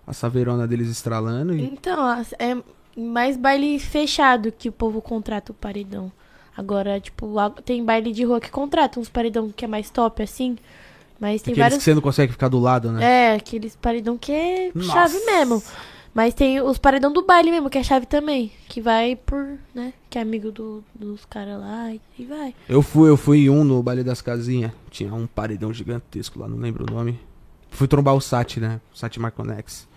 Speaker 2: A saveirona deles estralando e.
Speaker 3: Então, as- é mais baile fechado que o povo contrata o paredão. Agora, tipo, lá tem baile de rua que contrata uns paredão que é mais top, assim. Mas tem
Speaker 2: Aqueles que
Speaker 3: vários.
Speaker 2: você não consegue ficar do lado, né?
Speaker 3: É, aqueles paredão que é chave
Speaker 2: Nossa.
Speaker 3: mesmo. Mas tem os paredão do baile mesmo, que é a chave também. Que vai por, né? Que é amigo do, dos caras lá e, e vai.
Speaker 2: Eu fui, eu fui em um no Baile das Casinhas. Tinha um paredão gigantesco lá, não lembro o nome. Fui trombar o Sat, né? O Sat Marconex.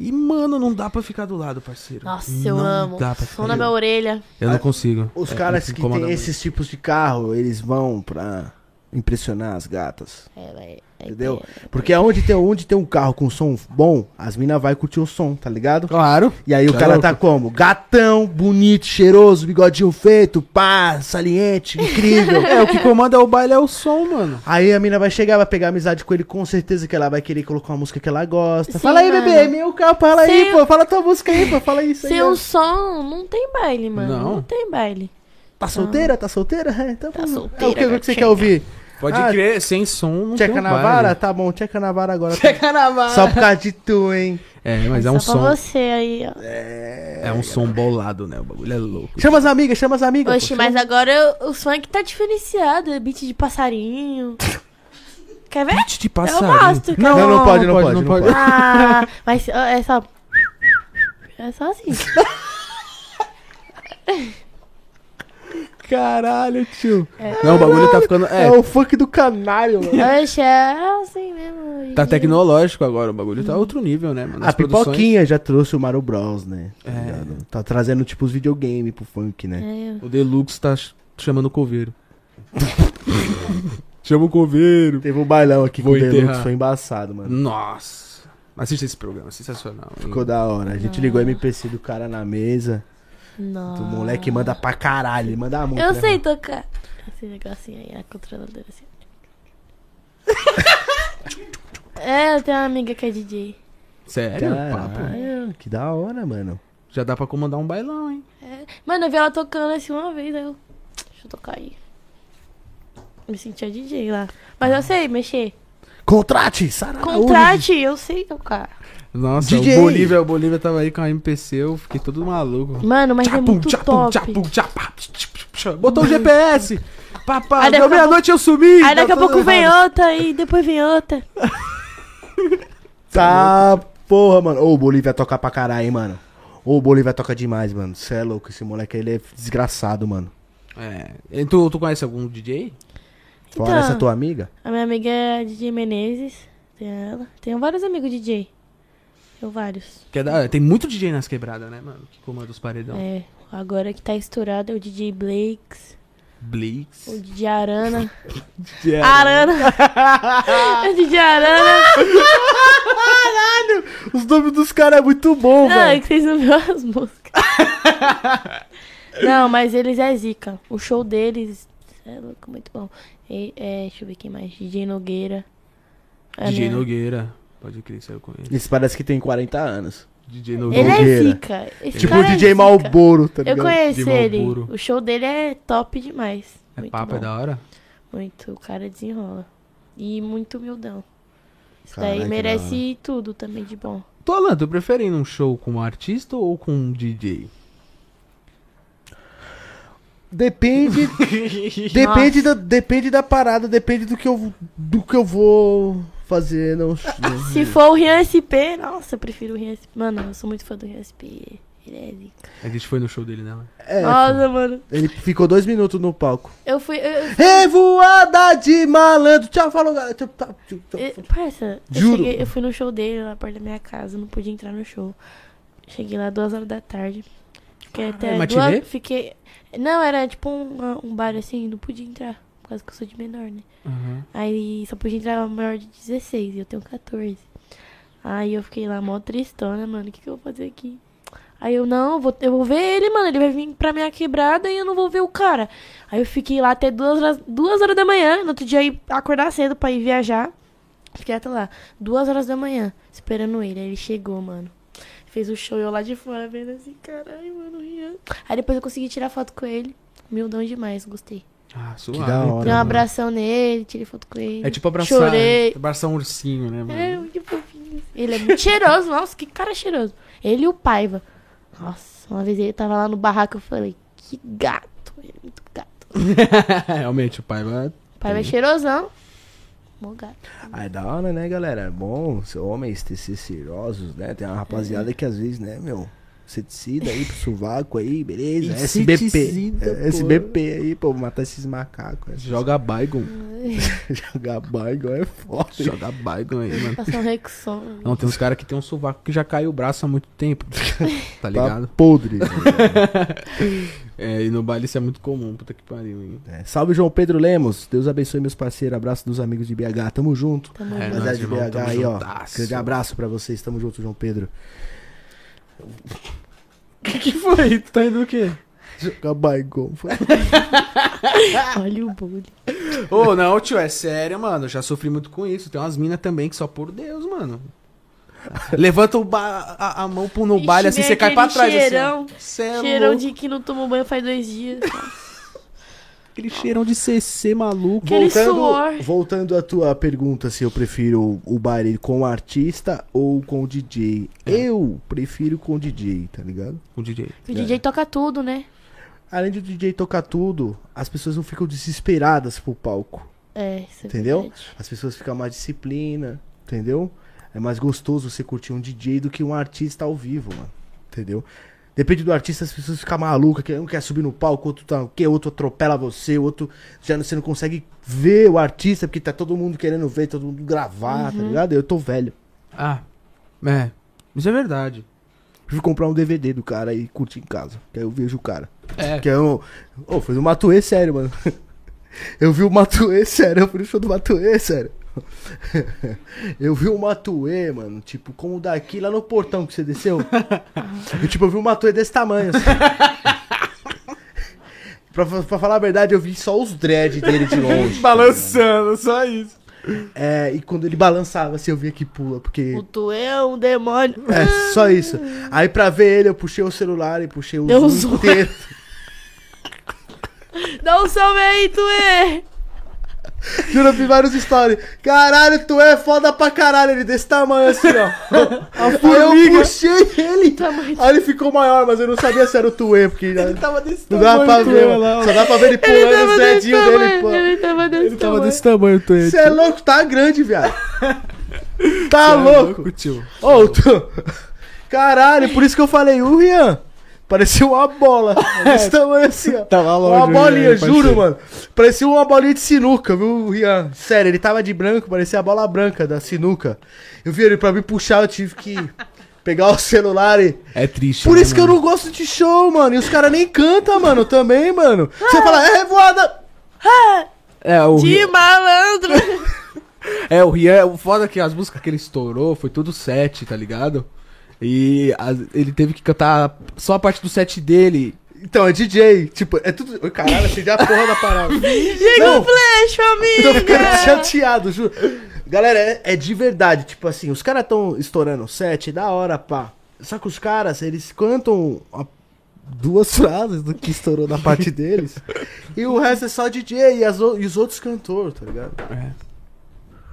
Speaker 2: E, mano, não dá pra ficar do lado, parceiro.
Speaker 3: Nossa, eu
Speaker 2: não
Speaker 3: amo.
Speaker 2: Dá pra
Speaker 3: Som
Speaker 2: ficar
Speaker 3: na
Speaker 2: do
Speaker 3: minha
Speaker 2: lado.
Speaker 3: orelha.
Speaker 2: Eu não consigo.
Speaker 1: Os
Speaker 2: É,
Speaker 1: caras
Speaker 2: isso
Speaker 1: que
Speaker 2: incomoda
Speaker 1: têm
Speaker 2: muito.
Speaker 1: esses tipos de carro, eles vão pra impressionar as gatas.
Speaker 3: É, vai- é,
Speaker 1: Entendeu? Porque onde tem, onde tem um carro com som bom, as minas vai curtir o som, tá ligado?
Speaker 2: Claro.
Speaker 1: E aí o
Speaker 2: Tá
Speaker 1: cara
Speaker 2: louco?
Speaker 1: tá como? Gatão, bonito, cheiroso, bigodinho feito, pá, saliente, incrível.
Speaker 2: É, o que comanda o baile é o som, mano.
Speaker 1: Aí a mina vai chegar, vai pegar amizade com ele, com certeza que ela vai querer colocar uma música que ela gosta.
Speaker 3: Sim,
Speaker 1: fala aí,
Speaker 3: mano.
Speaker 1: bebê, é meu carro, fala aí,
Speaker 3: Sem-
Speaker 1: pô, fala tua música aí, pô, fala isso aí.
Speaker 3: Sem
Speaker 1: ó.
Speaker 3: o som, não tem baile, mano.
Speaker 2: Não.
Speaker 3: Não, tem baile.
Speaker 1: Tá solteira? Tá solteira? É, então
Speaker 3: Tá
Speaker 1: vamos-
Speaker 3: solteira,
Speaker 1: É, o que- o que, você
Speaker 3: gatinha.
Speaker 1: quer ouvir?
Speaker 2: Pode
Speaker 1: Ah,
Speaker 2: crer, sem som não
Speaker 1: Tcheca
Speaker 2: tem
Speaker 1: na vara? Tá bom, tcheca na vara agora.
Speaker 2: Tcheca na vara.
Speaker 1: Só por causa de tu, hein?
Speaker 2: É, mas é um
Speaker 3: Só
Speaker 2: som.
Speaker 3: pra você aí, ó.
Speaker 2: É um som bolado, né? O bagulho é louco.
Speaker 1: Chama as amigas, chama as amigas.
Speaker 3: Oxe, mas agora eu- o funk tá diferenciado. É beat de passarinho. Quer ver?
Speaker 2: Beat de passarinho.
Speaker 3: gosto, cara.
Speaker 1: Não, não pode, não pode, não pode.
Speaker 3: Ah, mas ó, é só. É só assim.
Speaker 1: Caralho, tio.
Speaker 2: Não, o bagulho tá ficando.
Speaker 1: É,
Speaker 2: É,
Speaker 1: o funk do canário, mano.
Speaker 3: Oxe, é assim mesmo.
Speaker 2: tá tecnológico agora. O bagulho tá outro nível, né, mano?
Speaker 1: A pipoquinha já trouxe o Mario Bros, né? Tá, ligado? Tá trazendo, tipo, os videogame pro funk, né?
Speaker 3: É,
Speaker 2: O Deluxe tá ch- chamando o coveiro. Chama o coveiro.
Speaker 1: Teve um bailão aqui
Speaker 2: Vou
Speaker 1: com o Deluxe,
Speaker 2: enterrar. Hum.
Speaker 1: foi embaçado, mano.
Speaker 2: Nossa. Assista esse programa, sensacional.
Speaker 1: Ficou da hora. A gente ligou o
Speaker 3: Ah.
Speaker 1: MPC do cara na mesa.
Speaker 3: Nossa.
Speaker 1: O moleque manda pra caralho, ele manda muito.
Speaker 3: Ah. Eu
Speaker 1: né,
Speaker 3: sei
Speaker 1: mano?
Speaker 3: tocar. Esse negocinho aí, a controladora assim. é, eu tenho uma amiga que é DJ.
Speaker 2: Sério? É Papo.
Speaker 1: Caralho, é, que da hora, mano.
Speaker 2: Já dá pra comandar um bailão, hein?
Speaker 3: É. Mano, eu vi ela tocando assim uma vez, aí eu. Deixa eu tocar aí. Me sentia DJ lá. Mas eu sei mexer.
Speaker 1: Contrate, Sara Araújo.
Speaker 3: Contrate, eu sei tocar.
Speaker 2: Nossa,
Speaker 1: DJ.
Speaker 2: o Bolívia, o Bolívia tava aí com a MPC, eu fiquei todo maluco.
Speaker 3: Mano, mas é muito
Speaker 2: tchapum,
Speaker 3: top.
Speaker 2: tchapum, tchapum. Botou o GPS. Papá,
Speaker 3: Aí daqui
Speaker 2: deu
Speaker 3: a
Speaker 2: meia-noite eu sumi.
Speaker 3: Aí daqui a
Speaker 2: Tá tudo
Speaker 3: pouco vem
Speaker 2: errado.
Speaker 3: outra e depois vem outra.
Speaker 1: Tá, porra, mano. Ô, o Bolívia toca pra caralho, hein, mano. Ô, o Bolívia toca demais, mano. Cê é louco, esse moleque ele é desgraçado, mano.
Speaker 2: É. E Tu, tu conhece algum DJ?
Speaker 1: Fora
Speaker 3: Então.
Speaker 1: essa tua amiga?
Speaker 3: A minha amiga é a DJ Menezes. Tem ela. Tenho vários amigos DJ. Tenho vários.
Speaker 2: Que é da- Tem muito DJ nas quebradas, né, mano? Que comanda os paredão.
Speaker 1: Então.
Speaker 3: É. Agora que tá estourado é o DJ Blakes,
Speaker 2: Blix.
Speaker 3: o DJ Arana.
Speaker 2: é
Speaker 3: é. Arana! É o DJ Arana!
Speaker 1: Os nomes dos caras é muito bom,
Speaker 3: Não, é que vocês não viram as músicas. não, mas eles é zica. O show deles é louco, muito bom. E, é, deixa eu ver quem mais. DJ Nogueira. É,
Speaker 2: DJ
Speaker 3: né?
Speaker 2: Nogueira. Pode crer, saiu com ele.
Speaker 1: Esse parece que tem 40 anos.
Speaker 2: DJ
Speaker 3: Ele
Speaker 2: Nogueira.
Speaker 1: Nogueira.
Speaker 3: é zica. Esse
Speaker 1: Tipo
Speaker 3: cara
Speaker 1: o DJ
Speaker 3: é zica.
Speaker 1: Malboro, tá
Speaker 3: Eu
Speaker 1: ligado?
Speaker 2: De
Speaker 3: conheço ele.
Speaker 2: né? Malboro.
Speaker 3: O show dele é top demais.
Speaker 2: É,
Speaker 3: muito
Speaker 2: papo,
Speaker 3: bom.
Speaker 2: é da hora.
Speaker 3: Muito. O cara desenrola. E muito humildão. Isso
Speaker 1: Caralho,
Speaker 3: daí
Speaker 1: que
Speaker 3: merece tudo também de bom.
Speaker 2: Tô, Alan, tu prefere ir num show com um artista ou com um DJ?
Speaker 1: Depende Depende da, depende da parada, depende do que eu, do que eu vou fazer. Não,
Speaker 3: Se for o Rian SP, nossa, eu prefiro o Rian SP. Mano, eu sou muito fã do Rian SP. Ele é zica.
Speaker 2: A gente foi no show dele, né? Alan?
Speaker 1: É,
Speaker 3: Nossa, mano.
Speaker 1: ele ficou dois minutos no palco.
Speaker 3: Eu fui. Eu, eu-
Speaker 1: Revoada de malandro. Tchau, falou, galera. Tchau, tchau, tchau, tchau.
Speaker 3: eu- parça,
Speaker 1: Juro.
Speaker 3: Eu, cheguei, eu fui no show dele lá perto da minha casa, não pude entrar no show. Cheguei lá duas horas da tarde. Fiquei até.
Speaker 2: matinê?
Speaker 3: duas- fiquei. Não, era tipo um, um bar assim, não pude entrar. Por causa que eu sou de menor, né?
Speaker 1: Uhum.
Speaker 3: Aí só podia entrar maior de 16 e eu tenho 14. Aí eu fiquei lá mó tristona, mano. O que, que eu vou fazer aqui? Aí eu, não, vou, eu vou ver ele, mano. Ele vai vir pra minha quebrada e eu não vou ver o cara. Aí eu fiquei lá até duas horas, duas horas da manhã. No outro dia eu ia acordar cedo pra ir viajar. Fiquei até lá, duas horas da manhã, esperando ele. Aí ele chegou, mano. Fez o show eu lá de fora, vendo assim, caralho, mano, Rian. Aí depois eu consegui tirar foto com ele. Humildão demais, gostei.
Speaker 2: Ah, suave.
Speaker 1: Que da hora,
Speaker 3: Dei um
Speaker 1: mano.
Speaker 3: abração nele, tirei foto com ele.
Speaker 2: É tipo abraçar.
Speaker 3: Chorei.
Speaker 2: Abraçar um ursinho, né, mano?
Speaker 3: É, muito fofinho. Ele é muito cheiroso, nossa, que cara cheiroso. Ele e o Paiva. Nossa, uma vez ele tava lá no barraco, eu falei, que gato. Ele é muito gato.
Speaker 2: Realmente, o pai vai.
Speaker 3: O Paiva é
Speaker 2: Sim.
Speaker 3: cheirosão. Mó gato.
Speaker 1: Ah, é da hora, né, galera? É bom ser homens testicirosos, né? Tem uma rapaziada que às vezes, né, meu? Ceticida aí pro sovaco aí, beleza? É SBP.
Speaker 2: Inseticida,
Speaker 1: É,
Speaker 2: pô.
Speaker 1: SBP aí, pô, matar esses macacos. É esses-
Speaker 2: Joga Baigon.
Speaker 1: Jogar bairro é foda.
Speaker 2: Joga Baigon aí, mano.
Speaker 3: Passar um Rexon.
Speaker 2: Não, tem uns caras que tem um sovaco que já caiu o braço há muito tempo. tá ligado?
Speaker 1: Tá podre.
Speaker 2: É, e no baile isso é muito comum, puta que pariu, hein?
Speaker 1: É, salve João Pedro Lemos. Deus abençoe meus parceiros. Abraço dos amigos de BH. Tamo junto.
Speaker 3: Tamo
Speaker 2: É,
Speaker 3: junto.
Speaker 2: nóis.
Speaker 1: Rapaziada de
Speaker 2: irmão,
Speaker 1: BH
Speaker 2: tamo
Speaker 1: aí, ó.
Speaker 2: juntasso.
Speaker 1: Grande abraço pra vocês. Tamo junto, João Pedro.
Speaker 2: Que que foi? Tu tá indo o quê?
Speaker 1: Jogar é bairro.
Speaker 3: Olha o bullying.
Speaker 2: Ô, não, tio, é sério, mano. Eu já sofri muito com isso. Tem umas minas também que só por Deus, mano. Levanta o ba- a, a mão pro- no
Speaker 3: Ixi,
Speaker 2: baile assim,
Speaker 3: vem
Speaker 2: você cai pra
Speaker 3: aquele
Speaker 2: trás.
Speaker 3: cheirão.
Speaker 2: assim, ó. Cê é
Speaker 3: Cheirão
Speaker 2: louco.
Speaker 3: de que não tomou banho faz dois dias.
Speaker 2: Aquele cheirão de CC maluco.
Speaker 3: Aquele suor.
Speaker 1: voltando à tua pergunta se eu prefiro o baile com o artista ou com o DJ.
Speaker 2: É.
Speaker 1: Eu prefiro com o DJ, tá ligado?
Speaker 2: O DJ.
Speaker 3: O DJ toca tudo, né?
Speaker 1: Além de o DJ tocar tudo, as pessoas não ficam desesperadas pro palco.
Speaker 3: É, isso é
Speaker 1: Entendeu?
Speaker 3: verdade.
Speaker 1: As pessoas ficam mais disciplina, entendeu? É mais gostoso você curtir um DJ do que um artista ao vivo, mano. Entendeu? Depende do artista, as pessoas ficam malucas, que um quer subir no palco, outro tá o quê? Outro atropela você, outro já não, você não consegue ver o artista, porque tá todo mundo querendo ver, todo mundo gravar, tá ligado? Eu tô velho.
Speaker 2: Ah, é. Isso é verdade.
Speaker 1: Fui comprar um DVD do cara e curtir em casa. Que aí eu vejo o cara.
Speaker 2: É.
Speaker 1: Que é um. Ô, foi do Matuê, sério, mano. Eu vi o Matuê, sério. Eu fui no show do Matuê, sério. Eu vi o Matuê, mano. Tipo, como o daqui lá no portão que você desceu. E, tipo, eu vi o Matuê desse tamanho. assim. pra, fa- pra falar a verdade, eu vi só os dread dele de longe. tá
Speaker 2: Balançando, só isso.
Speaker 1: É, e quando ele balançava, assim, eu via que pula, porque.
Speaker 3: O tu é um demônio.
Speaker 1: É, só isso. Aí pra ver ele, eu puxei o celular e puxei o
Speaker 3: Deu um
Speaker 1: zoom
Speaker 3: zoom.
Speaker 1: inteiro.
Speaker 3: Dá um salve aí, tu é!
Speaker 1: Juro, eu vi vários stories. Caralho, tu é foda pra caralho. Ele desse tamanho assim, ó. Aí eu puxei ele.
Speaker 3: Tamanho.
Speaker 1: Aí ele ficou maior, mas eu não sabia se era o Tuê, porque já-
Speaker 2: tava desse
Speaker 1: não dava pra ver. mano. Só dá pra ver ele pulando os dedinhos dele, pô.
Speaker 3: Ele tava desse
Speaker 2: Ele tava
Speaker 3: tamanho.
Speaker 2: desse tamanho, tu
Speaker 1: Você é louco, tá grande, viado. Tá louco.
Speaker 2: é tio.
Speaker 1: Ô, tu... Caralho, por isso que eu falei, o Rian. Parecia uma bola. Desse tamanho assim, ó.
Speaker 2: Tava
Speaker 1: Uma
Speaker 2: longe,
Speaker 1: bolinha,
Speaker 2: né,
Speaker 1: juro,
Speaker 2: parceiro?
Speaker 1: mano. Parecia uma bolinha de sinuca, viu, o Rian? Sério, ele tava de branco, parecia a bola branca da sinuca. Eu vi ele pra me puxar, eu tive que pegar o celular e.
Speaker 2: É triste.
Speaker 1: Por
Speaker 2: né,
Speaker 1: isso que eu
Speaker 2: mano?
Speaker 1: não gosto de show, mano. E os caras nem cantam, mano, também, mano. Você fala, é revoada!
Speaker 2: É, o
Speaker 3: De
Speaker 2: Rian,
Speaker 3: malandro!
Speaker 2: é, o Rian, o foda é que as músicas que ele estourou foi tudo set, tá ligado? E as- ele teve que cantar só a parte do set dele.
Speaker 1: Então, é DJ. Tipo, é tudo. Oi, Caralho, acendi a porra da parada.
Speaker 3: Diga
Speaker 1: Não.
Speaker 3: o flash, família!
Speaker 1: Tô ficando chateado, juro. Galera, é, é de verdade. Tipo assim, os caras tão estourando sete, da hora, pá. Só que os caras, eles cantam a- duas frases do que estourou na parte deles. e o resto é só DJ e, as o- e os outros cantores, tá ligado?
Speaker 2: É.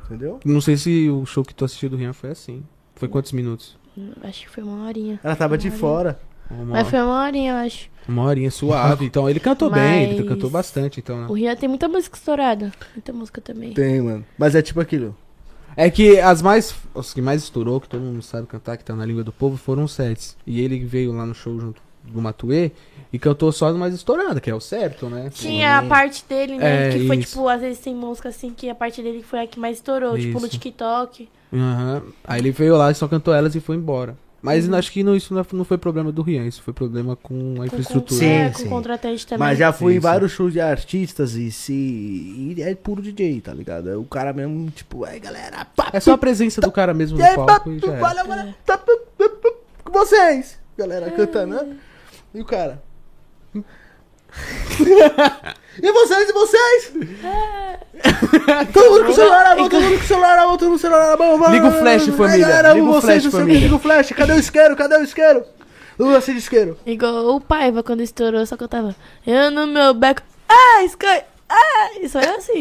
Speaker 1: Entendeu?
Speaker 2: Não sei se o show que tu assistiu do Rian foi assim. Foi quantos minutos?
Speaker 3: Acho que foi uma horinha.
Speaker 1: Ela tava de
Speaker 3: Uma horinha.
Speaker 1: fora.
Speaker 2: Uma,
Speaker 3: Mas foi uma horinha, eu acho.
Speaker 2: uma horinha suave. Então ele cantou bem, ele
Speaker 3: Mas-
Speaker 2: cantou bastante, então, né?
Speaker 3: O Rian tem muita música estourada. Muita música também.
Speaker 1: Tem, mano. Mas é tipo aquilo.
Speaker 2: É que as mais. Os que mais estourou, que todo mundo sabe cantar, que tá na língua do povo, foram os sets. E ele veio lá no show junto do Matuê e cantou só as mais estouradas, que é o certo, né?
Speaker 3: Tinha é a parte dele, né?
Speaker 2: É,
Speaker 3: que foi,
Speaker 2: isso.
Speaker 3: tipo, às vezes tem música assim que a parte dele foi a que mais estourou. Tipo, no
Speaker 2: Isso.
Speaker 3: TikTok.
Speaker 2: Aham. Aí ele veio lá e só cantou elas e foi embora. Mas acho que não- isso não não foi problema do Rian, isso foi problema com a
Speaker 3: Uhum. Com,
Speaker 2: infraestrutura.
Speaker 3: Sim,
Speaker 1: Sim,
Speaker 3: com
Speaker 1: sim.
Speaker 3: contratante também.
Speaker 1: Mas já fui em
Speaker 2: Isso.
Speaker 1: vários shows de artistas e se. E é puro DJ, tá ligado? É o cara mesmo, tipo, aí galera, pá,
Speaker 2: É só a presença do cara mesmo
Speaker 1: E
Speaker 2: no
Speaker 1: aí, pá,
Speaker 2: palco e já era.
Speaker 1: valeu, valeu, tá, pá, pá, pá, com vocês.
Speaker 3: É.
Speaker 1: Galera cantando, né? E o cara? e vocês, e vocês?
Speaker 3: É.
Speaker 1: todo mundo com o celular na mão, todo mundo com o celular na mão, todo mundo com o celular na mão.
Speaker 2: Liga o flash,
Speaker 1: Aí,
Speaker 2: família,
Speaker 1: galera,
Speaker 2: liga o
Speaker 1: vocês,
Speaker 2: flash,
Speaker 1: não sei o quê,
Speaker 2: família.
Speaker 1: Liga o flash, cadê o isqueiro, cadê o isqueiro? Lula sem isqueiro.
Speaker 3: Igual o Paiva, quando estourou, só que eu tava... Eu no meu beco... Ah, Sky! Ah! Isso era assim.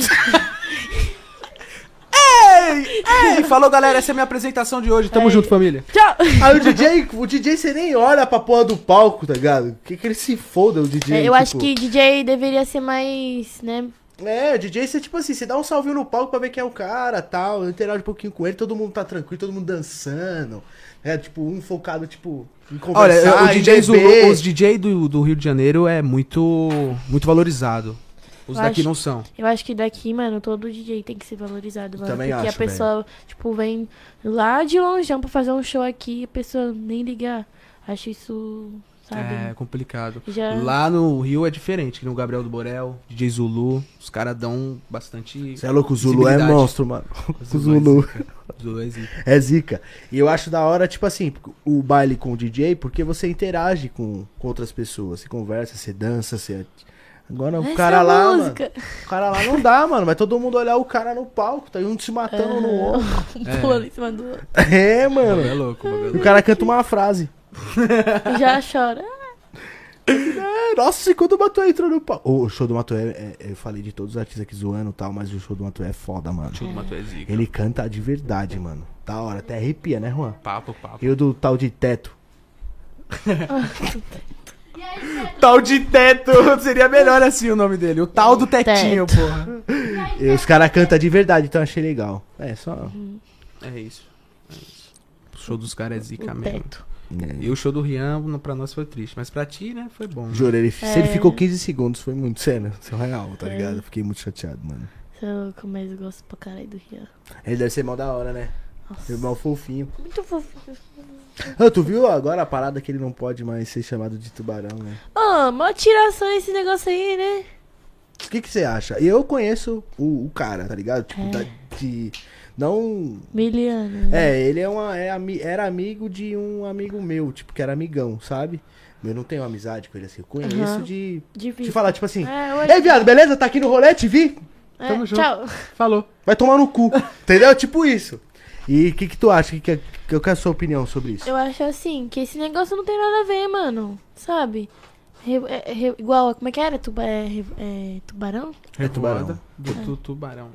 Speaker 2: Ei, falou galera, essa é a minha apresentação de hoje. Tamo
Speaker 3: Aí.
Speaker 2: junto, família.
Speaker 3: Tchau!
Speaker 1: Aí o DJ, o DJ você nem olha pra porra do palco, tá ligado? Que que ele se foda, o DJ.
Speaker 3: É, eu acho
Speaker 1: tipo-
Speaker 3: que DJ deveria ser mais, né?
Speaker 1: É, o DJ, você tipo assim, você dá um salvinho no palco pra ver quem é o cara tal, interage um pouquinho com ele, todo mundo tá tranquilo, todo mundo dançando. É, tipo, um focado, tipo, em
Speaker 2: Olha,
Speaker 1: conversar,
Speaker 2: o
Speaker 1: em
Speaker 2: DJ zo-
Speaker 1: beber.
Speaker 2: os DJ do, do Rio de Janeiro é muito, muito valorizado. Os
Speaker 3: Eu
Speaker 2: daqui
Speaker 3: acho-
Speaker 2: não são.
Speaker 3: Eu acho que daqui, mano, todo DJ tem que ser valorizado, mano.
Speaker 1: Também
Speaker 3: porque
Speaker 1: acho,
Speaker 3: a pessoa, tipo, vem lá de longe pra fazer um show aqui e a pessoa nem liga. Acho isso, sabe?
Speaker 2: É complicado.
Speaker 3: Tá Já.
Speaker 2: Lá no Rio é diferente, que nem o Gabriel do Borel, DJ Zulu, os caras dão bastante.
Speaker 1: Você é louco, o Zulu é
Speaker 2: visibilidade.
Speaker 1: monstro, mano. O
Speaker 2: Zulu é
Speaker 1: Zulu
Speaker 2: Zulu é zica.
Speaker 1: é zica. E eu acho da hora, tipo assim, o baile com o DJ, porque você interage com, com outras pessoas. Você conversa, você dança, você. é Agora o
Speaker 2: é
Speaker 3: Essa
Speaker 1: cara lá, mano,
Speaker 3: música.
Speaker 1: o cara lá não dá, mano. Vai todo mundo olhar o cara no palco, tá aí um se matando no outro.
Speaker 2: É.
Speaker 3: Um Pula em cima do outro.
Speaker 1: É,
Speaker 2: O
Speaker 1: mano.
Speaker 2: bagulho é louco, o bagulho é
Speaker 1: E o
Speaker 2: louco.
Speaker 1: cara canta uma frase.
Speaker 3: Já chora.
Speaker 1: É, Nossa, e quando o Matuê entrou no palco. O show do Matuê, é- é, eu falei de todos os artistas aqui zoando e tal, mas o show do Matuê é foda, mano.
Speaker 2: Tio do Mato é zica.
Speaker 1: Ele canta de verdade, mano. Da hora, até arrepia, né, Juan?
Speaker 2: Papo, papo.
Speaker 1: E o do tal de teto.
Speaker 2: Tal de teto! Seria melhor assim o nome dele. O tal do tetinho,
Speaker 3: Teto.
Speaker 2: porra.
Speaker 1: E os caras cantam de verdade, então eu achei legal. É, só.
Speaker 2: É isso. é isso. O show dos caras é zica
Speaker 3: O
Speaker 2: mesmo.
Speaker 3: teto.
Speaker 1: É.
Speaker 2: E o show do Rian no- pra nós foi triste, mas pra ti, né, foi bom. né?
Speaker 1: Juro, ele, se
Speaker 3: É.
Speaker 1: ele ficou 15 segundos, foi muito sério. Seu real, tá
Speaker 3: É.
Speaker 1: ligado? Eu fiquei muito chateado, mano.
Speaker 3: Você é louco, mas eu gosto pra caralho do Rian.
Speaker 1: Ele deve ser mal da hora, né?
Speaker 3: Nossa.
Speaker 1: Ser mal fofinho.
Speaker 3: Muito fofo.
Speaker 1: Ah, tu viu agora a parada que ele não pode mais ser chamado de tubarão, né?
Speaker 3: Ô, mó tiração esse negócio aí, né?
Speaker 1: O que que você acha? Eu conheço o, o cara, tá ligado? Tipo,
Speaker 3: É.
Speaker 1: da- de. Não.
Speaker 3: Miliano. né?
Speaker 1: É, ele é uma, é ami- era amigo de um amigo meu, tipo, que era amigão, sabe? Eu não tenho amizade com ele assim. Eu conheço
Speaker 3: Aham.
Speaker 1: de.
Speaker 3: De
Speaker 1: De
Speaker 3: vida.
Speaker 1: falar, tipo assim.
Speaker 3: É,
Speaker 1: Ei,
Speaker 3: hoje.
Speaker 1: viado, beleza? Tá aqui no rolê, te vi?
Speaker 3: É,
Speaker 2: tamo junto.
Speaker 3: Tchau.
Speaker 2: Falou.
Speaker 1: Vai tomar no cu. Entendeu? Tipo isso. E o que, que tu acha? Que que é- que- qual é a sua opinião sobre isso?
Speaker 3: Eu acho assim, que esse negócio não tem nada a ver, mano. Sabe? Re- é- re- igual, a- como é que era? Tuba, é, re- é, tubarão?
Speaker 1: É tubarão.
Speaker 2: Revoada Do tu- tubarão.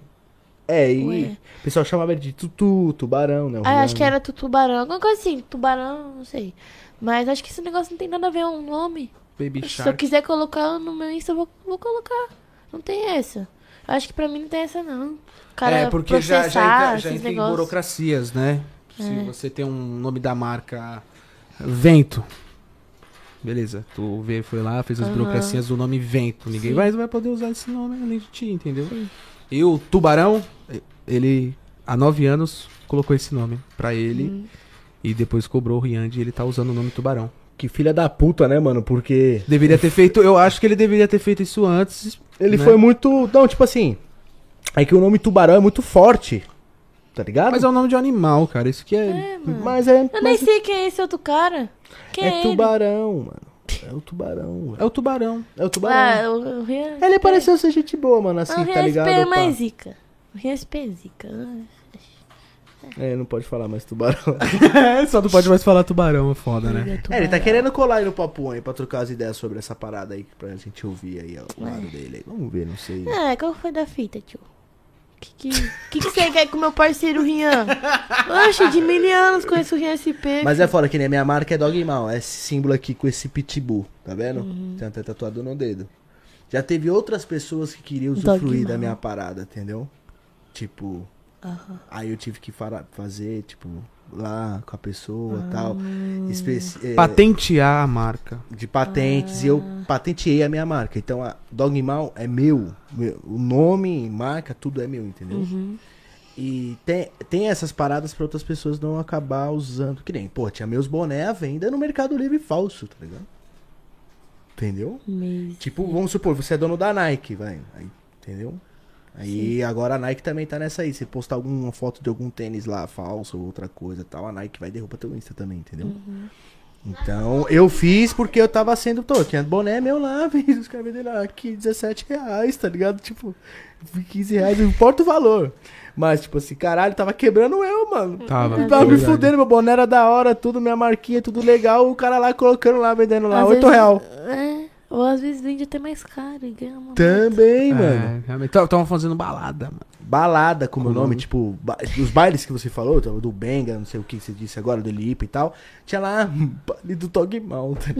Speaker 1: É, e
Speaker 3: Ué.
Speaker 1: o pessoal chamava ele de tutu, tubarão, né? O
Speaker 3: Ah, acho que
Speaker 1: Rihanna.
Speaker 3: era tu- tubarão, alguma coisa assim, tubarão, não sei. Mas acho que esse negócio não tem nada a ver, é um nome.
Speaker 2: Baby
Speaker 3: Se eu
Speaker 2: Shark.
Speaker 3: quiser colocar no meu Insta, eu vou, vou colocar. Não tem essa. Acho que pra mim não tem essa, não. O cara
Speaker 2: é, porque já, já
Speaker 3: processar
Speaker 2: entra, já
Speaker 3: esses
Speaker 2: entra em
Speaker 3: negócios. É.
Speaker 2: burocracias, né? Se você tem um nome da marca Vento. Beleza, tu vê, foi lá, fez as
Speaker 3: Aham.
Speaker 2: burocracias do nome Vento. Ninguém
Speaker 3: Sim.
Speaker 2: mais vai poder usar esse nome além de ti, entendeu?
Speaker 3: Sim.
Speaker 2: E o Tubarão, ele há nove anos colocou esse nome pra ele
Speaker 3: Hum.
Speaker 2: e depois cobrou o Rian de ele tá usando o nome Tubarão.
Speaker 1: Que filha da puta, né, mano? Porque.
Speaker 2: Deveria ter feito, eu acho que ele deveria ter feito isso antes.
Speaker 1: Ele
Speaker 2: né?
Speaker 1: foi muito. Não, tipo assim. É que o nome tubarão é muito forte. Tá ligado?
Speaker 2: Mas é o nome de um animal, cara. Isso que é.
Speaker 3: Ah, É, mano.
Speaker 1: Mas é.
Speaker 3: Eu nem
Speaker 1: mas
Speaker 3: sei quem é esse outro cara. Quem é,
Speaker 1: é
Speaker 3: ele?
Speaker 1: tubarão, mano. É o tubarão.
Speaker 2: É o tubarão.
Speaker 1: É o tubarão.
Speaker 3: Ah, o, o Rian.
Speaker 1: Ele pareceu ser gente boa, mano, assim,
Speaker 3: Ah, o
Speaker 1: tá
Speaker 3: Rian
Speaker 1: ligado?
Speaker 3: SP é
Speaker 1: Opa.
Speaker 3: mais zica. O Rian SP é zica. Ah,
Speaker 1: É, não pode falar mais tubarão.
Speaker 2: Só não pode mais falar tubarão, é foda, né?
Speaker 3: tubarão.
Speaker 1: É, ele tá querendo colar aí no papo aí pra trocar as ideias sobre essa parada aí, pra gente ouvir aí ó, o lado dele aí. Vamos ver, não sei.
Speaker 3: Ah, qual foi da fita, tio? Que que, que, que você quer com meu parceiro Rian? Oxe, de mil anos conheço o Rian SP.
Speaker 1: Mas é foda que nem a minha marca é Dogmal, é esse símbolo aqui com esse pitbull, tá vendo? Tem até tatuado no dedo. Já teve outras pessoas que queriam usufruir
Speaker 3: Dogmal.
Speaker 1: da minha parada, entendeu? Tipo, aí eu tive que fara- fazer, tipo, lá com a pessoa e tal. Especi- é,
Speaker 2: Patentear a marca.
Speaker 1: de patentes e eu patenteei a minha marca. Então a Dogmal é meu, meu- o nome, marca, tudo é meu, entendeu? E tem, tem essas paradas pra outras pessoas não acabar usando. Que nem, pô, tinha meus boné à venda no Mercado Livre falso, tá ligado? Entendeu?
Speaker 3: Mas-
Speaker 1: Tipo, vamos supor, você é dono da Nike, vai. Aí, entendeu? Aí agora a Nike também tá nessa aí. Se postar alguma foto de algum tênis lá falso ou outra coisa e tal, a Nike vai derrubar teu Insta também, entendeu?
Speaker 3: Uhum.
Speaker 1: Então, eu fiz porque eu tava sendo. Tô, tinha boné meu lá, fiz os caras vendendo aqui 17 reais, tá ligado? Tipo, 15 reais, não importa o valor. Mas, tipo assim, caralho, tava quebrando eu, mano.
Speaker 2: Tava.
Speaker 3: É
Speaker 2: tá
Speaker 1: Tava me
Speaker 2: Verdade.
Speaker 1: fudendo, meu boné era da hora, tudo, minha marquinha, tudo legal. O cara lá colocando lá, vendendo lá,
Speaker 3: Às
Speaker 1: 8
Speaker 3: vezes-
Speaker 1: real.
Speaker 3: É. Ou às vezes vende até mais caro e ganha uma.
Speaker 1: Também,
Speaker 2: É,
Speaker 1: mano.
Speaker 2: realmente. Tava tava fazendo balada, mano.
Speaker 1: balada com o
Speaker 2: Uhum.
Speaker 1: meu nome, tipo, ba- os bailes que você falou, tá, do Benga, não sei o que você disse agora, do Lipe e tal, tinha lá baile do Tog Mountain.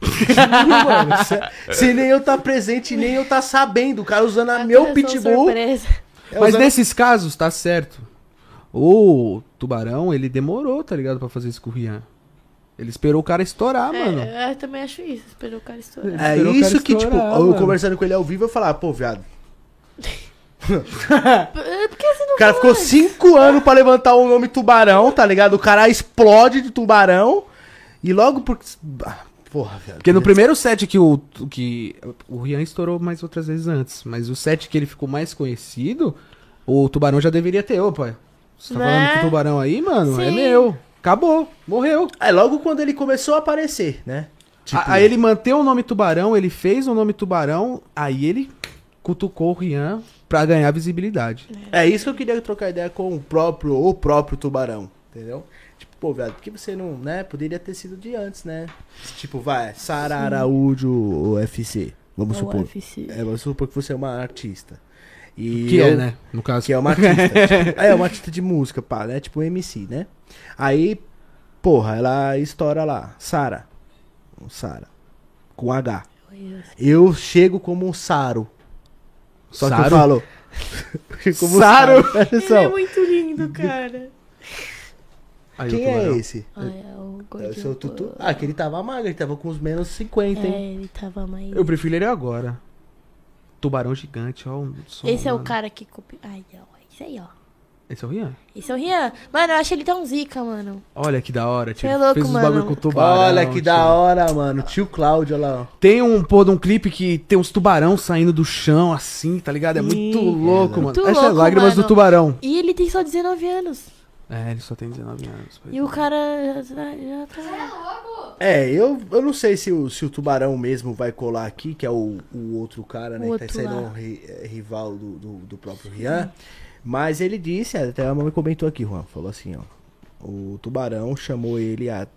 Speaker 1: Mano, se, se nem eu tá presente, nem eu tá sabendo, o cara usando a meu
Speaker 3: Atenção,
Speaker 1: pitbull.
Speaker 3: surpresa.
Speaker 1: é,
Speaker 2: Mas
Speaker 1: usando-
Speaker 2: nesses casos, tá certo. O Tubarão, ele demorou, tá ligado, pra fazer isso com o Rian. Ele esperou o cara estourar,
Speaker 3: É,
Speaker 2: mano.
Speaker 3: eu também acho isso. Esperou o cara estourar.
Speaker 1: Ah, É
Speaker 2: Esperou o cara
Speaker 1: isso que, tipo,
Speaker 2: estourar,
Speaker 1: eu
Speaker 2: mano.
Speaker 1: conversando com ele ao vivo, eu falava, pô, viado.
Speaker 3: É, Por que você não
Speaker 1: O cara ficou cinco anos pra levantar o nome Tubarão, tá ligado? O cara explode de Tubarão e logo por... Ah, Porra, viado.
Speaker 2: Porque no primeiro set que o que o Rian estourou mais outras vezes antes, mas o set que ele ficou mais conhecido, o Tubarão já deveria ter, opa. Você tá
Speaker 3: Né?
Speaker 2: falando que o Tubarão aí, mano, é
Speaker 3: Sim.
Speaker 2: meu. Acabou, morreu.
Speaker 1: Aí logo quando ele começou a aparecer, né?
Speaker 2: A- aí ele manteve o nome Tubarão, ele fez o nome Tubarão, aí ele cutucou o Rian pra ganhar visibilidade.
Speaker 1: É isso que eu queria trocar ideia com o próprio, o próprio tubarão, entendeu? Tipo, pô, viado, por que você não, né? Poderia ter sido de antes, né? Tipo, vai, Sara Araújo UFC, vamos supor. É, vamos supor que você é uma artista. E
Speaker 2: que é,
Speaker 1: eu-
Speaker 2: né? No caso.
Speaker 1: Que é uma artista. tipo, é, uma artista de música, pá, né? Tipo um MC, né? Aí, porra, ela estoura lá, Sara. Um Sara. Com H.
Speaker 3: assim.
Speaker 1: Eu chego como um Saro. Só que eu
Speaker 2: Saro?
Speaker 1: falo. como
Speaker 2: Saro?
Speaker 1: Presta
Speaker 3: Ele é
Speaker 1: atenção.
Speaker 3: muito lindo, cara.
Speaker 2: Aí o
Speaker 1: Quem é
Speaker 2: Tubarão.
Speaker 1: esse?
Speaker 3: Ai, é o
Speaker 1: É o
Speaker 3: gordinho.
Speaker 1: seu tutu?
Speaker 3: pô.
Speaker 1: Ah, que ele tava magro, ele tava com uns menos 50,
Speaker 3: É,
Speaker 1: hein?
Speaker 3: ele tava mais...
Speaker 2: Eu prefiro ele agora. Tubarão gigante, ó. o som,
Speaker 3: Esse é o
Speaker 2: mano.
Speaker 3: cara que... copi- Ai, não. Esse aí, ó.
Speaker 2: Esse é o Rian.
Speaker 3: Esse é o Rian. Mano, eu acho ele tão zica, mano.
Speaker 2: Olha que da hora, tio.
Speaker 3: Cê é louco,
Speaker 2: Fez os
Speaker 3: mano.
Speaker 2: bagulho com o tubarão.
Speaker 1: Olha que da hora, mano. Tio Cláudio, olha lá. ó.
Speaker 2: Tem um, pô, de um clipe que tem uns tubarão saindo do chão, assim, tá ligado? É muito
Speaker 3: Sim.
Speaker 2: louco, mano.
Speaker 3: Muito
Speaker 2: Essa é
Speaker 3: louco,
Speaker 2: Lágrimas
Speaker 3: mano.
Speaker 2: do Tubarão.
Speaker 3: E ele tem só 19 anos.
Speaker 2: É, ele só tem 19 anos. pois
Speaker 3: E
Speaker 2: é.
Speaker 3: o cara já, já tá...
Speaker 1: É, eu, eu não sei se o, se o Tubarão mesmo vai colar aqui, que é o, o outro cara, né?
Speaker 3: O
Speaker 1: que tá
Speaker 3: outro
Speaker 1: sendo
Speaker 3: lá.
Speaker 1: um ri- eh, rival do, do, do próprio Rian. Mas ele disse, até a mamãe comentou aqui, Juan, falou assim, ó. O Tubarão chamou ele há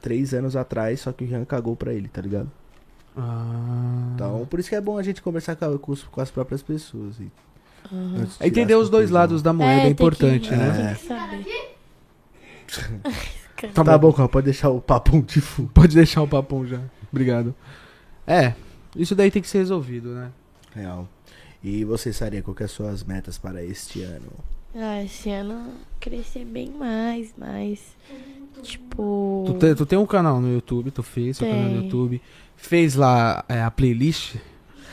Speaker 1: três anos atrás, só que o Rian cagou pra ele, tá ligado?
Speaker 2: Ah.
Speaker 1: Então, por isso que é bom a gente conversar com, a- com os- com as próprias pessoas. E,
Speaker 3: Uhum.
Speaker 1: antes de
Speaker 2: É Entender
Speaker 1: tirar as
Speaker 2: os dois
Speaker 1: conclusões.
Speaker 2: lados da moeda é,
Speaker 3: tem
Speaker 2: importante,
Speaker 3: que,
Speaker 2: né?
Speaker 3: Tem que saber.
Speaker 2: Tá,
Speaker 1: Tá
Speaker 2: bom.
Speaker 1: bom, Juan, pode deixar o papo um de fundo.
Speaker 2: Pode deixar o papão já. Obrigado. É, isso daí tem que ser resolvido, né?
Speaker 1: Real. E você, Sarinha, qual que é as suas metas para este ano?
Speaker 3: Ah, esse ano crescer bem mais, mais. Tipo.
Speaker 2: Tu, te- tu tem um canal no YouTube, tu fez seu canal no
Speaker 3: Tem.
Speaker 2: YouTube, fez lá é, a playlist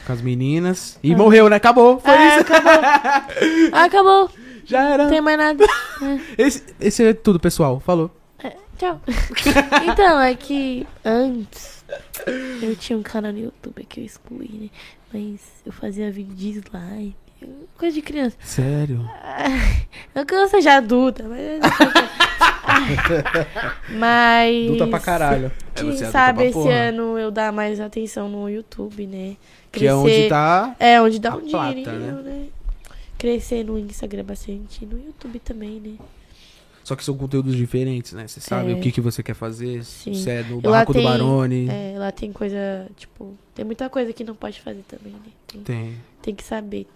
Speaker 2: com as meninas e morreu, né? Acabou, foi
Speaker 3: Ah,
Speaker 2: isso.
Speaker 3: acabou. Ah, acabou.
Speaker 2: Já era.
Speaker 3: Não tem mais nada.
Speaker 2: Esse, esse é tudo, pessoal. Falou.
Speaker 3: É, tchau. Então, é que antes eu tinha um canal no YouTube que eu excluí, né? Mas eu fazia vídeo de slime. Coisa de criança.
Speaker 2: Sério?
Speaker 3: Não que eu seja adulta, mas. é. mas.
Speaker 1: Luta pra caralho.
Speaker 2: É,
Speaker 3: Quem
Speaker 2: você é adulta
Speaker 3: sabe
Speaker 2: pra
Speaker 3: esse
Speaker 2: porra.
Speaker 3: ano eu dar mais atenção no YouTube, né?
Speaker 2: Que é onde tá.
Speaker 3: É, onde dá
Speaker 2: a
Speaker 3: um
Speaker 2: plata,
Speaker 3: dinheirinho, né? Crescer no Instagram bastante e no YouTube também, né?
Speaker 2: Só que são conteúdos diferentes, né? Você sabe
Speaker 3: É.
Speaker 2: o que, que você quer fazer.
Speaker 3: Sim.
Speaker 2: Você é no
Speaker 3: E lá
Speaker 2: Barraco do
Speaker 3: tem-
Speaker 2: Barone.
Speaker 3: É, lá tem coisa, tipo, tem muita coisa que não pode fazer também, né? Tem,
Speaker 2: Tem.
Speaker 3: tem que saber.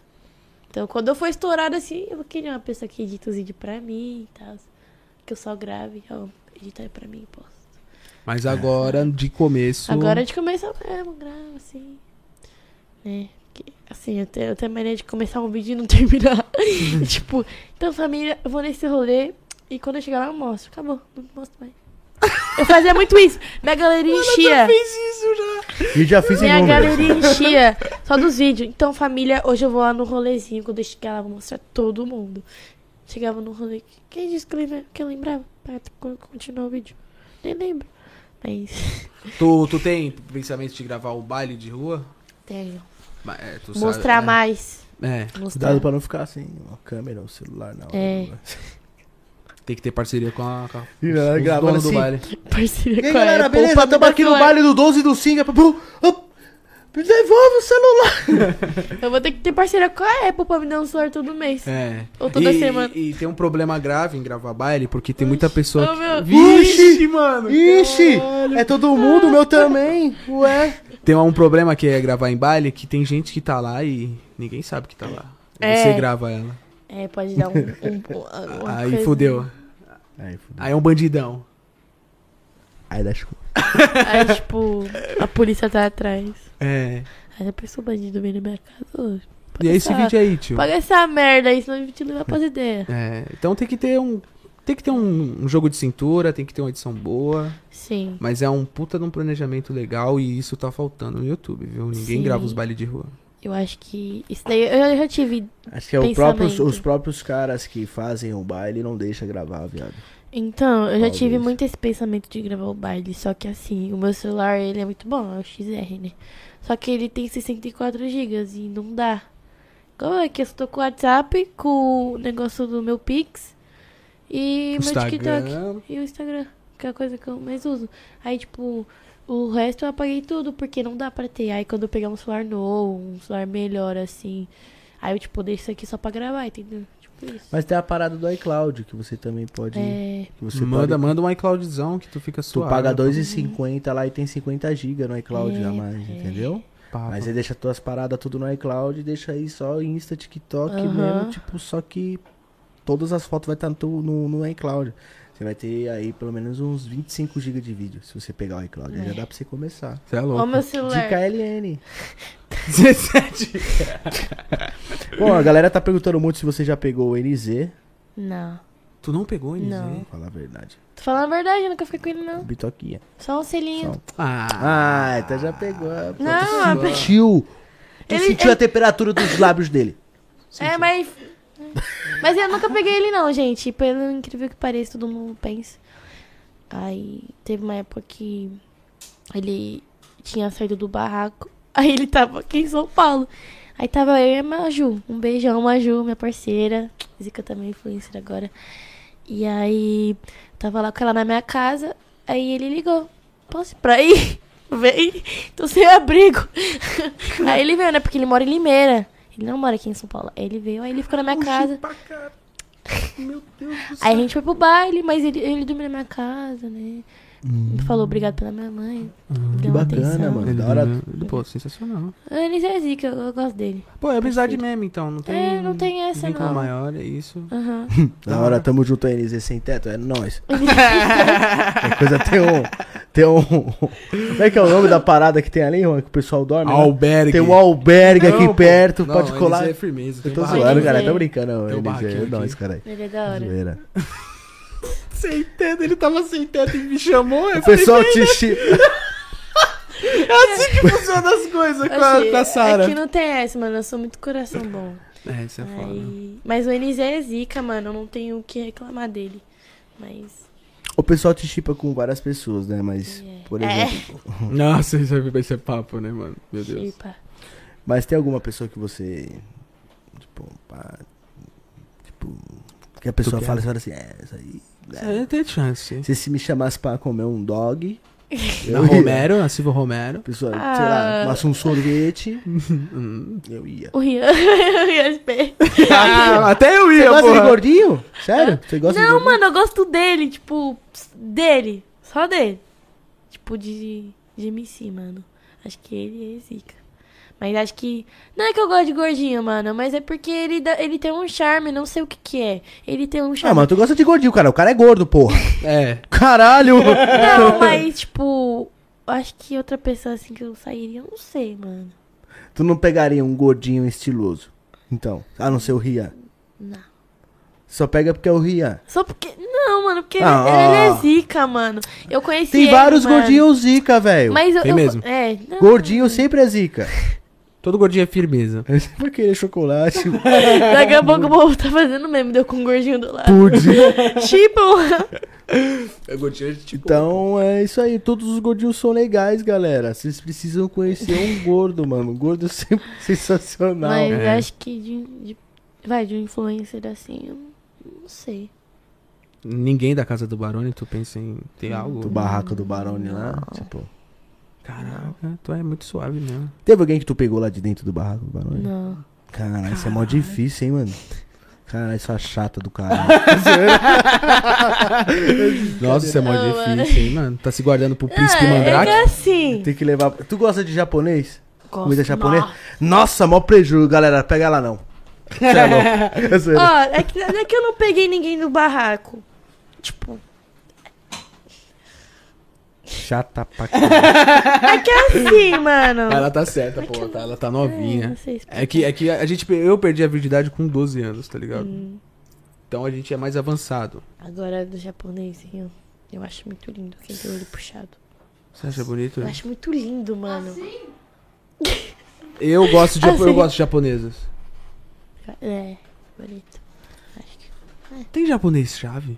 Speaker 3: Então, quando eu for estourada assim, eu vou querer uma pessoa que edita os vídeos pra mim e tal. Que eu só grave, ó, editar é pra mim e posto.
Speaker 2: Mas agora, de começo.
Speaker 3: Agora é de começo eu mesmo gravo, assim. Né? Que, assim, eu tenho, eu tenho mania de começar um vídeo e não terminar. E, tipo, então família, eu vou nesse rolê e quando eu chegar lá eu mostro. Acabou, não mostro mais. Eu fazia muito isso. Minha galeria enchia.
Speaker 1: E já fiz
Speaker 3: Minha
Speaker 1: inúmeros.
Speaker 3: galeria enchia só dos vídeos. Então, família, hoje eu vou lá no rolezinho. Quando eu chegar lá, vou mostrar todo mundo. Chegava no rolê. Quem disse que eu lembra- que eu lembrava? Pra co- continuar o vídeo. Nem lembro. Mas.
Speaker 2: Tu, tu tem pensamento de gravar o baile de rua?
Speaker 3: Tenho.
Speaker 2: Ba- é, tu sabe,
Speaker 3: Mostrar
Speaker 2: né?
Speaker 3: mais.
Speaker 2: É,
Speaker 3: Mostrar.
Speaker 1: Cuidado pra não ficar assim, uma câmera, um celular na hora.
Speaker 3: É.
Speaker 2: tem que ter parceria com a. Com a
Speaker 1: E ela
Speaker 2: os
Speaker 1: gravando
Speaker 2: donos do
Speaker 1: assim.
Speaker 2: baile.
Speaker 1: E
Speaker 3: Parceria
Speaker 1: aí,
Speaker 3: com a
Speaker 1: galera,
Speaker 3: Apple,
Speaker 1: beleza?
Speaker 3: pra me
Speaker 1: Tamo
Speaker 3: dar
Speaker 1: aqui no
Speaker 3: celular.
Speaker 1: baile do 12 do Singa. Pum, op, me Devolve o celular.
Speaker 3: Eu vou ter que ter parceria com a Apple pra me dar um celular todo mês.
Speaker 2: É.
Speaker 3: Ou toda
Speaker 2: e,
Speaker 3: semana.
Speaker 2: E tem um problema grave em gravar baile, porque tem muita pessoa.
Speaker 3: oh, meu.
Speaker 2: que... Vixe,
Speaker 1: Ixi,
Speaker 2: mano!
Speaker 1: Ixi, é todo mundo, o meu também. Ué.
Speaker 2: Tem um problema que é gravar em baile, que tem gente que tá lá e ninguém sabe que tá lá. E
Speaker 3: É.
Speaker 2: Você grava ela.
Speaker 3: É, pode dar um. um- um- uma
Speaker 2: Aí
Speaker 3: coisa.
Speaker 2: fodeu.
Speaker 1: Aí, fudeu.
Speaker 2: Aí é um bandidão.
Speaker 1: Aí dá chuva.
Speaker 3: Aí, tipo, a polícia tá atrás.
Speaker 2: É.
Speaker 3: Aí a pessoa bandido vem na minha casa.
Speaker 2: E é esse vídeo aí, tio.
Speaker 3: Paga essa merda aí, senão eu vou te levar pra ideia.
Speaker 2: É, então tem que ter um. Tem que ter um, um jogo de cintura, tem que ter uma edição boa.
Speaker 3: Sim.
Speaker 2: Mas é um puta de um planejamento legal e isso tá faltando no YouTube, viu? Ninguém
Speaker 3: Sim.
Speaker 2: grava os bailes de rua.
Speaker 3: Eu acho que. Isso daí eu já tive.
Speaker 1: Acho que é o
Speaker 3: Pensamento.
Speaker 1: próprio, os próprios caras que fazem o baile não deixa gravar, viado.
Speaker 3: Então, eu já
Speaker 1: Talvez.
Speaker 3: tive muito esse pensamento de gravar o baile. Só que assim, o meu celular ele é muito bom, é o XR, né? Só que ele tem 64 GB e não dá. Como é que eu só tô com o WhatsApp, com o negócio do meu Pix e meu TikTok. E o Instagram, que é a coisa que eu mais uso. Aí, tipo, o resto eu apaguei tudo, porque não dá pra ter. Aí quando eu pegar um celular novo, um celular melhor, assim. Aí eu, tipo, deixo isso aqui só pra gravar, entendeu? Tipo isso.
Speaker 1: Mas tem a parada do iCloud, que você também pode.
Speaker 3: É,
Speaker 1: que você
Speaker 2: manda,
Speaker 1: pode,
Speaker 2: manda um iCloudzão que tu fica
Speaker 1: Tu
Speaker 2: suave.
Speaker 1: paga 2,50 lá e tem 50 GB no iCloud
Speaker 3: É,
Speaker 1: a mais,
Speaker 3: é.
Speaker 1: entendeu?
Speaker 2: Pá,
Speaker 1: Mas é-
Speaker 2: pá.
Speaker 1: aí deixa tuas paradas tudo no iCloud e deixa aí só Insta, TikTok
Speaker 3: Aham.
Speaker 1: mesmo, tipo, só que todas as fotos vai estar no, no, no iCloud. Você vai ter aí pelo menos uns 25 GB de vídeo, se você pegar o iCloud. Aí Já
Speaker 3: É.
Speaker 1: dá pra você começar.
Speaker 2: Você é
Speaker 3: ó
Speaker 2: louco.
Speaker 3: meu celular.
Speaker 1: De KLN.
Speaker 2: 17.
Speaker 1: Bom, a galera tá perguntando muito se você já pegou o NZ.
Speaker 3: Não.
Speaker 2: Tu não pegou, NZ?
Speaker 3: Não.
Speaker 1: Fala a verdade.
Speaker 3: Tô falando a verdade, eu nunca fiquei com ele, não.
Speaker 1: Bitoquinha.
Speaker 3: Só um selinho.
Speaker 1: Só.
Speaker 2: Ah,
Speaker 1: Ah, então já pegou. pô.
Speaker 3: Não, é
Speaker 1: tu sentiu. Tu
Speaker 3: Ele-
Speaker 1: sentiu a temperatura dos lábios dele.
Speaker 3: É, mas. Mas eu nunca peguei ele, não, gente. Pelo incrível que pareça, todo mundo pensa. Aí teve uma época que ele tinha saído do barraco. Aí ele tava aqui em São Paulo. Aí tava eu e a Maju. Um beijão, Maju, minha parceira. Zica também é influencer agora. E aí, tava lá com ela na minha casa. Aí ele ligou. Posso ir pra aí? Vem, tô sem abrigo. aí ele veio, né? Porque ele mora em Limeira. Ele não mora aqui em São Paulo. Aí ele veio, aí ele ficou na minha casa.
Speaker 2: Meu Deus do
Speaker 3: Aí a gente foi pro baile, mas ele, ele dormiu na minha casa, né? Falou obrigado pela minha mãe.
Speaker 1: Que
Speaker 3: deu uma
Speaker 1: bacana,
Speaker 3: atenção.
Speaker 1: mano.
Speaker 2: Ele,
Speaker 1: Da hora.
Speaker 2: ele- pô, sensacional.
Speaker 3: Ele é zica, eu, eu gosto dele.
Speaker 2: Pô, é amizade mesmo, então. Não tem,
Speaker 3: É, não tem essa,
Speaker 2: vínculo
Speaker 3: não.
Speaker 2: maior, é isso.
Speaker 3: Aham.
Speaker 1: Da hora, tamo junto aí, NZ Sem Teto. É nóis. É coisa tem um. Tem um. Como é que é o nome da parada que tem ali, Juan, que o pessoal dorme? né?
Speaker 2: Albergue.
Speaker 1: Tem um albergue aqui
Speaker 2: Não, pô.
Speaker 1: perto,
Speaker 2: Não,
Speaker 1: pode
Speaker 2: NZ
Speaker 1: colar.
Speaker 2: é firmeza.
Speaker 1: Eu
Speaker 2: tem
Speaker 1: tô
Speaker 2: barraquinha.
Speaker 1: zoando,
Speaker 3: NZ.
Speaker 1: cara. Tô brincando,
Speaker 2: Tem um
Speaker 1: NZ. É
Speaker 2: barraquinho
Speaker 1: nóis,
Speaker 2: aqui.
Speaker 1: cara.
Speaker 3: Ele é da hora.
Speaker 1: Zoeira.
Speaker 2: Sem teto, ele tava sem teto e me chamou. Eu
Speaker 1: O pessoal te chi-
Speaker 2: É assim que funcionam as coisas com a,
Speaker 3: Oxi,
Speaker 2: com a Sara.
Speaker 3: Aqui É não tem essa, mano. Eu sou muito coração bom.
Speaker 2: É, isso é foda.
Speaker 3: Aí- Mas o NZ é zica, mano. Eu não tenho o que reclamar dele. Mas.
Speaker 1: O pessoal te chipa com várias pessoas, né? Mas,
Speaker 3: É.
Speaker 1: por
Speaker 3: É.
Speaker 1: exemplo.
Speaker 2: Nossa, isso aí vai ser papo, né, mano? Meu Deus.
Speaker 3: Chipa.
Speaker 1: Mas tem alguma pessoa que você. Tipo, pá, tipo. Que a pessoa
Speaker 2: quer?
Speaker 1: fala, você fala assim, é, isso aí.
Speaker 2: Isso aí tem chance.
Speaker 1: Se, se me chamasse pra comer um dog.
Speaker 2: Na
Speaker 1: ia.
Speaker 2: Romero, na Silva Romero.
Speaker 1: A pessoa,
Speaker 3: Ah.
Speaker 1: sei lá, passa um sorvete,
Speaker 2: Hum.
Speaker 1: eu ia.
Speaker 3: O Rian. o Rian Spé.
Speaker 2: Ah, até eu
Speaker 1: Você
Speaker 2: ia,
Speaker 1: gosta de
Speaker 2: porra.
Speaker 1: gordinho? Sério? Você gosta de
Speaker 3: Não,
Speaker 1: gordinho?
Speaker 3: mano, eu gosto dele. Tipo, dele. Só dele. Tipo, de, de MC, mano. Acho que ele é zica. Mas acho que. Não é que eu gosto de gordinho, mano. Mas é porque ele, dá- ele tem um charme, não sei o que que é. Ele tem um
Speaker 1: Ah,
Speaker 3: charme.
Speaker 1: mas tu gosta de gordinho, cara. O cara é gordo, porra.
Speaker 2: É.
Speaker 1: Caralho!
Speaker 3: Não, mas, tipo, eu acho que outra pessoa assim que eu sairia, eu não sei, mano.
Speaker 1: Tu não pegaria um gordinho estiloso. Então, a não ser o Rian.
Speaker 3: Não.
Speaker 1: Só pega porque é o Rian.
Speaker 3: Só porque. Não, mano, porque ele-
Speaker 1: Ah.
Speaker 3: ele, é zica, mano. Eu conheci
Speaker 1: Tem
Speaker 3: ele,
Speaker 1: vários
Speaker 3: mano.
Speaker 1: gordinhos zica, velho.
Speaker 3: Mas eu,
Speaker 2: Tem
Speaker 3: eu-
Speaker 2: mesmo.
Speaker 3: É. não,
Speaker 1: Gordinho sempre é zica.
Speaker 2: Todo gordinho é firmeza.
Speaker 1: Eu sempre queria chocolate,
Speaker 3: Daqui a pouco o povo tá fazendo meme, deu com um gordinho do lado.
Speaker 1: pudim.
Speaker 3: tipo.
Speaker 2: É gordinho, tipo...
Speaker 1: Então é isso aí, todos os gordinhos são legais, galera. Vocês precisam conhecer um gordo, mano. Um gordo é sempre sensacional.
Speaker 3: mas
Speaker 2: É.
Speaker 3: acho que de, de- Vai, de um influencer assim, eu não- não sei.
Speaker 2: Ninguém da casa do Barone, tu pensa em ter algo.
Speaker 1: Do barraco do Barone lá. Tipo,
Speaker 2: Caraca, tu é muito suave mesmo.
Speaker 1: teve alguém que tu pegou lá de dentro do barraco do Barone?
Speaker 3: Não.
Speaker 1: Caralho, isso é mó difícil, hein, mano. Caralho, essa chata do caralho.
Speaker 2: Nossa, isso é mó
Speaker 3: Não, mano.
Speaker 2: difícil, hein, mano? Tá se guardando pro príncipe
Speaker 3: Ah, é que
Speaker 2: mandrake?
Speaker 3: é assim.
Speaker 1: Tem que levar. Tu gosta de japonês?
Speaker 3: Gosto.
Speaker 1: Comida japonesa?
Speaker 3: Nossa.
Speaker 1: Nossa, mó prejuízo, galera. Pega lá não. Você é louco. É
Speaker 3: Ó,
Speaker 1: zoeira.
Speaker 3: é que, não é que eu não peguei ninguém no barraco. Tipo,
Speaker 2: Chata pra caralho.
Speaker 3: é que é assim, mano.
Speaker 2: Ela tá certa, pô. Tá, ela tá
Speaker 3: É, não
Speaker 2: novinha.
Speaker 3: sei explicar.
Speaker 2: É que, é que a gente, eu perdi a virgindade com 12 anos, tá ligado?
Speaker 3: Hum.
Speaker 2: Então a gente é mais avançado.
Speaker 3: Agora do japonesinho. Eu acho muito lindo quem tem o olho puxado.
Speaker 2: Você acha bonito?
Speaker 3: Eu acho muito lindo, mano.
Speaker 2: Eu gosto de,
Speaker 3: Assim.
Speaker 2: eu gosto de japonesas.
Speaker 3: É, bonito. Acho que
Speaker 2: Tem japonês chave?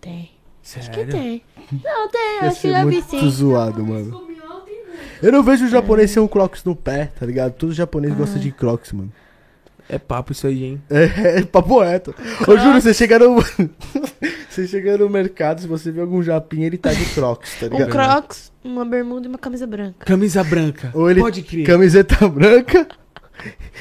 Speaker 3: tem.
Speaker 2: Sério?
Speaker 3: Que tem. Não, tem,
Speaker 1: Ia
Speaker 3: acho que
Speaker 1: ser
Speaker 3: já vi
Speaker 1: é muito
Speaker 3: sim.
Speaker 1: zoado, mano. Eu não vejo o japonês sem um Crocs no pé, tá ligado? Todo japonês
Speaker 3: Ah.
Speaker 1: gosta de Crocs, mano.
Speaker 2: É papo isso aí, hein?
Speaker 1: É, é papo reto. Ô, Júlio, você chega no. você chega no mercado, se você vê algum japinha, ele tá de Crocs, tá
Speaker 3: Um
Speaker 1: ligado?
Speaker 3: crocs, uma bermuda e uma camisa branca.
Speaker 2: Camisa branca.
Speaker 1: Ou ele
Speaker 2: Pode crer.
Speaker 1: camiseta branca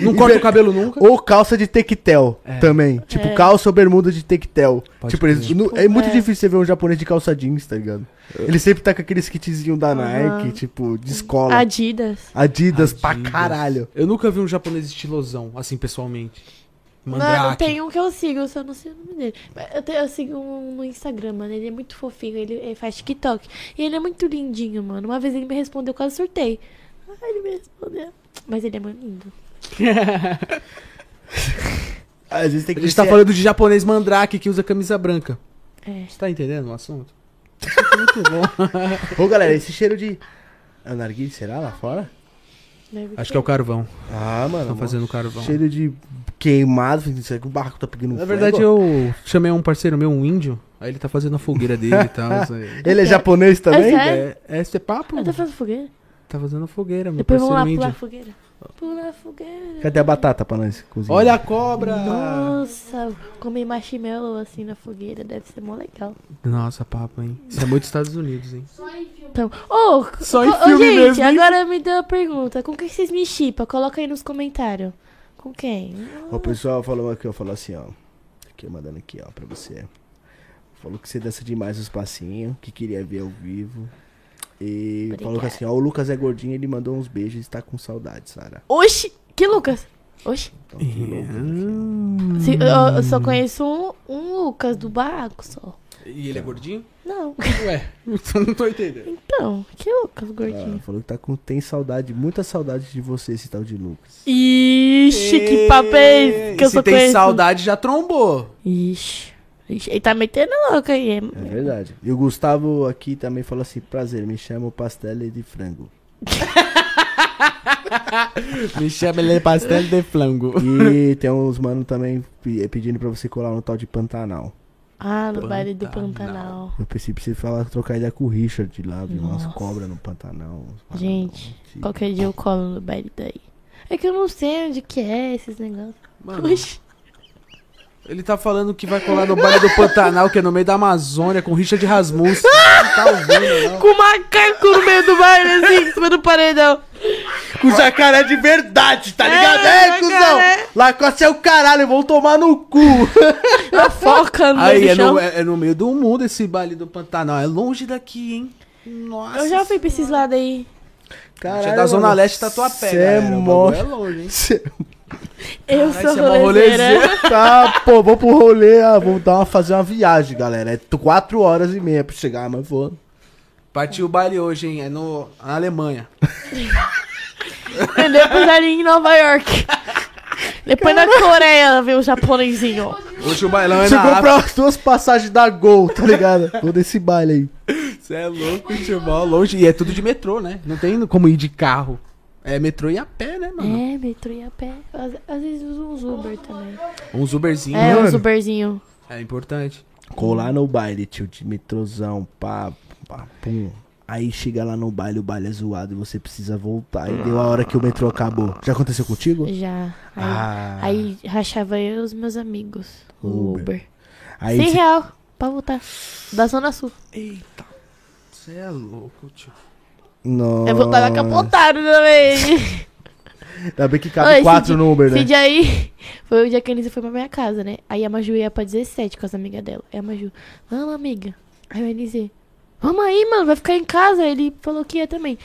Speaker 2: Não corta o cabelo nunca.
Speaker 1: ou calça de tectel
Speaker 2: É.
Speaker 1: também. Tipo, calça ou bermuda de tectel.
Speaker 2: Pode
Speaker 1: Tipo, eles,
Speaker 2: crer. É.
Speaker 1: no- é muito
Speaker 3: é.
Speaker 1: difícil você ver um japonês de calça jeans, tá ligado? Ele sempre tá com aqueles kitzinho da
Speaker 3: Aham.
Speaker 1: Nike, tipo, de escola.
Speaker 3: Adidas.
Speaker 1: Adidas, pra
Speaker 2: Adidas.
Speaker 1: caralho.
Speaker 2: Eu nunca vi um japonês estilosão, assim, pessoalmente. Mandrake.
Speaker 3: Mano, tem um que eu sigo, eu só não sei o nome dele. Mas Eu, te- eu sigo um no Instagram, mano. Ele é muito fofinho, ele, ele faz TikTok. E ele é muito lindinho, mano. Uma vez ele me respondeu, eu quase surtei. Ah, ele me respondeu. Mas ele é muito lindo.
Speaker 1: Às vezes tem
Speaker 2: A
Speaker 1: que
Speaker 2: gente tá
Speaker 1: ser-
Speaker 2: falando de japonês mandrake que usa camisa branca.
Speaker 3: É.
Speaker 2: Você tá entendendo o assunto? Muito bom.
Speaker 1: Ô, galera, esse cheiro de. Anarguilha, será lá fora?
Speaker 3: Deve
Speaker 2: Acho
Speaker 3: ter.
Speaker 2: que é o carvão.
Speaker 3: Tá
Speaker 1: Ah, mano.
Speaker 2: Estão
Speaker 1: mó
Speaker 2: fazendo carvão.
Speaker 1: Cheiro de queimado. falei, Será que o barco tá pegando
Speaker 2: Na
Speaker 1: fogo?
Speaker 2: verdade, eu chamei um parceiro meu, um índio. Aí ele tá fazendo a fogueira dele e tal. isso aí.
Speaker 1: Ele é japonês também?
Speaker 3: É sério?
Speaker 2: É, é esse papo?
Speaker 3: Eu tô fazendo fogueira?
Speaker 2: Tá fazendo a fogueira, meu
Speaker 3: Depois vamos lá
Speaker 2: parceiro
Speaker 3: pular a
Speaker 2: índio.
Speaker 3: fogueira. Pular a fogueira.
Speaker 1: Cadê a batata pra nós cozinhar?
Speaker 2: Olha a cobra!
Speaker 1: Ah.
Speaker 3: Nossa, comer marshmallow assim na fogueira deve ser mó legal.
Speaker 2: Nossa, papo, hein? Isso é muito Estados Unidos, hein?
Speaker 3: Então, ô,
Speaker 2: Só
Speaker 3: ô,
Speaker 2: em
Speaker 3: ô,
Speaker 2: filme
Speaker 3: gente,
Speaker 2: mesmo, hein?
Speaker 3: agora me deu uma pergunta. Com quem vocês me chipam? Coloca aí nos comentários. Com quem?
Speaker 1: O pessoal falou aqui, ó. Falou assim, ó. Aqui, mandando aqui, ó, pra você. Falou que você dança demais os passinhos, que queria ver ao vivo. E falou que
Speaker 3: Obrigada.
Speaker 1: assim, ó, o Lucas é gordinho, ele mandou uns beijos e está com saudade, Sara.
Speaker 3: Oxi, que Lucas? Oxi,
Speaker 1: Então, que
Speaker 2: É.
Speaker 1: louco, né?
Speaker 3: Se- eu, eu só conheço um, um Lucas do barraco só.
Speaker 2: E ele é gordinho?
Speaker 3: Não,
Speaker 2: Ué, não tô entendendo.
Speaker 3: então, que Lucas
Speaker 1: Ah,
Speaker 3: gordinho.
Speaker 1: falou que tá com, tem saudade, muita saudade de você, esse tal de Lucas.
Speaker 3: Ixi, que papo é esse que eu
Speaker 2: Se
Speaker 3: só
Speaker 2: tem
Speaker 3: conheço?
Speaker 2: saudade, já trombou.
Speaker 3: Ixi, ixi, ele tá metendo louco aí. é-
Speaker 1: É verdade. E o Gustavo aqui também falou assim: prazer, me chamo Pastele de Frango.
Speaker 2: Me chama ele pastel de flango.
Speaker 1: E tem uns mano também pe- pedindo pra você colar no tal de Pantanal.
Speaker 3: Ah, no baile do
Speaker 2: Pantanal.
Speaker 3: Pantanal.
Speaker 1: Eu pensei pra você falar, trocar ideia com o Richard de lá, viu? Umas
Speaker 3: Nossa.
Speaker 1: cobras no Pantanal. uns paradas
Speaker 3: Gente,
Speaker 1: antigas.
Speaker 3: Qualquer dia eu colo no baile daí. É que eu não sei onde que é esses negócios.
Speaker 2: Mano,
Speaker 3: Oxi.
Speaker 2: ele tá falando que vai colar no baile do Pantanal, que é no meio da Amazônia, com Richard Rasmussen. Não tá ouvindo, não.
Speaker 3: Com o macaco no meio do baile, assim, em cima do paredão.
Speaker 1: Com jacaré de verdade, tá ligado?
Speaker 3: É,
Speaker 1: É, cuzão!
Speaker 3: jacaré.
Speaker 1: Lacoste é o caralho, vão tomar no cu!
Speaker 3: Na foca no meio
Speaker 2: Aí
Speaker 3: do
Speaker 2: é no,
Speaker 3: chão.
Speaker 2: é- é no meio do mundo esse baile do Pantanal. É longe daqui, hein? Nossa.
Speaker 3: Eu já fui pra esses lados aí.
Speaker 2: Caralho, é da Zona
Speaker 1: mano,
Speaker 2: Leste, tá tua pé.
Speaker 1: cê é mó...
Speaker 2: É longe, hein?
Speaker 1: Cê-
Speaker 3: Eu
Speaker 2: Caralho,
Speaker 3: sou
Speaker 2: cê é uma
Speaker 3: rolezeira.
Speaker 1: Tá, pô, vamos pro rolê, ah, vamos dar uma, fazer uma viagem, galera. É 4 horas e meia pra chegar, mas vou.
Speaker 2: Partiu o baile hoje, hein? É no, na Alemanha.
Speaker 3: E Depois ali em Nova York. Depois na Coreia, viu o japonesinho.
Speaker 2: Hoje o bailão é
Speaker 1: Você
Speaker 2: na África.
Speaker 1: comprar as duas passagens da Gol, tá ligado? Vou desse baile aí.
Speaker 2: Você é louco, futebol longe. E é tudo de metrô, né? Não tem como ir de carro. É metrô e a pé, né, mano?
Speaker 3: É, metrô e a pé. Às, às vezes uso uns Uber também.
Speaker 2: Uns Uberzinhos.
Speaker 3: É,
Speaker 2: É,
Speaker 3: uns Uberzinho.
Speaker 2: importante.
Speaker 1: Colar no baile, tio, de metrozão, pá, pá, pum. Aí chega lá no baile, o baile é zoado e você precisa voltar. E deu a hora que o metrô acabou. Já aconteceu contigo?
Speaker 3: Já. Aí,
Speaker 1: Ah.
Speaker 3: aí rachava eu e os meus amigos. O
Speaker 1: Uber.
Speaker 3: Uber.
Speaker 1: Aí
Speaker 3: 100
Speaker 1: cê-
Speaker 3: real pra voltar. Da Zona Sul.
Speaker 2: Eita. Você é louco, tio.
Speaker 1: Nossa.
Speaker 3: Eu voltava capotado também.
Speaker 1: Ainda bem que
Speaker 3: Ô,
Speaker 1: cabe
Speaker 3: esse
Speaker 1: quatro
Speaker 3: dia-
Speaker 1: no Uber,
Speaker 3: Esse
Speaker 1: né?
Speaker 3: dia aí foi o dia que a Anisa foi pra minha casa, né? Aí a Maju ia pra 17 com as amigas dela. Aí a Maju, vamos, amiga. Aí o Anise, vamos aí, mano, vai ficar em casa. Aí ele falou que ia também.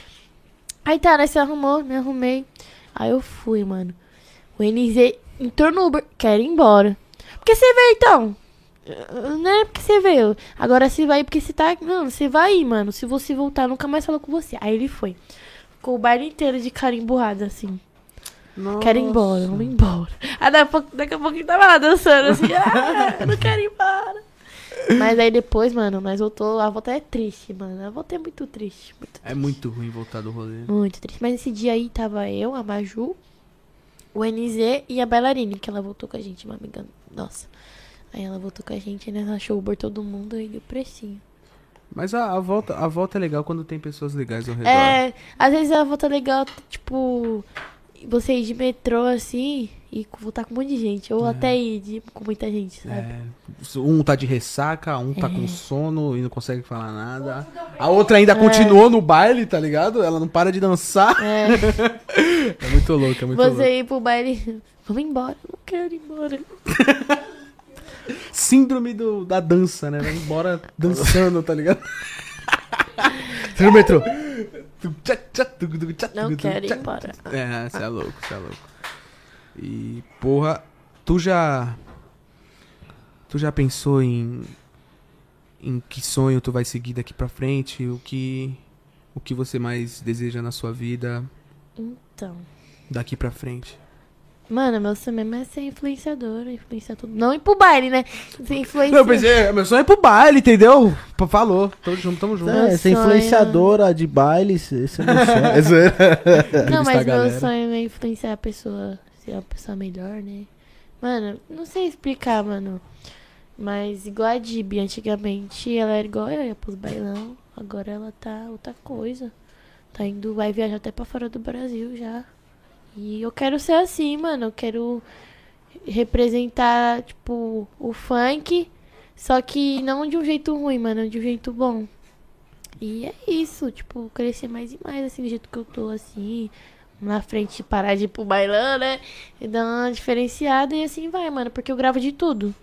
Speaker 3: Aí tá, né? Se arrumou, me arrumei. Aí eu fui, mano. O NZ entrou no Uber, quer ir embora. Por que você veio então? "Ah, Não é porque você veio. Agora se vai porque você tá. Não, você vai ir, mano. Se você voltar, nunca mais falo com você. Aí ele foi. Ficou o baile inteiro de cara emburrada, assim. Quero ir embora, vamos embora. Aí daqui a pouco, daqui a pouco ele tava lá dançando assim, ah, eu não quero ir embora. Mas aí depois, mano, nós voltou, a volta é triste, mano. A volta é muito triste, muito,
Speaker 2: É muito ruim voltar do rolê.
Speaker 3: muito triste. Mas esse dia aí tava eu, a Maju, o NZ e a bailarina, que ela voltou com a gente, uma amiga nossa. Aí ela voltou com a gente, né? Ela achou o Uber todo mundo e deu precinho.
Speaker 2: Mas a, a volta, a volta é legal quando tem pessoas legais ao redor.
Speaker 3: É, às vezes a volta legal, tipo, você ir de metrô assim e voltar com um monte de gente. Ou
Speaker 2: É.
Speaker 3: até ir de- com muita gente, sabe?
Speaker 2: É, um tá de ressaca, um tá com sono e não consegue falar nada. A outra ainda continuou no baile, tá ligado? Ela não para de dançar.
Speaker 3: É,
Speaker 2: É muito louco, é muito louco.
Speaker 3: você ir pro baile. Vamos embora, eu não quero ir embora.
Speaker 2: Síndrome do, da dança, né? Vai embora dançando, tá ligado?
Speaker 1: Você no metrô.
Speaker 3: Não quero ir embora.
Speaker 2: É, você é louco, você é louco. E, porra, tu já. Tu já pensou em. Em que sonho tu vai seguir daqui pra frente? O que. O que você mais deseja na sua vida
Speaker 3: Então.
Speaker 2: daqui pra frente?
Speaker 3: Mano, meu sonho mesmo é ser influenciadora, influenciar tudo. Não ir pro baile, né? Ser influenciador.
Speaker 2: Não, pensei, meu sonho é pro baile, entendeu? Pô, Falou, tamo junto, tamo junto.
Speaker 3: Meu
Speaker 1: É, ser
Speaker 3: sonho-
Speaker 1: influenciadora de baile, você você não sonha.
Speaker 3: Não,
Speaker 2: É Entrevistar a
Speaker 3: mas meu
Speaker 2: galera.
Speaker 3: sonho é influenciar a pessoa, ser uma pessoa melhor, né? Mano, não sei explicar, mano. Mas igual a Dib, antigamente ela era igual ela ia pros bailão. Agora ela tá outra coisa. Tá indo, vai viajar até pra fora do Brasil já. E eu quero ser assim, mano. Eu quero representar, tipo, o funk. Só que não de um jeito ruim, mano, de um jeito bom. E é isso, tipo, crescer mais e mais, assim, do jeito que eu tô, assim, na frente, parar de ir pro bailão, né? E dar uma diferenciada e assim vai, mano, porque eu gravo de tudo.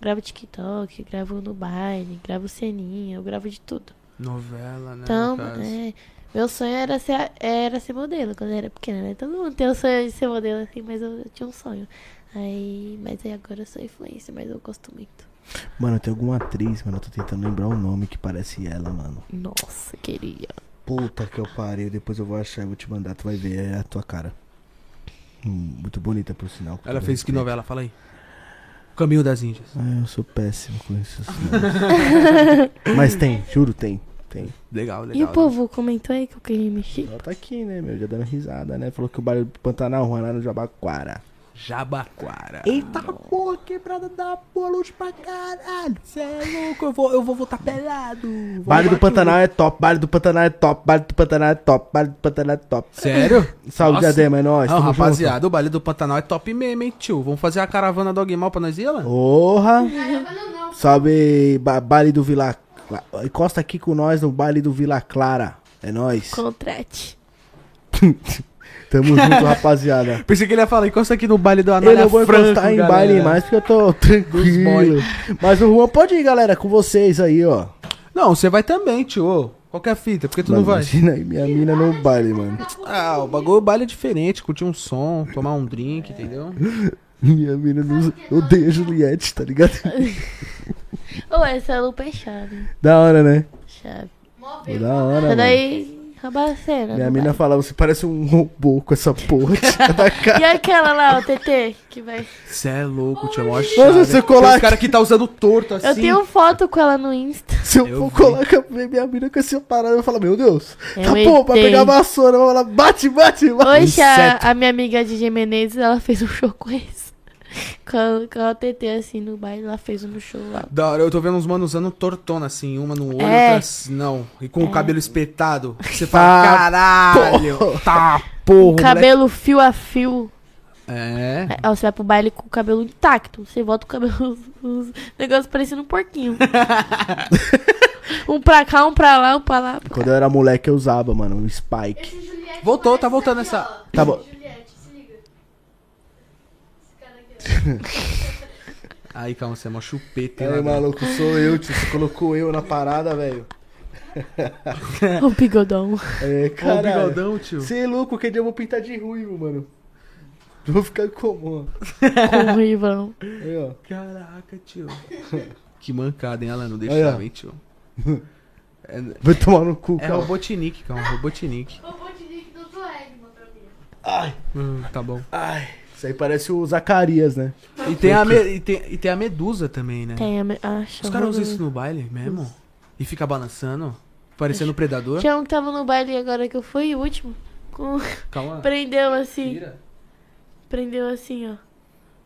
Speaker 3: Gravo TikTok, gravo no baile, gravo ceninha, eu gravo de tudo.
Speaker 2: Novela, né?
Speaker 3: Então,
Speaker 2: no caso.
Speaker 3: é, meu sonho era ser, a- era ser modelo quando eu era pequena, né? Todo mundo tem o sonho de ser modelo, assim, mas eu, eu tinha um sonho. Aí, mas aí agora eu sou influencer, mas eu gosto muito.
Speaker 1: Mano, tem alguma atriz, mano, eu tô tentando lembrar o nome que parece ela, mano.
Speaker 3: Nossa, queria.
Speaker 1: Puta que eu pariu, depois eu vou achar e vou te mandar, tu vai ver é a tua cara. Hum, Muito bonita, por sinal.
Speaker 2: Ela fez que novela? Fala aí. Caminho das Índias.
Speaker 1: Ah, eu sou péssimo com esses nomes. Mas tem, juro, tem. Tem.
Speaker 2: Legal, legal.
Speaker 3: E o
Speaker 2: né?
Speaker 3: povo comentou aí que eu queria mexer?
Speaker 1: Ela tá aqui, né, meu? Já dando risada, né? Falou que o barulho do Pantanal ruim lá no Jabaquara.
Speaker 2: Jabaquara.
Speaker 1: Eita porra, quebrada da boa luz pra caralho.
Speaker 2: Cê é louco, eu vou, eu vou voltar pelado. Vou
Speaker 1: Baile do
Speaker 2: voltar
Speaker 1: Pantanal é top, baile do Pantanal é top, baile do Pantanal é top, baile do Pantanal é top.
Speaker 2: aqui. Sério?
Speaker 1: Salve,
Speaker 2: Nossa.
Speaker 1: Diadema, é nóis.
Speaker 2: Não,
Speaker 1: tamo junto.
Speaker 2: rapaziada, o baile do Pantanal é top mesmo, hein, tio? Vamos fazer a caravana do Mal pra nós ir lá?
Speaker 1: Porra! Salve, ba baile do Vila Cla- Encosta aqui com nós no baile do Vila Clara. É nóis.
Speaker 3: Contrate.
Speaker 1: Tamo junto, rapaziada.
Speaker 2: Pensei que ele ia falar, encosta aqui no baile do
Speaker 1: Eu
Speaker 2: Anália
Speaker 1: não vou
Speaker 2: é Franco,
Speaker 1: encostar é em
Speaker 2: galera.
Speaker 1: baile mais porque eu tô tranquilo.
Speaker 2: boy.
Speaker 1: Mas o Juan pode ir, galera, com vocês aí, ó.
Speaker 2: Não, você vai também, tio. Qualquer fita, por que tu
Speaker 1: Mano,
Speaker 2: não vai?
Speaker 1: Imagina aí, minha mina no baile, mano.
Speaker 2: Ah, o bagulho o baile é diferente, curtir um som, tomar um drink, entendeu?
Speaker 1: Minha mina não odeia Juliette, tá ligado?
Speaker 3: Ô, essa lupa é chave.
Speaker 1: Da hora, né?
Speaker 3: Chave.
Speaker 1: Pô, Da hora,
Speaker 3: Mas
Speaker 1: mano.
Speaker 3: daí, rabacena.
Speaker 1: Minha
Speaker 3: não
Speaker 1: mina
Speaker 3: vai.
Speaker 1: fala, você parece um robô com essa porra. tia da cara.
Speaker 3: E aquela lá, o TT, que vai.
Speaker 2: Cê é louco, tio, é mó
Speaker 1: Nossa,
Speaker 2: chave.
Speaker 1: seu
Speaker 2: Tem
Speaker 1: colar
Speaker 2: uns cara que tá usando torto assim.
Speaker 3: Eu tenho foto com ela no Insta.
Speaker 1: Se eu, for
Speaker 2: Eu vi.
Speaker 1: colocar ver minha mina com essa parada, eu falo, meu Deus,
Speaker 3: É
Speaker 1: tá
Speaker 3: um
Speaker 1: bom, pra
Speaker 3: ET.
Speaker 1: pegar a vassoura, eu falo, bate, bate, bate.
Speaker 3: Hoje
Speaker 2: Inseto.
Speaker 3: a, a minha amiga DJ Menezes, ela fez um show com esse. Com, com a TT assim no baile, ela fez um show lá.
Speaker 2: Da hora, eu tô vendo uns manos usando tortona, assim, uma no olho,
Speaker 3: É.
Speaker 2: outra assim, não. E com o cabelo espetado. Você fala,
Speaker 1: Tá,
Speaker 2: caralho, tá,
Speaker 1: Porra,
Speaker 3: cabelo fio a fio.
Speaker 2: É.
Speaker 3: É, Aí você vai pro baile com o cabelo intacto. Você volta o cabelo. Os, os negócios parecendo um porquinho. um pra cá, um pra lá, um pra lá.
Speaker 1: Quando eu era moleque, eu usava, mano, um spike.
Speaker 2: Voltou, tá voltando essa.
Speaker 1: Tá bom.
Speaker 2: Aí, calma, você é uma chupeta, hein,
Speaker 1: Aí,
Speaker 2: ladrão.
Speaker 1: maluco, sou eu, tio. Você colocou eu na parada, velho.
Speaker 3: O bigodão.
Speaker 1: É,
Speaker 2: Ô,
Speaker 1: cara.
Speaker 2: bigodão, tio.
Speaker 1: Você é louco, que dia eu vou pintar de ruivo, mano. Vou ficar como?
Speaker 3: com o Ivão.
Speaker 1: Aí, ó.
Speaker 2: Caraca, tio. que mancada, hein? Ela não
Speaker 1: Aí, ó.
Speaker 2: deixava, hein, tio. É,
Speaker 1: Vai tomar no cu,
Speaker 2: é
Speaker 1: cara.
Speaker 2: Robotnik, calma, Robotnik.
Speaker 1: Ai,
Speaker 2: Hum, tá bom.
Speaker 1: ai. Isso aí parece o Zacarias, né?
Speaker 2: E tem, a me- e, tem, e tem a Medusa também, né?
Speaker 3: Tem a. me- Ah,
Speaker 2: Os caras usam isso no baile mesmo? E fica balançando? Parecendo um predador?
Speaker 3: Tinha um que tava no baile agora que eu fui, o último. Com...
Speaker 1: Ah,
Speaker 2: Calma.
Speaker 3: Prendeu assim.
Speaker 2: Tira.
Speaker 3: Prendeu assim, ó.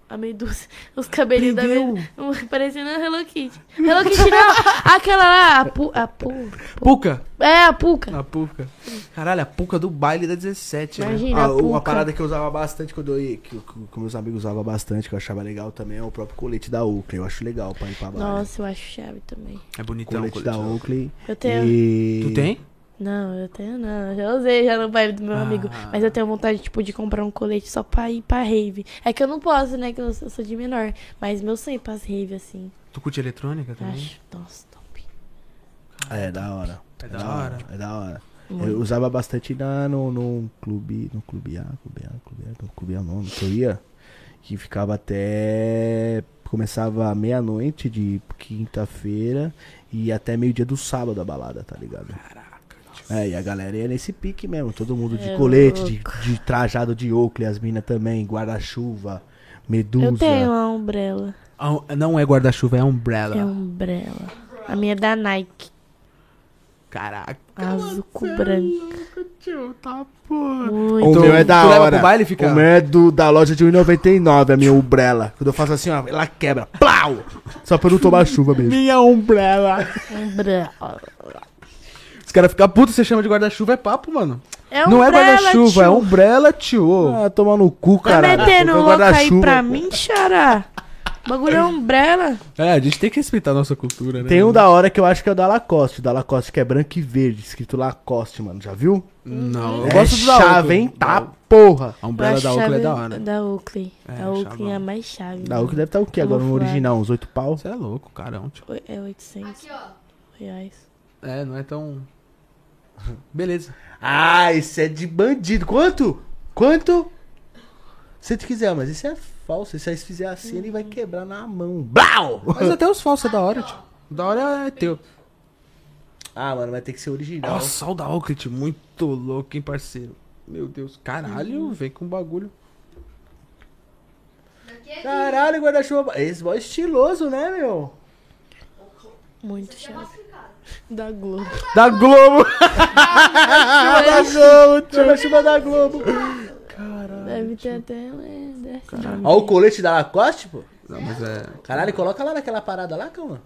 Speaker 3: A medusa. Os cabelinhos da
Speaker 2: Prendeu.
Speaker 3: medusa. um, Parecendo a Hello Kitty. Hello Kitty não! Aquela lá, a pu... a pu...
Speaker 2: Puca!
Speaker 3: É, a
Speaker 1: Ah,
Speaker 3: Puca.
Speaker 2: A Puca. Caralho, a Puca do baile da 17, né?
Speaker 3: Imagina, a,
Speaker 1: Ah,
Speaker 3: Puca.
Speaker 1: uma parada que eu usava bastante quando eu ia, que, que, que meus amigos usavam bastante, que eu achava legal também, é o próprio colete da Oakley. Eu acho legal pra ir pra baile.
Speaker 3: Nossa, eu acho chave também.
Speaker 2: É bonitão
Speaker 1: Então, colete,
Speaker 2: o
Speaker 1: da
Speaker 2: colete.
Speaker 1: Oakley.
Speaker 3: Eu tenho...
Speaker 1: E...
Speaker 2: Tu tem?
Speaker 3: Não, eu tenho não. Eu Já usei já no baile do meu
Speaker 2: Ah.
Speaker 3: amigo. Mas eu tenho vontade, tipo, de comprar um colete só pra ir pra rave. É que eu não posso, né? Que eu sou, eu sou de menor. Mas meu sonho é ir pras rave, assim.
Speaker 2: Tu curte eletrônica
Speaker 1: Hum.
Speaker 2: também?
Speaker 3: Acho. Nossa, top.
Speaker 1: É, da hora.
Speaker 2: É da hora.
Speaker 1: É da hora. Eu
Speaker 3: Muito.
Speaker 1: usava bastante na, no, no clube. No clube A, clube A, clube A, clube A não, que eu ia. Que ficava até. Começava meia-noite de quinta-feira e até meio-dia do sábado a balada, tá ligado?
Speaker 2: Caraca. tio.
Speaker 1: É, e a galera ia nesse pique mesmo, todo mundo de
Speaker 3: É
Speaker 1: colete, de, de trajado de Oakley, as minas também, guarda-chuva, medusa.
Speaker 3: Eu tenho a Umbrella.
Speaker 2: Ah, Não é guarda-chuva, é umbrella.
Speaker 3: É Umbrella. A minha é da Nike.
Speaker 2: Caraca.
Speaker 3: Azul com branco.
Speaker 2: Tio, tá porra.
Speaker 3: Muito.
Speaker 1: O
Speaker 2: Então,
Speaker 1: meu é da
Speaker 2: tu leva
Speaker 1: hora.
Speaker 2: pro baile e fica-
Speaker 1: O meu é do, da loja de 1,99, a minha Umbrella. Quando eu faço assim, ó, ela quebra. Plau! Só pra eu não tomar chuva mesmo.
Speaker 2: Minha umbrella.
Speaker 3: Umbrella.
Speaker 2: Os caras ficam putos, você chama de guarda-chuva, é papo, mano.
Speaker 3: É
Speaker 2: não é
Speaker 3: Umbrella,
Speaker 2: guarda-chuva, é
Speaker 3: tio.
Speaker 2: umbrella, tio.
Speaker 1: Ah, tomar no cu,
Speaker 3: Tá
Speaker 1: cara.
Speaker 3: metendo louco aí pra mim, xará? O bagulho é Umbrella.
Speaker 2: É, a gente tem que respeitar a nossa cultura, né?
Speaker 1: Tem um da hora que eu acho que é o da Lacoste. O da Lacoste que é branco e verde, escrito Lacoste, mano. Já viu?
Speaker 2: Não, eu
Speaker 1: é
Speaker 2: gosto do da
Speaker 1: chave,
Speaker 2: Oakley.
Speaker 1: hein? Tá, porra.
Speaker 2: A umbrella
Speaker 3: acho
Speaker 2: da Oakley é
Speaker 3: chave
Speaker 2: da hora.
Speaker 3: Da Oakley.
Speaker 2: É,
Speaker 3: a Oakley é
Speaker 2: chavão.
Speaker 3: a mais chave.
Speaker 1: Da Oakley deve estar o quê agora no
Speaker 3: Camuflado.
Speaker 1: original? Uns oito pau?
Speaker 2: Você é louco, carão, tio.
Speaker 3: Oi- É 800
Speaker 4: Aqui, ó.
Speaker 3: reais.
Speaker 2: É, não é tão... Beleza.
Speaker 1: Ah, isso é de bandido. Quanto? Quanto? Se tu quiser, mas isso é falso. Se aí se fizer assim, ele vai quebrar na mão. Blau!
Speaker 2: Mas até os falsos é da hora, tio. O Da hora é teu.
Speaker 1: Ah, mano, vai ter que ser original.
Speaker 2: Nossa, o da Oakley, tio, muito louco, hein, parceiro. Meu Deus, caralho, vem com um bagulho.
Speaker 4: Daqui é
Speaker 1: Caralho, guarda-chuva. Esse boy é estiloso, né, meu?
Speaker 3: Muito chave. Da Globo.
Speaker 2: Da Globo!
Speaker 1: Guarda-chuva, guarda-chuva da Globo.
Speaker 3: Deve ter até. É, desse nome.
Speaker 1: Ó o colete da Lacoste, pô.
Speaker 2: Não, mas é...
Speaker 1: Caralho, coloca lá naquela parada lá, calma.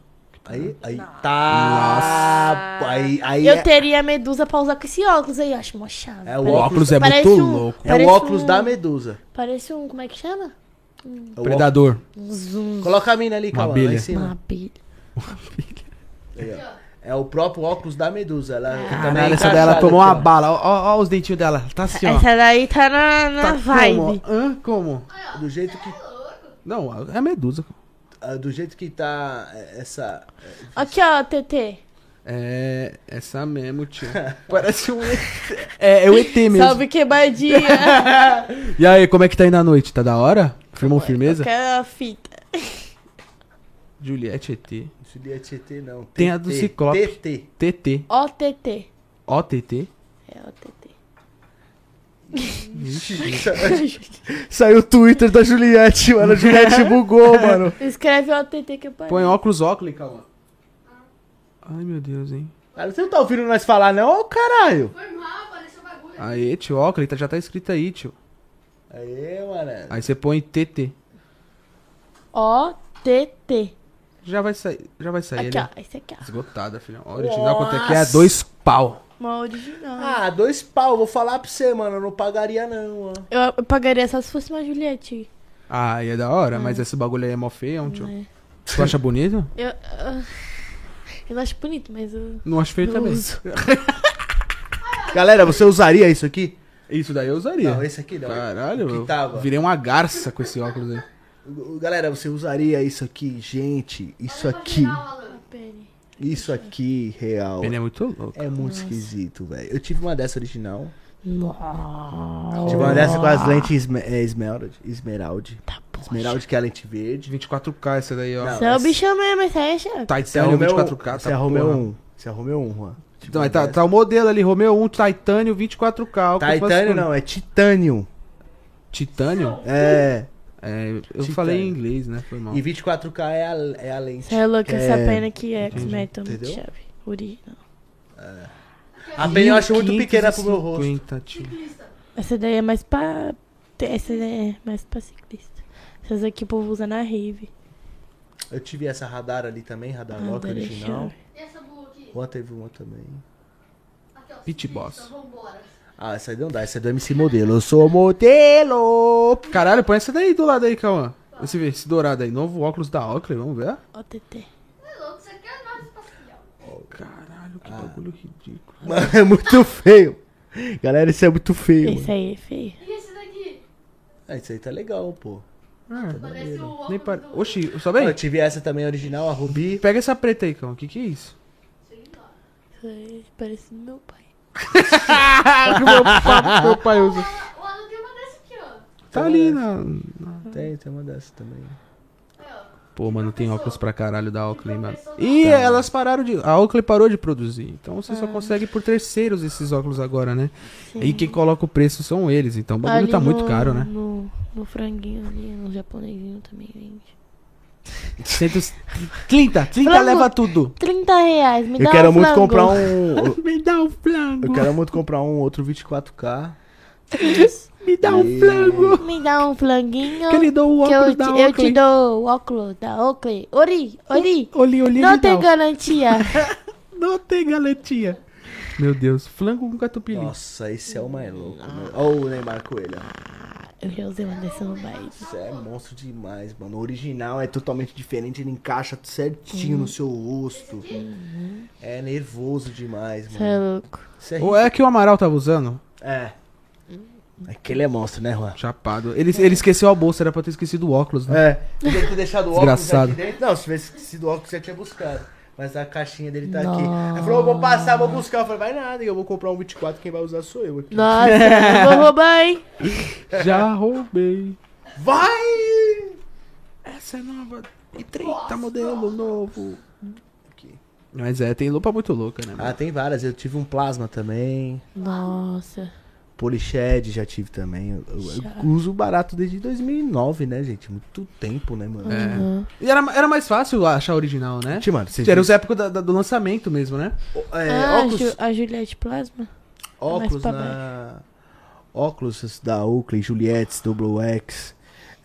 Speaker 1: Aí, aí, tá. Nossa. Aí, aí
Speaker 3: Eu
Speaker 1: é,
Speaker 3: teria a medusa pra usar com esse óculos aí. Eu acho uma chave.
Speaker 1: É, o
Speaker 2: O
Speaker 3: Parece-
Speaker 2: óculos é
Speaker 3: parece
Speaker 2: muito
Speaker 3: um-
Speaker 2: louco.
Speaker 1: é o
Speaker 3: parece
Speaker 1: óculos
Speaker 3: um-
Speaker 1: da Medusa.
Speaker 3: Parece um. Como é que chama?
Speaker 1: É o
Speaker 2: Predador.
Speaker 3: Um zoom.
Speaker 1: óculos- Coloca a mina ali, calma, lá em
Speaker 2: abelha.
Speaker 1: cima.
Speaker 3: Uma abelha.
Speaker 1: Aí, ó. É o próprio óculos da Medusa. Ela também
Speaker 2: Caralho,
Speaker 1: é
Speaker 2: essa Tá dela
Speaker 1: encaixada
Speaker 2: tomou
Speaker 1: aqui,
Speaker 2: uma
Speaker 1: ó.
Speaker 2: bala. Ó, ó, ó os dentinhos dela. Tá assim, ó.
Speaker 3: Essa daí tá na, na
Speaker 2: Tá
Speaker 3: vibe.
Speaker 2: Como? Hã? Como?
Speaker 1: Do jeito que,
Speaker 2: Não, é a medusa.
Speaker 1: ah, do jeito que tá é, essa.
Speaker 3: Aqui, ó, TT.
Speaker 2: É. Essa mesmo, tio. Parece um. É, é o ET mesmo.
Speaker 3: Salve quebadinha.
Speaker 2: E aí, como é que tá indo a noite? Tá da hora? Firmou firmeza?
Speaker 3: Que é a fita.
Speaker 2: Juliette ET.
Speaker 1: Isso ali é TT, não.
Speaker 2: Tem a do
Speaker 1: TT.
Speaker 2: Ciclope.
Speaker 1: TT.
Speaker 2: TT.
Speaker 3: OTT.
Speaker 2: OTT.
Speaker 3: É OTT.
Speaker 1: Saiu o Twitter da Juliette, mano. A Juliette bugou, mano.
Speaker 3: Escreve OTT que eu parei.
Speaker 2: Põe óculos, óculos, calma. Ai, meu Deus, hein.
Speaker 1: Cara, você não tá ouvindo nós falar, não? Ô, caralho.
Speaker 4: Foi mal, apareceu bagulho.
Speaker 2: Aê, tio, óculos, tá- já tá escrito aí, tio.
Speaker 1: Aê, mano.
Speaker 2: Aí você põe TT. um.
Speaker 3: OTT.
Speaker 2: Já vai sair. Já vai sair,
Speaker 3: Aqui,
Speaker 2: né?
Speaker 3: ó. Esse aqui, ó.
Speaker 2: Esgotada, filhão. Ó, Original quanto é que é?
Speaker 1: Nossa.
Speaker 2: Dois pau.
Speaker 3: Uma original.
Speaker 1: Ah, dois pau. Vou falar pra você, mano. Eu não pagaria, não, ó.
Speaker 3: Eu, eu pagaria só se fosse uma Juliette.
Speaker 2: Ah, e é da hora, mas esse bagulho aí é mó feião, tio.
Speaker 3: né?
Speaker 2: Tu acha bonito?
Speaker 3: Eu, eu, eu não acho bonito, mas eu.
Speaker 2: Não acho feio
Speaker 3: Eu
Speaker 2: também.
Speaker 3: uso.
Speaker 1: Galera, você usaria isso aqui?
Speaker 2: Isso daí eu usaria.
Speaker 1: Não, esse aqui não.
Speaker 2: Caralho,
Speaker 1: O
Speaker 2: eu
Speaker 1: que tava.
Speaker 2: virei uma garça com esse óculos aí.
Speaker 1: Galera, você usaria isso aqui? Gente, isso aqui.
Speaker 3: Pene.
Speaker 1: Isso aqui, real.
Speaker 2: Ele é muito louco.
Speaker 1: É muito esquisito, velho. Eu tive uma dessa original.
Speaker 3: Nossa.
Speaker 1: Tipo, uma dessa com as lentes esme é, esmerald, esmeralde.
Speaker 3: Tá bom.
Speaker 1: Esmeralde que é a lente verde.
Speaker 2: 24K essa daí, ó.
Speaker 1: Não.
Speaker 3: Você é o bicho mesmo, esse aí é chato.
Speaker 2: Titanium
Speaker 1: Romeo-
Speaker 2: 24K.
Speaker 1: Você é
Speaker 2: tá
Speaker 1: Romeo
Speaker 2: porra.
Speaker 1: 1. Você é Romeo 1, Juan. Tipo,
Speaker 2: Então, aí tá,
Speaker 1: dessa.
Speaker 2: tá o modelo ali, Romeo 1, Titânio 24K. o que eu faço
Speaker 1: Titânio
Speaker 2: com-
Speaker 1: não, é Titanium.
Speaker 2: Titânio?
Speaker 1: É.
Speaker 2: É, eu
Speaker 1: Titânio.
Speaker 2: falei em inglês, né? Foi mal.
Speaker 1: E 24K é a, é a lente.
Speaker 3: Você é louco, essa
Speaker 1: É.
Speaker 3: pena que é X-Men tá muito
Speaker 1: Entendeu?
Speaker 3: chave. Uri, não.
Speaker 1: A pena eu acho muito pequena pro meu rosto.
Speaker 2: 1550, tio.
Speaker 3: Essa daí é mais pra. Essa daí é mais pra ciclista. Essas aqui o povo usa na rave.
Speaker 1: Eu tive essa radar ali também,
Speaker 3: Ah,
Speaker 1: radar lock
Speaker 3: Adorei
Speaker 1: original.
Speaker 3: chave.
Speaker 4: E essa blue aqui?
Speaker 1: Juan teve uma também.
Speaker 4: Aqui, ó.
Speaker 2: Pit
Speaker 4: ciclista,
Speaker 2: Boss.
Speaker 4: Vambora.
Speaker 1: Ah, essa aí não dá, essa é do MC Modelo. Eu sou modelo!
Speaker 2: Caralho, põe essa daí do lado aí, Cauã. Esse, esse dourado aí, novo óculos da Oakley, vamos ver?
Speaker 3: Ó, TT.
Speaker 4: É louco, você quer mais espacial.
Speaker 2: Caralho, que bagulho ridículo.
Speaker 1: Mano, é muito feio. Galera, isso é muito feio.
Speaker 3: Esse é- aí é feio.
Speaker 4: E esse daqui?
Speaker 1: mano. Ah, isso aí tá legal, pô.
Speaker 2: Ah,
Speaker 4: Parece o óculos
Speaker 2: nem para...
Speaker 4: do...
Speaker 2: Oxi, só
Speaker 1: eu
Speaker 2: bem?
Speaker 1: tive essa também original, a Rubi.
Speaker 2: Pega essa preta aí, Cauã, o que que é isso?
Speaker 3: Isso aí parece meu pai.
Speaker 2: Ah, que meu, pa- meu pai
Speaker 4: O
Speaker 2: usa.
Speaker 4: Alan- o Alan tem uma dessa aqui, ó.
Speaker 2: Tá ali na...
Speaker 3: Ah.
Speaker 1: Tem, tem uma dessa também.
Speaker 4: Aí, ó.
Speaker 2: Pô, mano, tem óculos pra caralho da Oakley, mano. Tá. E elas pararam de... A Oakley parou de produzir. Então você só consegue por terceiros esses óculos agora, né? E quem coloca o preço são eles. Então o bagulho
Speaker 3: Ali
Speaker 2: tá muito
Speaker 3: no-
Speaker 2: caro, né?
Speaker 3: No, no franguinho ali, no japonesinho também vende.
Speaker 2: 130, 30
Speaker 3: Frango.
Speaker 2: leva tudo.
Speaker 3: 30 reais, me dá
Speaker 1: Eu quero
Speaker 3: um
Speaker 1: muito
Speaker 3: frango.
Speaker 1: comprar um.
Speaker 2: Me dá um flango.
Speaker 1: Eu quero muito comprar um outro 24K.
Speaker 3: Isso.
Speaker 2: Me dá um flango.
Speaker 3: Me dá um flanguinho.
Speaker 2: Que ele dou o
Speaker 3: que
Speaker 2: óculos
Speaker 3: eu,
Speaker 2: da
Speaker 3: te, eu
Speaker 2: Oakley.
Speaker 3: te dou o óculos da Oakley. Ori, Ori.
Speaker 2: Olhe, olhe,
Speaker 3: não
Speaker 2: me
Speaker 3: tem
Speaker 2: dá. um-
Speaker 3: garantia.
Speaker 2: Não tem galantia. Meu Deus, flango com catupiry.
Speaker 1: Nossa, esse é o mais louco. Olha
Speaker 3: Ah.
Speaker 1: o Neymar Coelho. ó.
Speaker 3: eu já usei uma dessa no baile.
Speaker 1: Isso é monstro demais, mano. O original é totalmente diferente, ele encaixa certinho no seu rosto. É nervoso demais,
Speaker 3: Você Uhum. é
Speaker 1: mano.
Speaker 3: louco.
Speaker 1: Isso é.
Speaker 2: Ou é que o Amaral tava usando?
Speaker 1: É. Aquele é monstro, né, Juan?
Speaker 2: Chapado. Ele, ele esqueceu a bolsa, era pra ter esquecido o óculos, né?
Speaker 1: É. Podia ter deixado o óculos
Speaker 2: Desgraçado.
Speaker 1: aqui dentro. Não, se tivesse sido o óculos, já tinha buscado. Mas a caixinha dele tá aqui.
Speaker 3: Nossa.
Speaker 1: Aí falou, eu vou passar, vou buscar. Eu falei, vai nada, eu vou comprar um 24, quem vai usar sou eu aqui.
Speaker 3: Nossa, eu não vou roubar, hein?
Speaker 2: É. Já roubei.
Speaker 1: Vai!
Speaker 2: Essa é nova. E 30 modelo novo. Mas é, tem lupa muito louca, né? mano?
Speaker 1: Ah, tem várias. Eu tive um plasma também.
Speaker 3: Nossa.
Speaker 1: Polished já tive também. Eu, eu- eu
Speaker 3: Já.
Speaker 1: uso barato desde 2009, né, gente? Muito tempo, né, mano?
Speaker 2: É.
Speaker 3: Uhum.
Speaker 2: E era, era mais fácil achar original, né?
Speaker 1: Gente, mano, vocês
Speaker 2: Era os
Speaker 1: viram-
Speaker 2: época da- da- do lançamento mesmo, né?
Speaker 1: é,
Speaker 3: ah,
Speaker 1: óculos,
Speaker 3: Ju- a Juliette Plasma?
Speaker 1: óculos
Speaker 3: pra
Speaker 1: na... Óculos da Oakley, Juliette, Double X,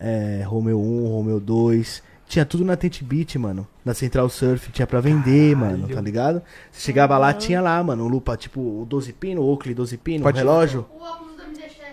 Speaker 1: é, Romeo 1, Romeo 2. Tinha tudo na Tent Beat, mano. Na Central Surf, tinha pra vender, mano, tá ligado? Você chegava
Speaker 3: Uhum.
Speaker 1: lá, tinha lá, mano, lupa, tipo, o 12 pino, o Oakley 12 pino,
Speaker 2: Pode-
Speaker 1: o relógio.
Speaker 4: O óculos do MD Chef.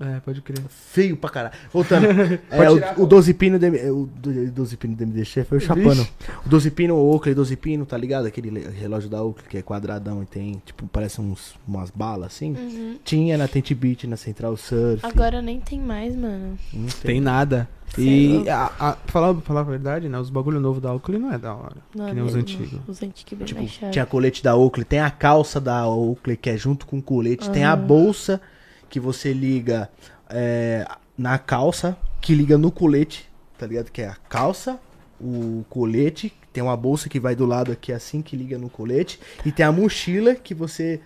Speaker 2: É, pode crer.
Speaker 1: Feio pra caralho. Voltando. é,
Speaker 2: Pode
Speaker 1: o-
Speaker 2: tirar,
Speaker 1: o, 12 pino do, M- é, o do- 12 pino do MDC foi o Chapano. O 12 pino, o Oakley 12 pino, tá ligado? Aquele le- relógio da Oakley que é quadradão e tem, tipo, parece uns, umas balas assim. Tinha na Tent Beat, na Central Surf.
Speaker 3: Agora nem tem mais, mano.
Speaker 1: Não
Speaker 2: Tem nada. E a, a, falar, falar a verdade, né? Os bagulho novo da Oakley não é da hora.
Speaker 3: Não é
Speaker 2: que nem os
Speaker 3: mesmo.
Speaker 2: antigos.
Speaker 3: Os antigos bem mais
Speaker 1: Tipo,
Speaker 3: chaves.
Speaker 1: tinha colete da Oakley, tem a calça da Oakley que é junto com o colete, tem a bolsa que você liga é, na calça, que liga no colete, tá ligado? Que é a calça, o colete, tem uma bolsa que vai do lado aqui assim, que liga no colete, e tem a mochila que você.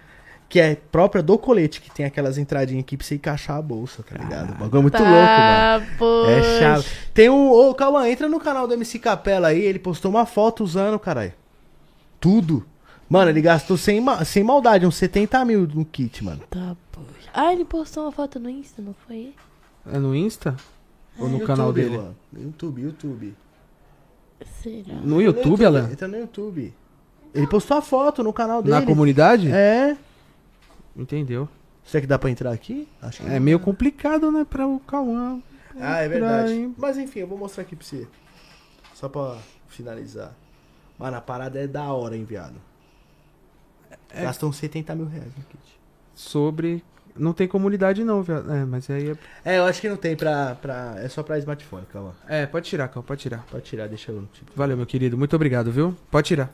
Speaker 1: Que é própria do colete, que tem aquelas entradinhas aqui pra você encaixar a bolsa, tá ligado? O bagulho é muito louco, mano.
Speaker 3: Tá Papo.
Speaker 1: É chave. Tem um. Ô, Cauã, entra no canal do MC Capela aí, ele postou uma foto usando, caralho. Tudo. Mano, ele gastou sem, ma- sem maldade, uns 70 mil no kit, mano.
Speaker 3: Tá, poxa. Ah, ele postou uma foto no Insta, não foi?
Speaker 2: É no Insta? Ou no canal dele?
Speaker 1: Mano. YouTube, YouTube.
Speaker 3: Será?
Speaker 2: No YouTube, Alan?
Speaker 3: É
Speaker 1: Entra no YouTube. Ele postou a foto no canal dele.
Speaker 2: Na comunidade?
Speaker 1: É.
Speaker 2: Entendeu?
Speaker 1: Será que dá pra entrar aqui? Acho que
Speaker 2: É meio complicado, né? Pra o Cauã.
Speaker 1: Ah, é
Speaker 2: hein?
Speaker 1: verdade. Mas enfim, eu vou mostrar aqui pra você. Só pra finalizar. Mano, a parada é da hora, hein, viado.
Speaker 2: É.
Speaker 1: Gastam 70 mil reais no kit.
Speaker 2: Sobre. Não tem comunidade, não, viado. É, mas aí é.
Speaker 1: É, eu acho que não tem pra. pra é só pra smartphone, calma.
Speaker 2: É, pode tirar, Cauã, pode tirar.
Speaker 1: Pode tirar, deixa eu. Tipo.
Speaker 2: Valeu, meu querido. Muito obrigado, viu? Pode tirar.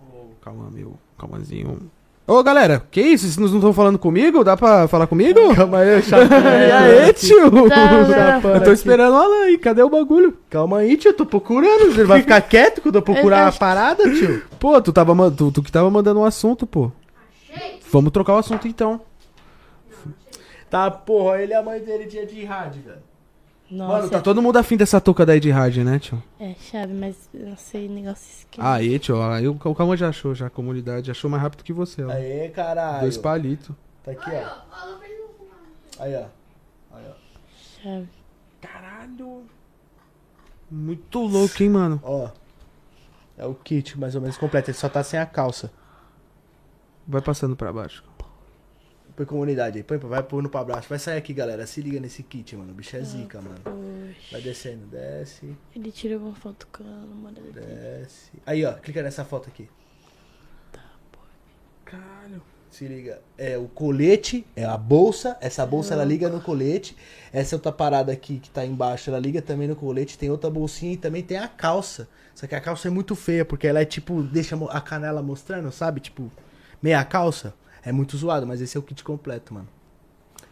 Speaker 2: Ô, Cauã, meu. Cauãzinho. Ô, galera, que isso? Vocês não estão falando comigo? Dá pra falar comigo?
Speaker 1: Calma aí, chapa.
Speaker 2: E aí, tio?
Speaker 3: Tá,
Speaker 2: Eu tô esperando o Alan aí, cadê o bagulho?
Speaker 1: Calma aí, tio, eu tô procurando. Você vai ficar quieto quando eu procurar a
Speaker 3: Exato.
Speaker 1: parada, tio?
Speaker 2: Pô, tu, tava, man- tu, tu que tava mandando um assunto, pô.
Speaker 4: Achei.
Speaker 2: Vamos trocar o assunto então.
Speaker 1: Tá, porra, ele e a mãe dele tinha de rádio, velho.
Speaker 3: Nossa,
Speaker 2: Mano, tá todo mundo afim dessa touca daí de rádio, né, tio?
Speaker 3: é chave, mas eu não sei negócio esquece.
Speaker 2: Aí, tio, aí o Cal- o Calma já achou, já a comunidade achou mais rápido que você, ó.
Speaker 1: Aê, caralho.
Speaker 2: Dois palitos.
Speaker 1: Tá aqui,
Speaker 4: Olha,
Speaker 1: ó.
Speaker 4: ó. Ó, ela fez um.
Speaker 1: Aí, ó. Aí, ó.
Speaker 3: Chave.
Speaker 2: Caralho. Muito louco, hein, mano?
Speaker 1: Ó. É o kit mais ou menos completo. Ele só tá sem a calça.
Speaker 2: Vai passando pra baixo.
Speaker 1: Põe comunidade aí. Põe, pra- vai pôr no pra baixo. Vai sair aqui, galera. Se liga nesse kit, mano. O bicho é zica, mano.
Speaker 3: Oxe.
Speaker 1: Vai descendo. Desce,
Speaker 3: Ele tirou uma foto com a namorada dele.
Speaker 1: desce. Aí, ó. Clica nessa foto aqui.
Speaker 2: Caralho.
Speaker 1: Se liga. É o colete, é a bolsa. Essa bolsa ela liga no colete. Essa outra parada aqui que tá embaixo, ela liga também no colete. Tem outra bolsinha e também tem a calça. Só que a calça é muito feia, porque ela é tipo, deixa mo- a canela mostrando, sabe? Tipo, meia calça. É muito zoado, mas esse é o kit completo, mano.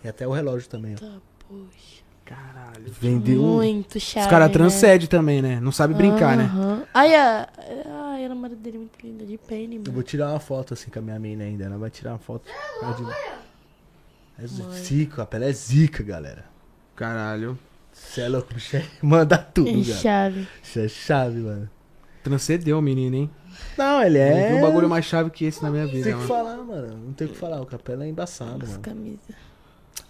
Speaker 1: E até o relógio também, ó.
Speaker 3: Tá, poxa.
Speaker 2: Caralho.
Speaker 1: Vendeu.
Speaker 3: Muito chave.
Speaker 2: Os caras
Speaker 3: né?
Speaker 2: transcendem também, né? Não sabe brincar, né?
Speaker 3: Aham. Ai, a, ai, a namorada dele é muito linda, de pene,
Speaker 1: Eu vou
Speaker 3: mano.
Speaker 1: tirar uma foto assim com a minha mina ainda. Ela vai tirar uma foto. Ela de-
Speaker 4: Olha.
Speaker 1: É
Speaker 3: Mãe.
Speaker 1: zica, a pele é zica, galera.
Speaker 2: Caralho.
Speaker 1: Cê é louco, bicho. é- Manda tudo,
Speaker 3: É
Speaker 1: cara.
Speaker 3: chave.
Speaker 1: Isso é chave, mano.
Speaker 2: Transcendeu o menino, hein?
Speaker 1: Não, ele é.
Speaker 2: Não vi um bagulho mais chave que esse na minha
Speaker 1: Não
Speaker 2: vida,
Speaker 1: tem o que
Speaker 2: mano.
Speaker 1: falar, mano. Não tem o que falar. O capela é embaçado,
Speaker 3: As
Speaker 1: mano.
Speaker 3: camisas.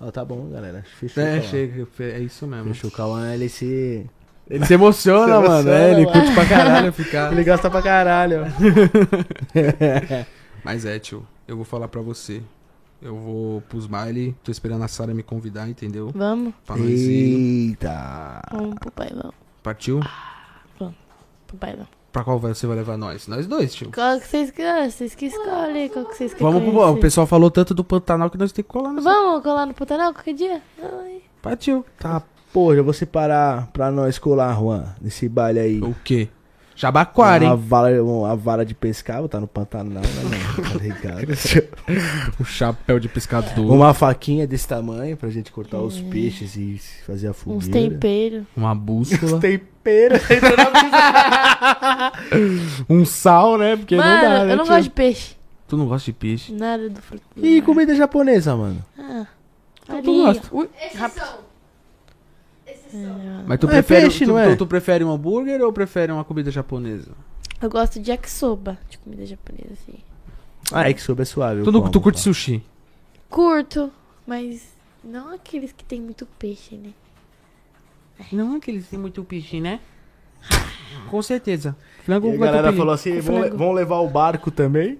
Speaker 1: Ó, tá bom, galera. Fechou. o
Speaker 2: É,
Speaker 1: Cauã.
Speaker 2: chega, é isso mesmo.
Speaker 1: Fechou o Cauã, ele se.
Speaker 2: Ele se emociona,
Speaker 1: Se
Speaker 2: mano. É,
Speaker 1: emociona,
Speaker 2: ele
Speaker 1: mano.
Speaker 2: curte pra caralho ficar.
Speaker 1: Ele gosta pra caralho.
Speaker 2: Mas é, tio, eu vou falar pra você. Eu vou pros baile, tô esperando a Sara me convidar, entendeu?
Speaker 3: Vamos?
Speaker 2: Pra nós ir.
Speaker 1: Eita.
Speaker 3: Vamos pro bailão.
Speaker 2: Partiu?
Speaker 3: Pro bailão.
Speaker 2: Pra qual vai- você vai levar nós? Nós dois, tio.
Speaker 3: Qual que vocês querem? Vocês que escolhem. Qual que vocês querem
Speaker 2: Vamos pro
Speaker 3: conhecer?
Speaker 2: bom. O pessoal falou tanto do Pantanal que nós temos que colar né? no
Speaker 3: Vamos colar no Pantanal qualquer dia? Ai.
Speaker 2: Partiu.
Speaker 1: Tá, porra, eu vou separar pra nós colar, Juan. Nesse baile aí.
Speaker 2: O quê? Jabaquara,
Speaker 1: Uma
Speaker 2: hein?
Speaker 1: vara, uma vara de pescar, vou tá no Pantanal, né, mano? Tá ligado?
Speaker 2: Ah, O chapéu de pescador.
Speaker 1: Uma faquinha desse tamanho pra gente cortar os peixes e fazer a fogueira.
Speaker 3: É. Uns temperos.
Speaker 2: Uma bússola.
Speaker 1: Tempero.
Speaker 2: um sal, né? Porque
Speaker 3: Mano,
Speaker 2: não dá, né,
Speaker 3: eu não
Speaker 2: tio?
Speaker 3: gosto de peixe.
Speaker 2: Tu não gosta de peixe?
Speaker 3: Nada do fruto. do
Speaker 1: E
Speaker 3: mar.
Speaker 1: comida japonesa, mano.
Speaker 3: Ah,
Speaker 2: Eu
Speaker 3: ali,
Speaker 2: gosto. Ui.
Speaker 4: Exceção. Exceção.
Speaker 3: ó.
Speaker 2: Mas tu
Speaker 1: É
Speaker 2: prefere,
Speaker 1: peixe,
Speaker 2: tu,
Speaker 1: não
Speaker 2: tu-
Speaker 1: é?
Speaker 2: tu prefere um hambúrguer ou prefere uma comida japonesa?
Speaker 3: Eu gosto de yakisoba, de comida japonesa, assim.
Speaker 1: Ah, é que soube é suave. eu
Speaker 2: Tu, não-
Speaker 1: como,
Speaker 2: tu curte
Speaker 1: pá.
Speaker 2: sushi?
Speaker 3: Curto, mas não aqueles que tem muito peixe, né?
Speaker 2: Não é que eles têm muito peixe, né? Com certeza. Frango
Speaker 1: E a
Speaker 2: com
Speaker 1: galera
Speaker 2: catupiry.
Speaker 1: falou assim,
Speaker 3: Com
Speaker 1: vão, le-
Speaker 3: frango.
Speaker 1: vão levar o barco também?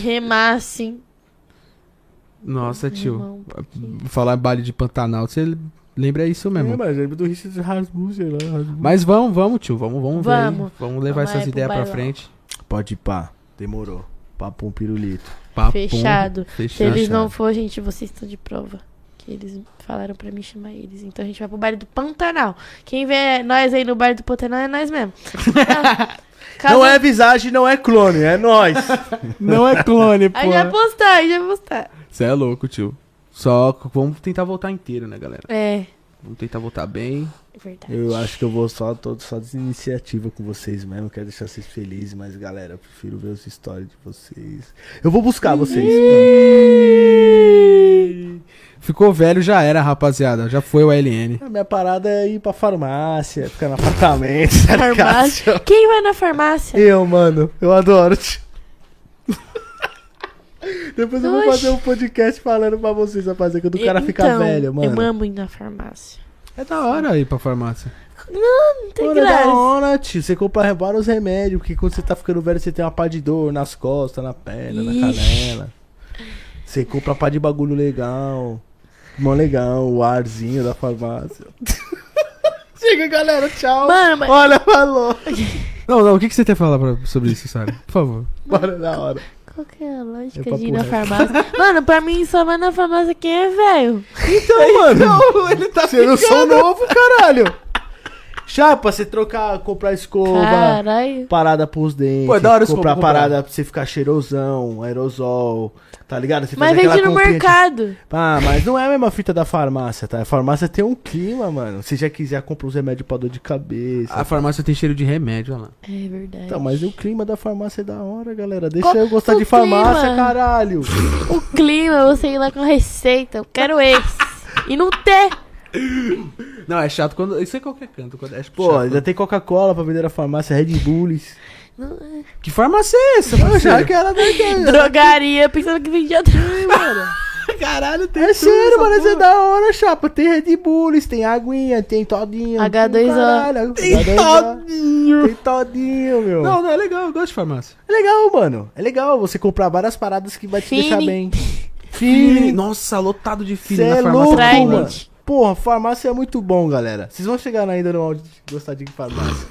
Speaker 3: Remar, assim.
Speaker 2: Nossa, É, tio.
Speaker 3: Remar um pouquinho.
Speaker 2: Falar baile de Pantanal, você lembra isso mesmo.
Speaker 1: É, mas lembra do Richard Rasmussen lá.
Speaker 2: Mas vamos, vamos, tio. Vamos, vamos, ver. aí.
Speaker 3: Vamos.
Speaker 2: Vamos levar
Speaker 3: Vamos
Speaker 2: essas
Speaker 3: aí pro
Speaker 2: ideias pra
Speaker 3: bailão.
Speaker 2: frente.
Speaker 1: Pode ir pá, demorou. Papo um pirulito.
Speaker 2: Papum.
Speaker 3: Fechado. Se
Speaker 2: Fechado.
Speaker 3: eles não for, gente, vocês estão de prova. Que eles falaram pra mim chamar eles. Então a gente vai pro baile do Pantanal. Quem vê nós aí no baile do Pantanal é nós mesmo. Caso-
Speaker 1: Não é visagem, não é clone, é nós.
Speaker 2: Não é clone, pô.
Speaker 3: Aí já postar, aí já postar.
Speaker 2: Você é louco, tio. Só que vamos tentar voltar inteiro, né, galera?
Speaker 3: É,
Speaker 2: Vamos tentar voltar bem.
Speaker 3: verdade.
Speaker 1: eu acho que eu vou só, tô só desiniciativa com vocês mesmo. Quero deixar vocês felizes, mas galera, eu prefiro ver os stories de vocês. Eu vou buscar vocês. né?
Speaker 2: Ficou velho, já era, rapaziada. Já foi o LN.
Speaker 1: A minha parada é ir pra farmácia, ficar no apartamento. sabe, cara?
Speaker 3: Farmácia. Tá. Quem vai na farmácia?
Speaker 1: Eu, mano, eu adoro te. Depois eu vou
Speaker 3: Oxi.
Speaker 1: fazer um podcast falando pra vocês, rapaziada, quando o cara fica
Speaker 3: Então,
Speaker 1: velho, mano.
Speaker 3: Eu amo ir na farmácia.
Speaker 2: É da hora ir pra farmácia.
Speaker 3: Não, não tem
Speaker 1: Mano, é
Speaker 3: graça.
Speaker 1: da hora, tio. Você compra vários remédios, porque quando você tá ficando velho, você tem uma pá de dor nas costas, na perna, na
Speaker 3: Ixi.
Speaker 1: canela. Você compra pá de bagulho legal. Mó legal, o arzinho da farmácia. Chega, galera, tchau.
Speaker 3: Mano, mas-
Speaker 1: Olha, falou.
Speaker 2: Não, não, o que, que você tem a falar pra- sobre isso, Sara? Por favor.
Speaker 1: Bora é da hora.
Speaker 3: Qual que é a
Speaker 1: É
Speaker 3: lógica
Speaker 1: papo
Speaker 3: de ir na
Speaker 1: reto.
Speaker 3: farmácia? Mano, pra mim só vai na farmácia quem é velho.
Speaker 1: é um Então, mano. ele tá Você não sou novo, caralho. Chapa, você trocar, comprar escova,
Speaker 3: Caralho.
Speaker 1: parada pros dentes,
Speaker 2: Pô, é da hora isso
Speaker 1: comprar
Speaker 2: pra comprar.
Speaker 1: parada pra você ficar cheirosão, aerosol, tá ligado? Você
Speaker 3: Mas
Speaker 1: fazer
Speaker 3: vende
Speaker 1: aquela
Speaker 3: no
Speaker 1: comprinha de-
Speaker 3: mercado.
Speaker 1: Ah, mas não é a mesma fita da farmácia, tá? A farmácia tem um clima, mano. Se já quiser, compra uns remédios pra dor de cabeça.
Speaker 2: A farmácia tem cheiro de remédio, olha lá.
Speaker 3: É verdade.
Speaker 2: Tá,
Speaker 1: Então, mas o clima da farmácia é da hora, galera. Deixa
Speaker 3: Qual-
Speaker 1: eu gostar
Speaker 3: o
Speaker 1: de farmácia,
Speaker 3: clima?
Speaker 1: caralho.
Speaker 3: O clima, você ir lá com a receita. Eu quero esse. E não ter.
Speaker 2: Não, é chato quando. Isso é qualquer canto. Quando... É chato
Speaker 1: Pô,
Speaker 2: quando-
Speaker 1: ainda tem Coca-Cola pra vender na farmácia, Red Bulls.
Speaker 3: Não-
Speaker 2: Que farmácia é essa?
Speaker 1: Eu achava
Speaker 2: parceiro?
Speaker 1: que era verdade.
Speaker 3: Drogaria, pensando que vendia droga.
Speaker 2: Caralho, tem
Speaker 1: É
Speaker 2: tudo
Speaker 1: sério,
Speaker 2: nessa
Speaker 1: mano, isso é
Speaker 2: porra.
Speaker 1: da hora, chapa. Tem Red Bulls, tem aguinha, tem todinho.
Speaker 3: H2O.
Speaker 1: Caralho, H2O.
Speaker 2: Tem todinho.
Speaker 1: Tem todinho, meu.
Speaker 2: Não, não, é legal, eu gosto de farmácia.
Speaker 1: É legal, mano. É legal você comprar várias paradas que vai te
Speaker 3: Fini.
Speaker 1: deixar bem.
Speaker 2: Fini,
Speaker 1: Fini.
Speaker 2: nossa, lotado de fini
Speaker 1: Você é
Speaker 2: na
Speaker 1: louco,
Speaker 2: farmácia.
Speaker 3: Trident.
Speaker 1: mano. Porra, farmácia é muito bom, galera. Vocês vão chegar ainda no áudio de gostar de farmácia.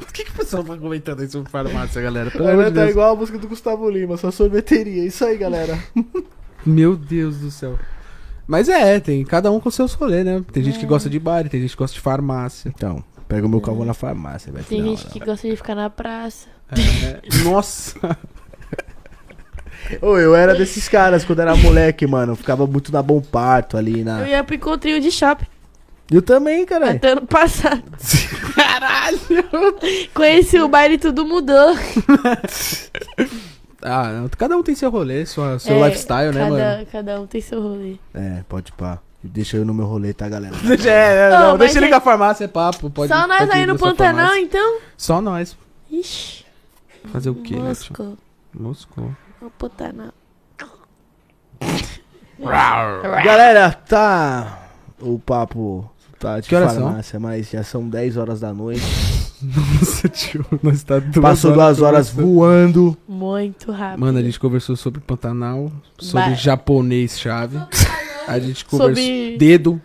Speaker 2: Por que, que o pessoal tá comentando aí sobre farmácia, galera? Pelo amor
Speaker 1: Ela
Speaker 2: de
Speaker 1: tá
Speaker 2: Deus.
Speaker 1: igual a música do Gustavo Lima, só sorveteria. Isso aí, galera.
Speaker 2: Meu Deus do céu. Mas é, tem cada um com seu rolê, né? Tem gente que gosta de bar, tem gente que gosta de farmácia.
Speaker 1: Então, pega o meu carro na farmácia, vai
Speaker 3: Tem gente que gosta de ficar na praça.
Speaker 2: É, é. Nossa!
Speaker 1: Ô, eu era desses caras quando era moleque, mano. Ficava muito na Bom Parto ali
Speaker 3: Eu
Speaker 2: Ah.
Speaker 1: na.
Speaker 3: ia Ah, pro encontrinho de shopping
Speaker 1: Eu também, cara.
Speaker 3: até ano passado.
Speaker 2: Caralho!
Speaker 3: Conheci o baile e tudo mudou.
Speaker 2: Ah, não, cada um tem seu rolê, sua, seu
Speaker 3: É,
Speaker 2: lifestyle, né,
Speaker 3: cada,
Speaker 2: mano?
Speaker 3: Cada um tem seu rolê.
Speaker 1: É, pode pá. Deixa eu no meu rolê, tá, galera?
Speaker 2: Deixa, é, é,
Speaker 3: Ô,
Speaker 2: não,
Speaker 3: mas
Speaker 2: deixa ele
Speaker 3: é-
Speaker 2: com a farmácia, é papo. Pode,
Speaker 3: Só nós
Speaker 2: pode
Speaker 3: aí
Speaker 2: ir
Speaker 3: no
Speaker 2: na sua
Speaker 3: Pantanal,
Speaker 2: farmácia.
Speaker 3: então?
Speaker 2: Só nós.
Speaker 3: Ixi,
Speaker 2: Fazer o quê, né? tio?
Speaker 3: Moscou.
Speaker 2: Moscou.
Speaker 3: O Pantanal.
Speaker 1: Galera, tá. O papo tá de
Speaker 2: Que horas
Speaker 1: farmácia, mas já são 10 horas da noite.
Speaker 2: Nossa, tio, nós tá duas
Speaker 1: Passou duas horas
Speaker 2: conversando.
Speaker 1: voando.
Speaker 3: Muito rápido.
Speaker 2: Mano, a gente conversou sobre Pantanal, sobre
Speaker 3: Tá Ba-
Speaker 2: japonês chave. A gente conversou.
Speaker 3: Sobre-
Speaker 2: Dedo.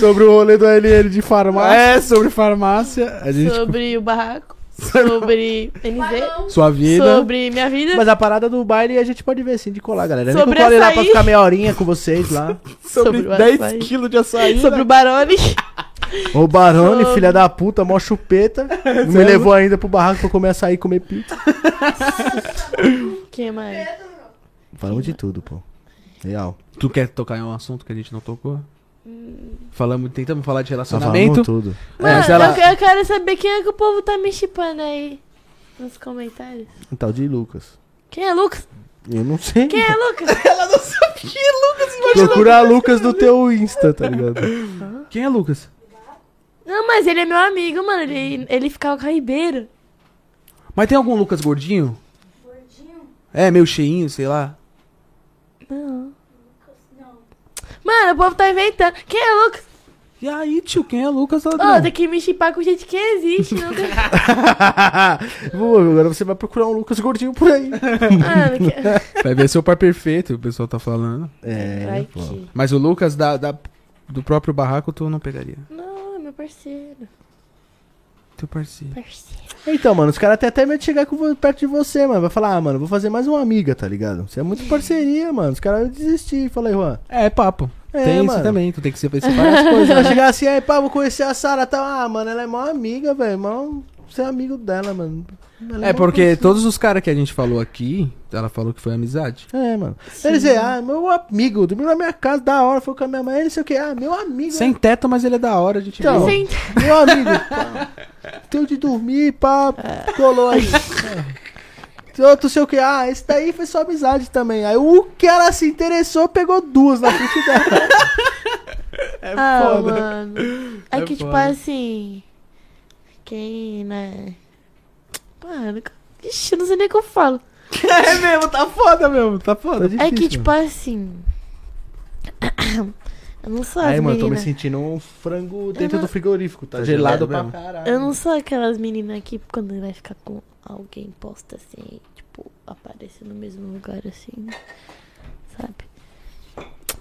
Speaker 1: Sobre o rolê do LL de farmácia.
Speaker 2: É, sobre farmácia. A gente.
Speaker 3: Sobre o barraco. Sobre NZ.
Speaker 2: Sua vida.
Speaker 3: Sobre minha vida.
Speaker 1: Mas a parada do baile a gente pode ver sim de colar, galera.
Speaker 3: É. Sobre
Speaker 1: Sobre eu lá pra
Speaker 3: açaí.
Speaker 1: ficar meia horinha com vocês lá.
Speaker 2: Sobre,
Speaker 3: sobre o
Speaker 2: 10
Speaker 3: açaí.
Speaker 2: quilos de açaí.
Speaker 3: Sobre
Speaker 2: né?
Speaker 3: o Barone.
Speaker 1: Ô Barone,
Speaker 3: Sobre-
Speaker 1: filha da puta, mó chupeta. Não me levou ainda pro barraco pra comer açaí e comer pizza.
Speaker 3: Quem é mais?
Speaker 1: É, Falamos de tudo, pô. Real.
Speaker 2: Tu quer tocar em um assunto que a gente não tocou?
Speaker 3: Hum.
Speaker 2: Falamos, tentamos falar de
Speaker 1: Só falamos
Speaker 2: relacionamento.
Speaker 1: tudo.
Speaker 3: Mano,
Speaker 2: se ela-
Speaker 3: eu, eu quero saber quem é que o povo tá me chipando aí. Nos comentários.
Speaker 1: Um tal de Lucas.
Speaker 3: Quem é Lucas?
Speaker 1: Eu não sei.
Speaker 3: Quem é Lucas?
Speaker 2: Ela não sabe quem é Lucas,
Speaker 1: Procura a Lucas no teu Insta, tá ligado?
Speaker 2: Quem é Lucas?
Speaker 3: Não, mas ele é meu amigo, mano. Ele, ele ficava com a Ribeiro.
Speaker 2: Mas tem algum Lucas gordinho?
Speaker 4: Gordinho?
Speaker 2: É, meio cheinho, sei lá.
Speaker 3: Não.
Speaker 4: Não.
Speaker 3: Mano, o povo tá inventando. Quem é Lucas?
Speaker 2: E aí, tio, quem é Lucas?
Speaker 3: Ô,
Speaker 2: ladrão?
Speaker 3: tem que me chipar com gente que existe. Não tem...
Speaker 1: Pô, agora você vai procurar um Lucas gordinho por aí.
Speaker 3: Mano, que...
Speaker 2: Vai ver seu par perfeito, o pessoal tá falando.
Speaker 1: É,
Speaker 3: Vai
Speaker 1: pô.
Speaker 3: que...
Speaker 2: Mas o Lucas da, da- do próprio barraco tu não pegaria.
Speaker 3: Não, é meu parceiro.
Speaker 2: Teu parceiro.
Speaker 3: Parceiro.
Speaker 1: Então, mano, os caras têm até medo de chegar com vo- perto de você, mano. Vai falar, ah, mano, vou fazer mais uma amiga, tá ligado? Você é muito parceria, mano. Os caras vão desistir. Fala aí, Juan.
Speaker 2: É, papo.
Speaker 1: É,
Speaker 2: tem isso
Speaker 1: mano.
Speaker 2: também, tu tem que separar as coisas.
Speaker 1: Pois vai chegar assim, aí, pá, vou conhecer a Sara. Tá, ah, mano, ela é mó amiga, velho. Mó... Você é amigo dela, mano. Ela
Speaker 2: É,
Speaker 1: mó
Speaker 2: porque todos os caras que a gente falou aqui, ela falou que foi amizade.
Speaker 1: É, mano. Ele dizia, ah, meu amigo, dormiu na minha casa, da hora, foi com a minha mãe, não sei o que. Ah, meu amigo.
Speaker 2: Sem teto, mas ele é da hora, a gente
Speaker 1: Então.
Speaker 2: viu.
Speaker 3: Sem...
Speaker 1: Meu amigo. pá. Teu de dormir, pá, colou aí. É. Outro sei o que. Ah, esse daí foi só amizade também. Aí o que ela se interessou, pegou duas na frente dela.
Speaker 3: ah,
Speaker 2: foda.
Speaker 3: mano. É,
Speaker 2: É
Speaker 3: que, tipo
Speaker 2: foda.
Speaker 3: assim. Quem, né? Mano, ixi, eu não sei nem o que eu falo.
Speaker 2: É mesmo, tá foda mesmo, tá foda.
Speaker 3: é que, tipo assim. Eu não sou as
Speaker 1: Aí, mano, tô me
Speaker 3: meninas.
Speaker 1: sentindo um frango
Speaker 3: dentro
Speaker 1: dentro
Speaker 3: não-
Speaker 1: do
Speaker 3: do
Speaker 1: frigorífico. Tá
Speaker 2: Tá
Speaker 1: gelado
Speaker 2: gelado gelado pra
Speaker 1: pra
Speaker 2: mesmo.
Speaker 1: caralho.
Speaker 3: Eu não sou aquelas meninas que quando vai ficar com alguém posta assim, tipo, aparece no mesmo lugar assim, sabe?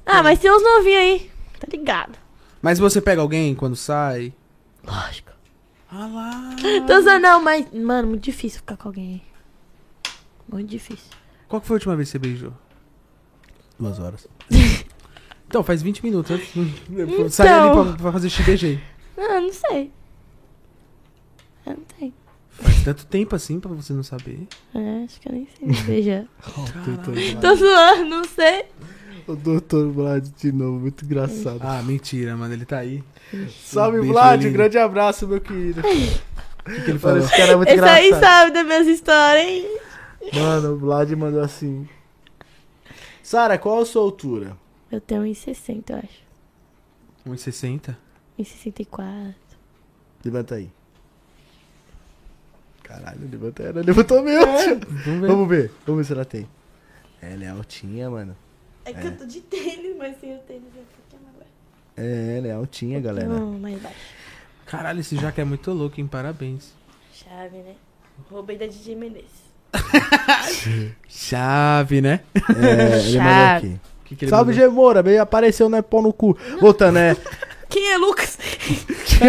Speaker 3: Ah, mas tem uns novinhos aí, tá ligado?
Speaker 2: Mas você pega alguém quando sai?
Speaker 3: Lógico.
Speaker 2: Ah lá.
Speaker 3: Então, só não, mas, mano, muito difícil ficar com alguém aí. Muito difícil.
Speaker 2: Qual que foi a última vez que você beijou?
Speaker 1: Duas horas.
Speaker 2: Então, faz Então. 20 minutos. né? Saiu ali pra, pra fazer xixi beijei.
Speaker 3: Ah, não sei.
Speaker 2: Tanto tempo assim pra você não saber.
Speaker 3: É, acho que eu nem sei me beijar.
Speaker 5: Ó, o doutor Vlad.
Speaker 3: Tô zoando, não sei.
Speaker 5: O doutor Vlad de novo, muito engraçado.
Speaker 2: Ah, mentira, mano. Ele tá aí.
Speaker 5: Salve,
Speaker 2: beijo,
Speaker 5: Vlad, um
Speaker 2: lindo.
Speaker 5: grande abraço, meu querido.
Speaker 2: O que, que ele
Speaker 5: Mano,
Speaker 2: falou?
Speaker 5: esse cara é muito
Speaker 3: Esse aí
Speaker 5: engraçado.
Speaker 3: sabe das minhas histórias, hein?
Speaker 5: Mano, o Vlad mandou assim.
Speaker 1: Sara, qual a sua altura?
Speaker 3: Eu tenho 1,60, eu acho.
Speaker 2: 1,60?
Speaker 3: 1,64.
Speaker 1: Levanta aí.
Speaker 5: Caralho, levantou, ela levantou mesmo. tio.
Speaker 2: Vamos ver.
Speaker 5: Vamos ver.
Speaker 1: Vamos ver se ela tem. Ela é altinha, mano.
Speaker 3: É que eu tô de tênis, mas sem o tênis é um pouquinho mais baixo.
Speaker 1: É, ela é altinha, galera.
Speaker 3: Não, mais baixo.
Speaker 2: Caralho, esse jaque é muito louco, hein? Parabéns.
Speaker 3: Chave, né? Roubei da DJ Menezes.
Speaker 2: Chave, né?
Speaker 1: É, ele mandou aqui.
Speaker 3: Chave.
Speaker 2: O que, que ele
Speaker 1: Salve,
Speaker 2: mandou?
Speaker 1: Gemora. Veio apareceu, né? Pau no cu. Voltando, é.
Speaker 3: Quem é Lucas?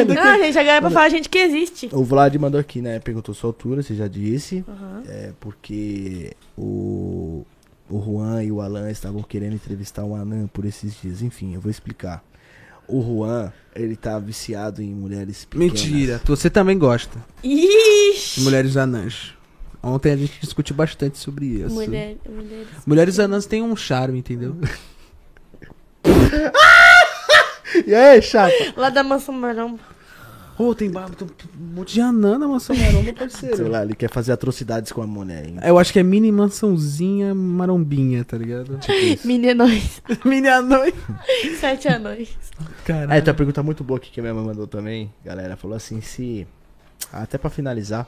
Speaker 3: não, gente, agora é pra falar a gente que existe.
Speaker 1: O Vlad mandou aqui, né? Perguntou sua altura, você já disse.
Speaker 3: Aham.
Speaker 1: É porque o, o Juan e o Alan estavam querendo entrevistar o Anan por esses dias. Enfim, eu vou explicar. O Juan, ele tá viciado em mulheres pequenas.
Speaker 2: Mentira. Você também gosta de
Speaker 3: Ixi!
Speaker 2: mulheres anãs. Ontem a gente discutiu bastante sobre isso.
Speaker 3: Mulher, mulheres.
Speaker 2: Mulheres anãs têm um charme, entendeu?
Speaker 5: E aí, chapa?
Speaker 3: Lá da mansão maromba.
Speaker 2: Ô, tem barba, tem um monte de anã na mansão maromba,
Speaker 1: Sei
Speaker 2: parceiro.
Speaker 1: lá, ele quer fazer atrocidades com a mulher. hein?
Speaker 2: Eu acho que é mini mansãozinha marombinha, tá ligado?
Speaker 3: Mini anões.
Speaker 2: mini anã.
Speaker 3: Sete é anões.
Speaker 2: Caralho.
Speaker 1: Ah, tem uma pergunta muito boa aqui que a minha mãe mandou também, galera. Falou assim, se. Até pra finalizar,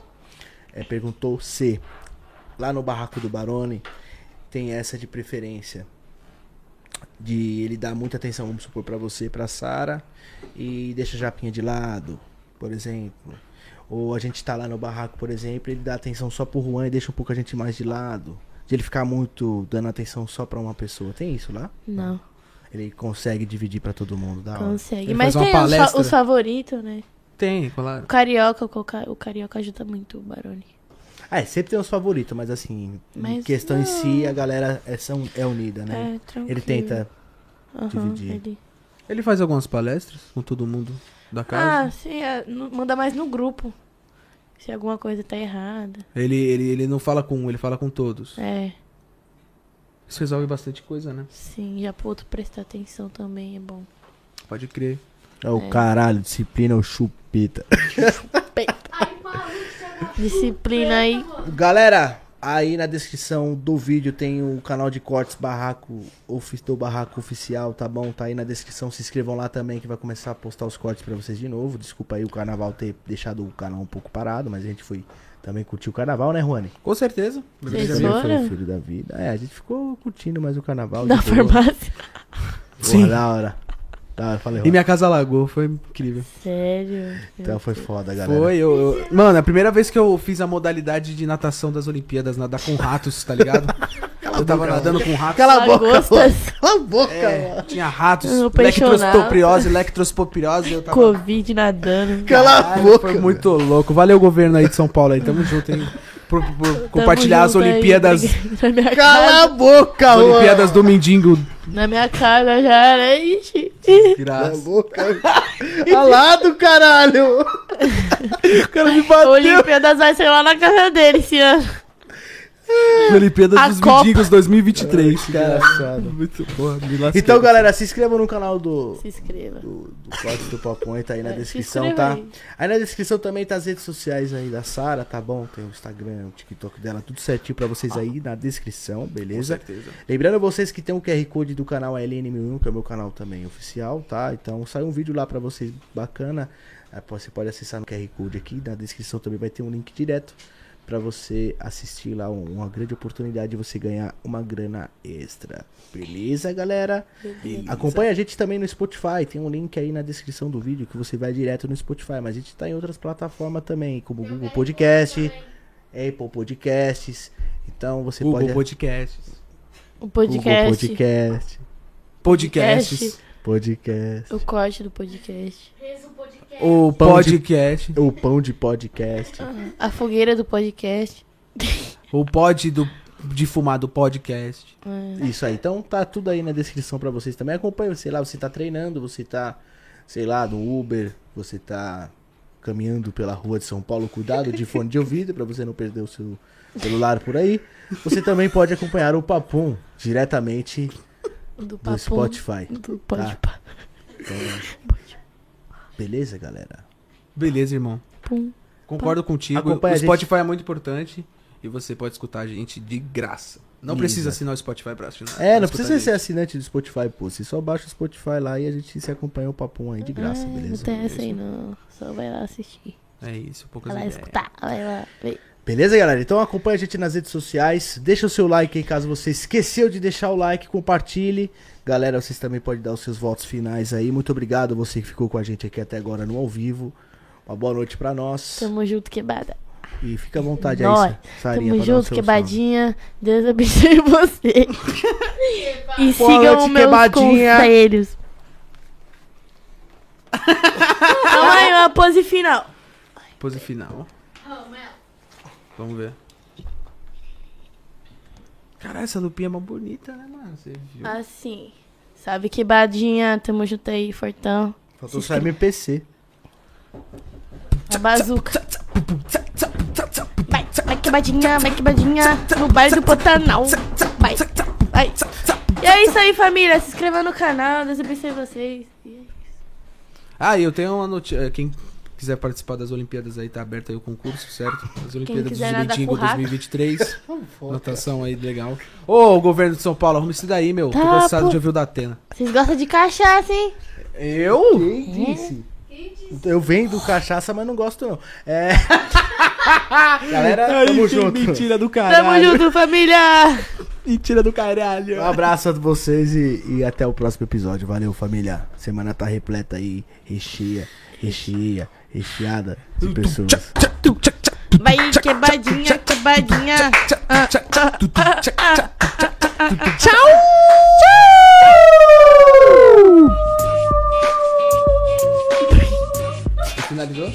Speaker 1: é, perguntou se lá no barraco do Barone tem essa de preferência. De ele dar muita atenção, vamos supor, pra você, e pra Sara, e deixa a Japinha de lado, por exemplo. Ou a gente tá lá no barraco, por exemplo, ele dá atenção só pro Juan e deixa um pouco a gente mais de lado. De ele ficar muito dando atenção só pra uma pessoa. Tem isso lá?
Speaker 3: Não,
Speaker 1: Ele consegue dividir pra todo mundo, da hora.
Speaker 3: consegue.
Speaker 2: Ele
Speaker 3: Mas
Speaker 2: faz uma
Speaker 3: tem os, fa-
Speaker 2: palestra.
Speaker 3: os favoritos, né?
Speaker 2: É, Tem, claro.
Speaker 3: O carioca, o, coca- o carioca ajuda muito o Barone.
Speaker 1: Ah, é, sempre tem os favoritos, mas assim, em
Speaker 3: Mas
Speaker 1: questão em
Speaker 3: não.
Speaker 1: si, a galera é, são, é unida, né?
Speaker 3: É, tranquilo.
Speaker 1: Ele tenta.
Speaker 3: Aham,
Speaker 1: dividir.
Speaker 3: ele-
Speaker 2: Ele faz algumas palestras com todo mundo da casa.
Speaker 3: Ah, sim, é, no- manda mais no grupo. Se alguma coisa tá errada.
Speaker 2: Ele, ele, ele não fala com um, ele fala com todos.
Speaker 3: É,
Speaker 2: Isso resolve bastante coisa, né?
Speaker 3: sim, já pro outro prestar atenção também é bom.
Speaker 2: Pode crer.
Speaker 1: É o caralho, disciplina, é o chupita.
Speaker 4: Ai, maluco, chegou.
Speaker 3: Disciplina aí.
Speaker 1: Galera, aí na descrição do vídeo tem o canal de cortes Barraco ofi- do Barraco Oficial, tá bom? Tá aí na descrição, se inscrevam lá também que vai começar a postar os cortes pra vocês de novo. Desculpa aí o carnaval ter deixado o canal um pouco parado, mas a gente foi também curtir o carnaval, né, Juane?
Speaker 2: Com certeza.
Speaker 3: Vocês
Speaker 1: Também
Speaker 3: foram?
Speaker 1: foi o filho da vida. É, a gente ficou curtindo mais o carnaval.
Speaker 3: Da
Speaker 1: de boa.
Speaker 3: farmácia.
Speaker 1: Porra, da hora. Da hora, falei.
Speaker 2: E minha casa alagou, foi incrível.
Speaker 3: Sério.
Speaker 1: Então foi foda, galera.
Speaker 2: Foi, eu, eu- Mano, a primeira vez que eu fiz a modalidade de natação das Olimpíadas, nadar com ratos, tá ligado? eu tava nadando com ratos.
Speaker 1: Cala a boca,
Speaker 3: Lagostas,
Speaker 1: Cala a boca, mano.
Speaker 2: É, tinha ratos,
Speaker 3: Eu apaixonado.
Speaker 2: lectroscopriose, lectrospopirose, eu tava...
Speaker 3: Covid nadando.
Speaker 1: Cala a
Speaker 2: Caralho,
Speaker 1: boca.
Speaker 2: Foi muito louco. Valeu, governo aí de São Paulo aí. Tamo junto, hein? Por, por compartilhar as
Speaker 3: junto aí,
Speaker 2: Olimpíadas.
Speaker 3: obrigada. Na minha
Speaker 1: Cala a
Speaker 3: casa,
Speaker 1: boca,
Speaker 2: as
Speaker 1: mano.
Speaker 2: Olimpíadas do Mendigo.
Speaker 3: na minha casa já era. Ixi.
Speaker 1: Cala a
Speaker 2: Graças.
Speaker 1: boca. Calado, caralho.
Speaker 2: O cara me bateu.
Speaker 3: Olimpíadas vai ser lá na casa dele esse ano.
Speaker 2: Olimpíadas
Speaker 3: A
Speaker 2: dos
Speaker 3: Copa.
Speaker 2: Mendigos 2023.
Speaker 1: Engraçado.
Speaker 2: Muito porra, me lasquei.
Speaker 1: Então, galera, se inscrevam no canal do...
Speaker 3: Se inscreva.
Speaker 1: Do, do corte do Papunha, tá aí na
Speaker 3: É, se
Speaker 1: descrição,
Speaker 3: inscreva
Speaker 1: tá?
Speaker 3: aí.
Speaker 1: Aí na descrição também tá as redes sociais aí da Sara, tá bom? Tem o Instagram, o TikTok dela, tudo certinho pra vocês aí na descrição, beleza? Lembrando vocês que tem o QR Code do canal LN1001, que é o meu canal também oficial, tá? Então sai um vídeo lá pra vocês bacana. eh, Você pode acessar no QR Code aqui, na descrição também vai ter um link direto pra você assistir lá um- uma grande oportunidade de você ganhar uma grana extra. Beleza, galera? Acompanha a gente também no Spotify, tem um link aí na descrição do vídeo que você vai direto no Spotify, mas a gente tá em outras plataformas também, como Google Podcast, Apple Podcasts. Então você
Speaker 2: Google
Speaker 1: pode
Speaker 2: Podcasts.
Speaker 3: O podcast.
Speaker 1: Google Podcast.
Speaker 2: Podcasts.
Speaker 1: Podcast.
Speaker 3: O corte do podcast.
Speaker 4: Rezo o podcast.
Speaker 2: O
Speaker 1: Pão de-
Speaker 2: podcast.
Speaker 1: O pão de podcast.
Speaker 3: A fogueira do podcast.
Speaker 2: O pod do, de fumar do podcast.
Speaker 1: Isso aí. Então tá tudo aí na descrição pra vocês também. Acompanha, sei lá, você tá treinando, você tá, sei lá, no Uber, você tá caminhando pela rua de São Paulo, cuidado de fone de ouvido para você não perder o seu celular por aí. Você também pode acompanhar o Papum diretamente
Speaker 3: Do
Speaker 1: do Spotify.
Speaker 3: Do pode
Speaker 1: Beleza, galera?
Speaker 2: Beleza, irmão.
Speaker 3: pum.
Speaker 2: Concordo contigo.
Speaker 1: Acompanha a
Speaker 2: o
Speaker 1: gente.
Speaker 2: Spotify é muito importante e você pode escutar a gente de graça. Não
Speaker 1: Exato.
Speaker 2: precisa assinar o Spotify pra assinar.
Speaker 1: É,
Speaker 2: pra
Speaker 1: não
Speaker 2: escutar
Speaker 1: precisa
Speaker 2: a
Speaker 1: ser
Speaker 2: gente.
Speaker 1: assinante do Spotify, pô. Você só baixa o Spotify lá e a gente se acompanha o Papum aí de graça,
Speaker 3: Ai,
Speaker 1: beleza?
Speaker 3: Não tem essa aí, não. Só vai lá assistir.
Speaker 2: É isso, poucas
Speaker 3: Vai lá
Speaker 2: ideias.
Speaker 3: escutar. Vai lá ver.
Speaker 1: Beleza, galera? Então acompanha a gente nas redes sociais. Deixa o seu like aí caso você esqueceu de deixar o like. Compartilhe. Galera, vocês também podem dar os seus votos finais aí. Muito obrigado você que ficou com a gente aqui até agora no ao vivo. Uma boa noite pra nós.
Speaker 3: Tamo junto, quebada.
Speaker 1: E fica à vontade
Speaker 3: Nós.
Speaker 1: aí, Sarinha. pra
Speaker 3: Tamo
Speaker 1: dar o
Speaker 3: junto,
Speaker 1: seu
Speaker 3: quebadinha. Deus abençoe você.
Speaker 1: Boa
Speaker 3: e sigam
Speaker 1: noite,
Speaker 3: os meus
Speaker 1: quebadinha.
Speaker 3: conselhos. Calma aí, uma pose final.
Speaker 2: Pose final. Vamos ver. Caralho, essa lupinha é mó bonita, né, mano? Você viu?
Speaker 3: Assim. Salve, quebadinha. Tamo junto aí, fortão.
Speaker 1: salve. Faltou só MPC.
Speaker 3: A bazuca. Vai, vai quebadinha, vai quebadinha. No baile do Pantanal. Vai, vai. E é isso aí, família. Se inscreva no canal. Deus abençoe vocês. E
Speaker 2: Ah, e eu tenho uma notícia. Quem quiser participar das Olimpíadas aí, tá aberto aí o concurso, certo? As Olimpíadas
Speaker 3: quiser nadar
Speaker 2: do Zibitingo
Speaker 3: com rato.
Speaker 2: 2023. Notação aí legal. Ô, o governo de São Paulo, arruma isso daí, meu. Tô
Speaker 3: Tá,
Speaker 2: cansado
Speaker 3: pô.
Speaker 2: de ouvir o da Atena.
Speaker 3: Vocês gostam de cachaça, hein?
Speaker 2: Eu?
Speaker 1: Quem
Speaker 3: É?
Speaker 1: disse? Eu vendo cachaça, mas não gosto não. É. Galera, tamo junto.
Speaker 2: Mentira do
Speaker 3: Tamo
Speaker 2: caralho.
Speaker 3: junto, família!
Speaker 2: Mentira do caralho.
Speaker 1: Um abraço a vocês e, e até o próximo episódio. Valeu, família. Semana tá repleta aí, recheia, recheia, recheada de pessoas.
Speaker 3: Vai, quebadinha, quebadinha. Ah, ah, ah, ah, ah, ah, ah. Tchau! Tchau!
Speaker 2: Finalizou?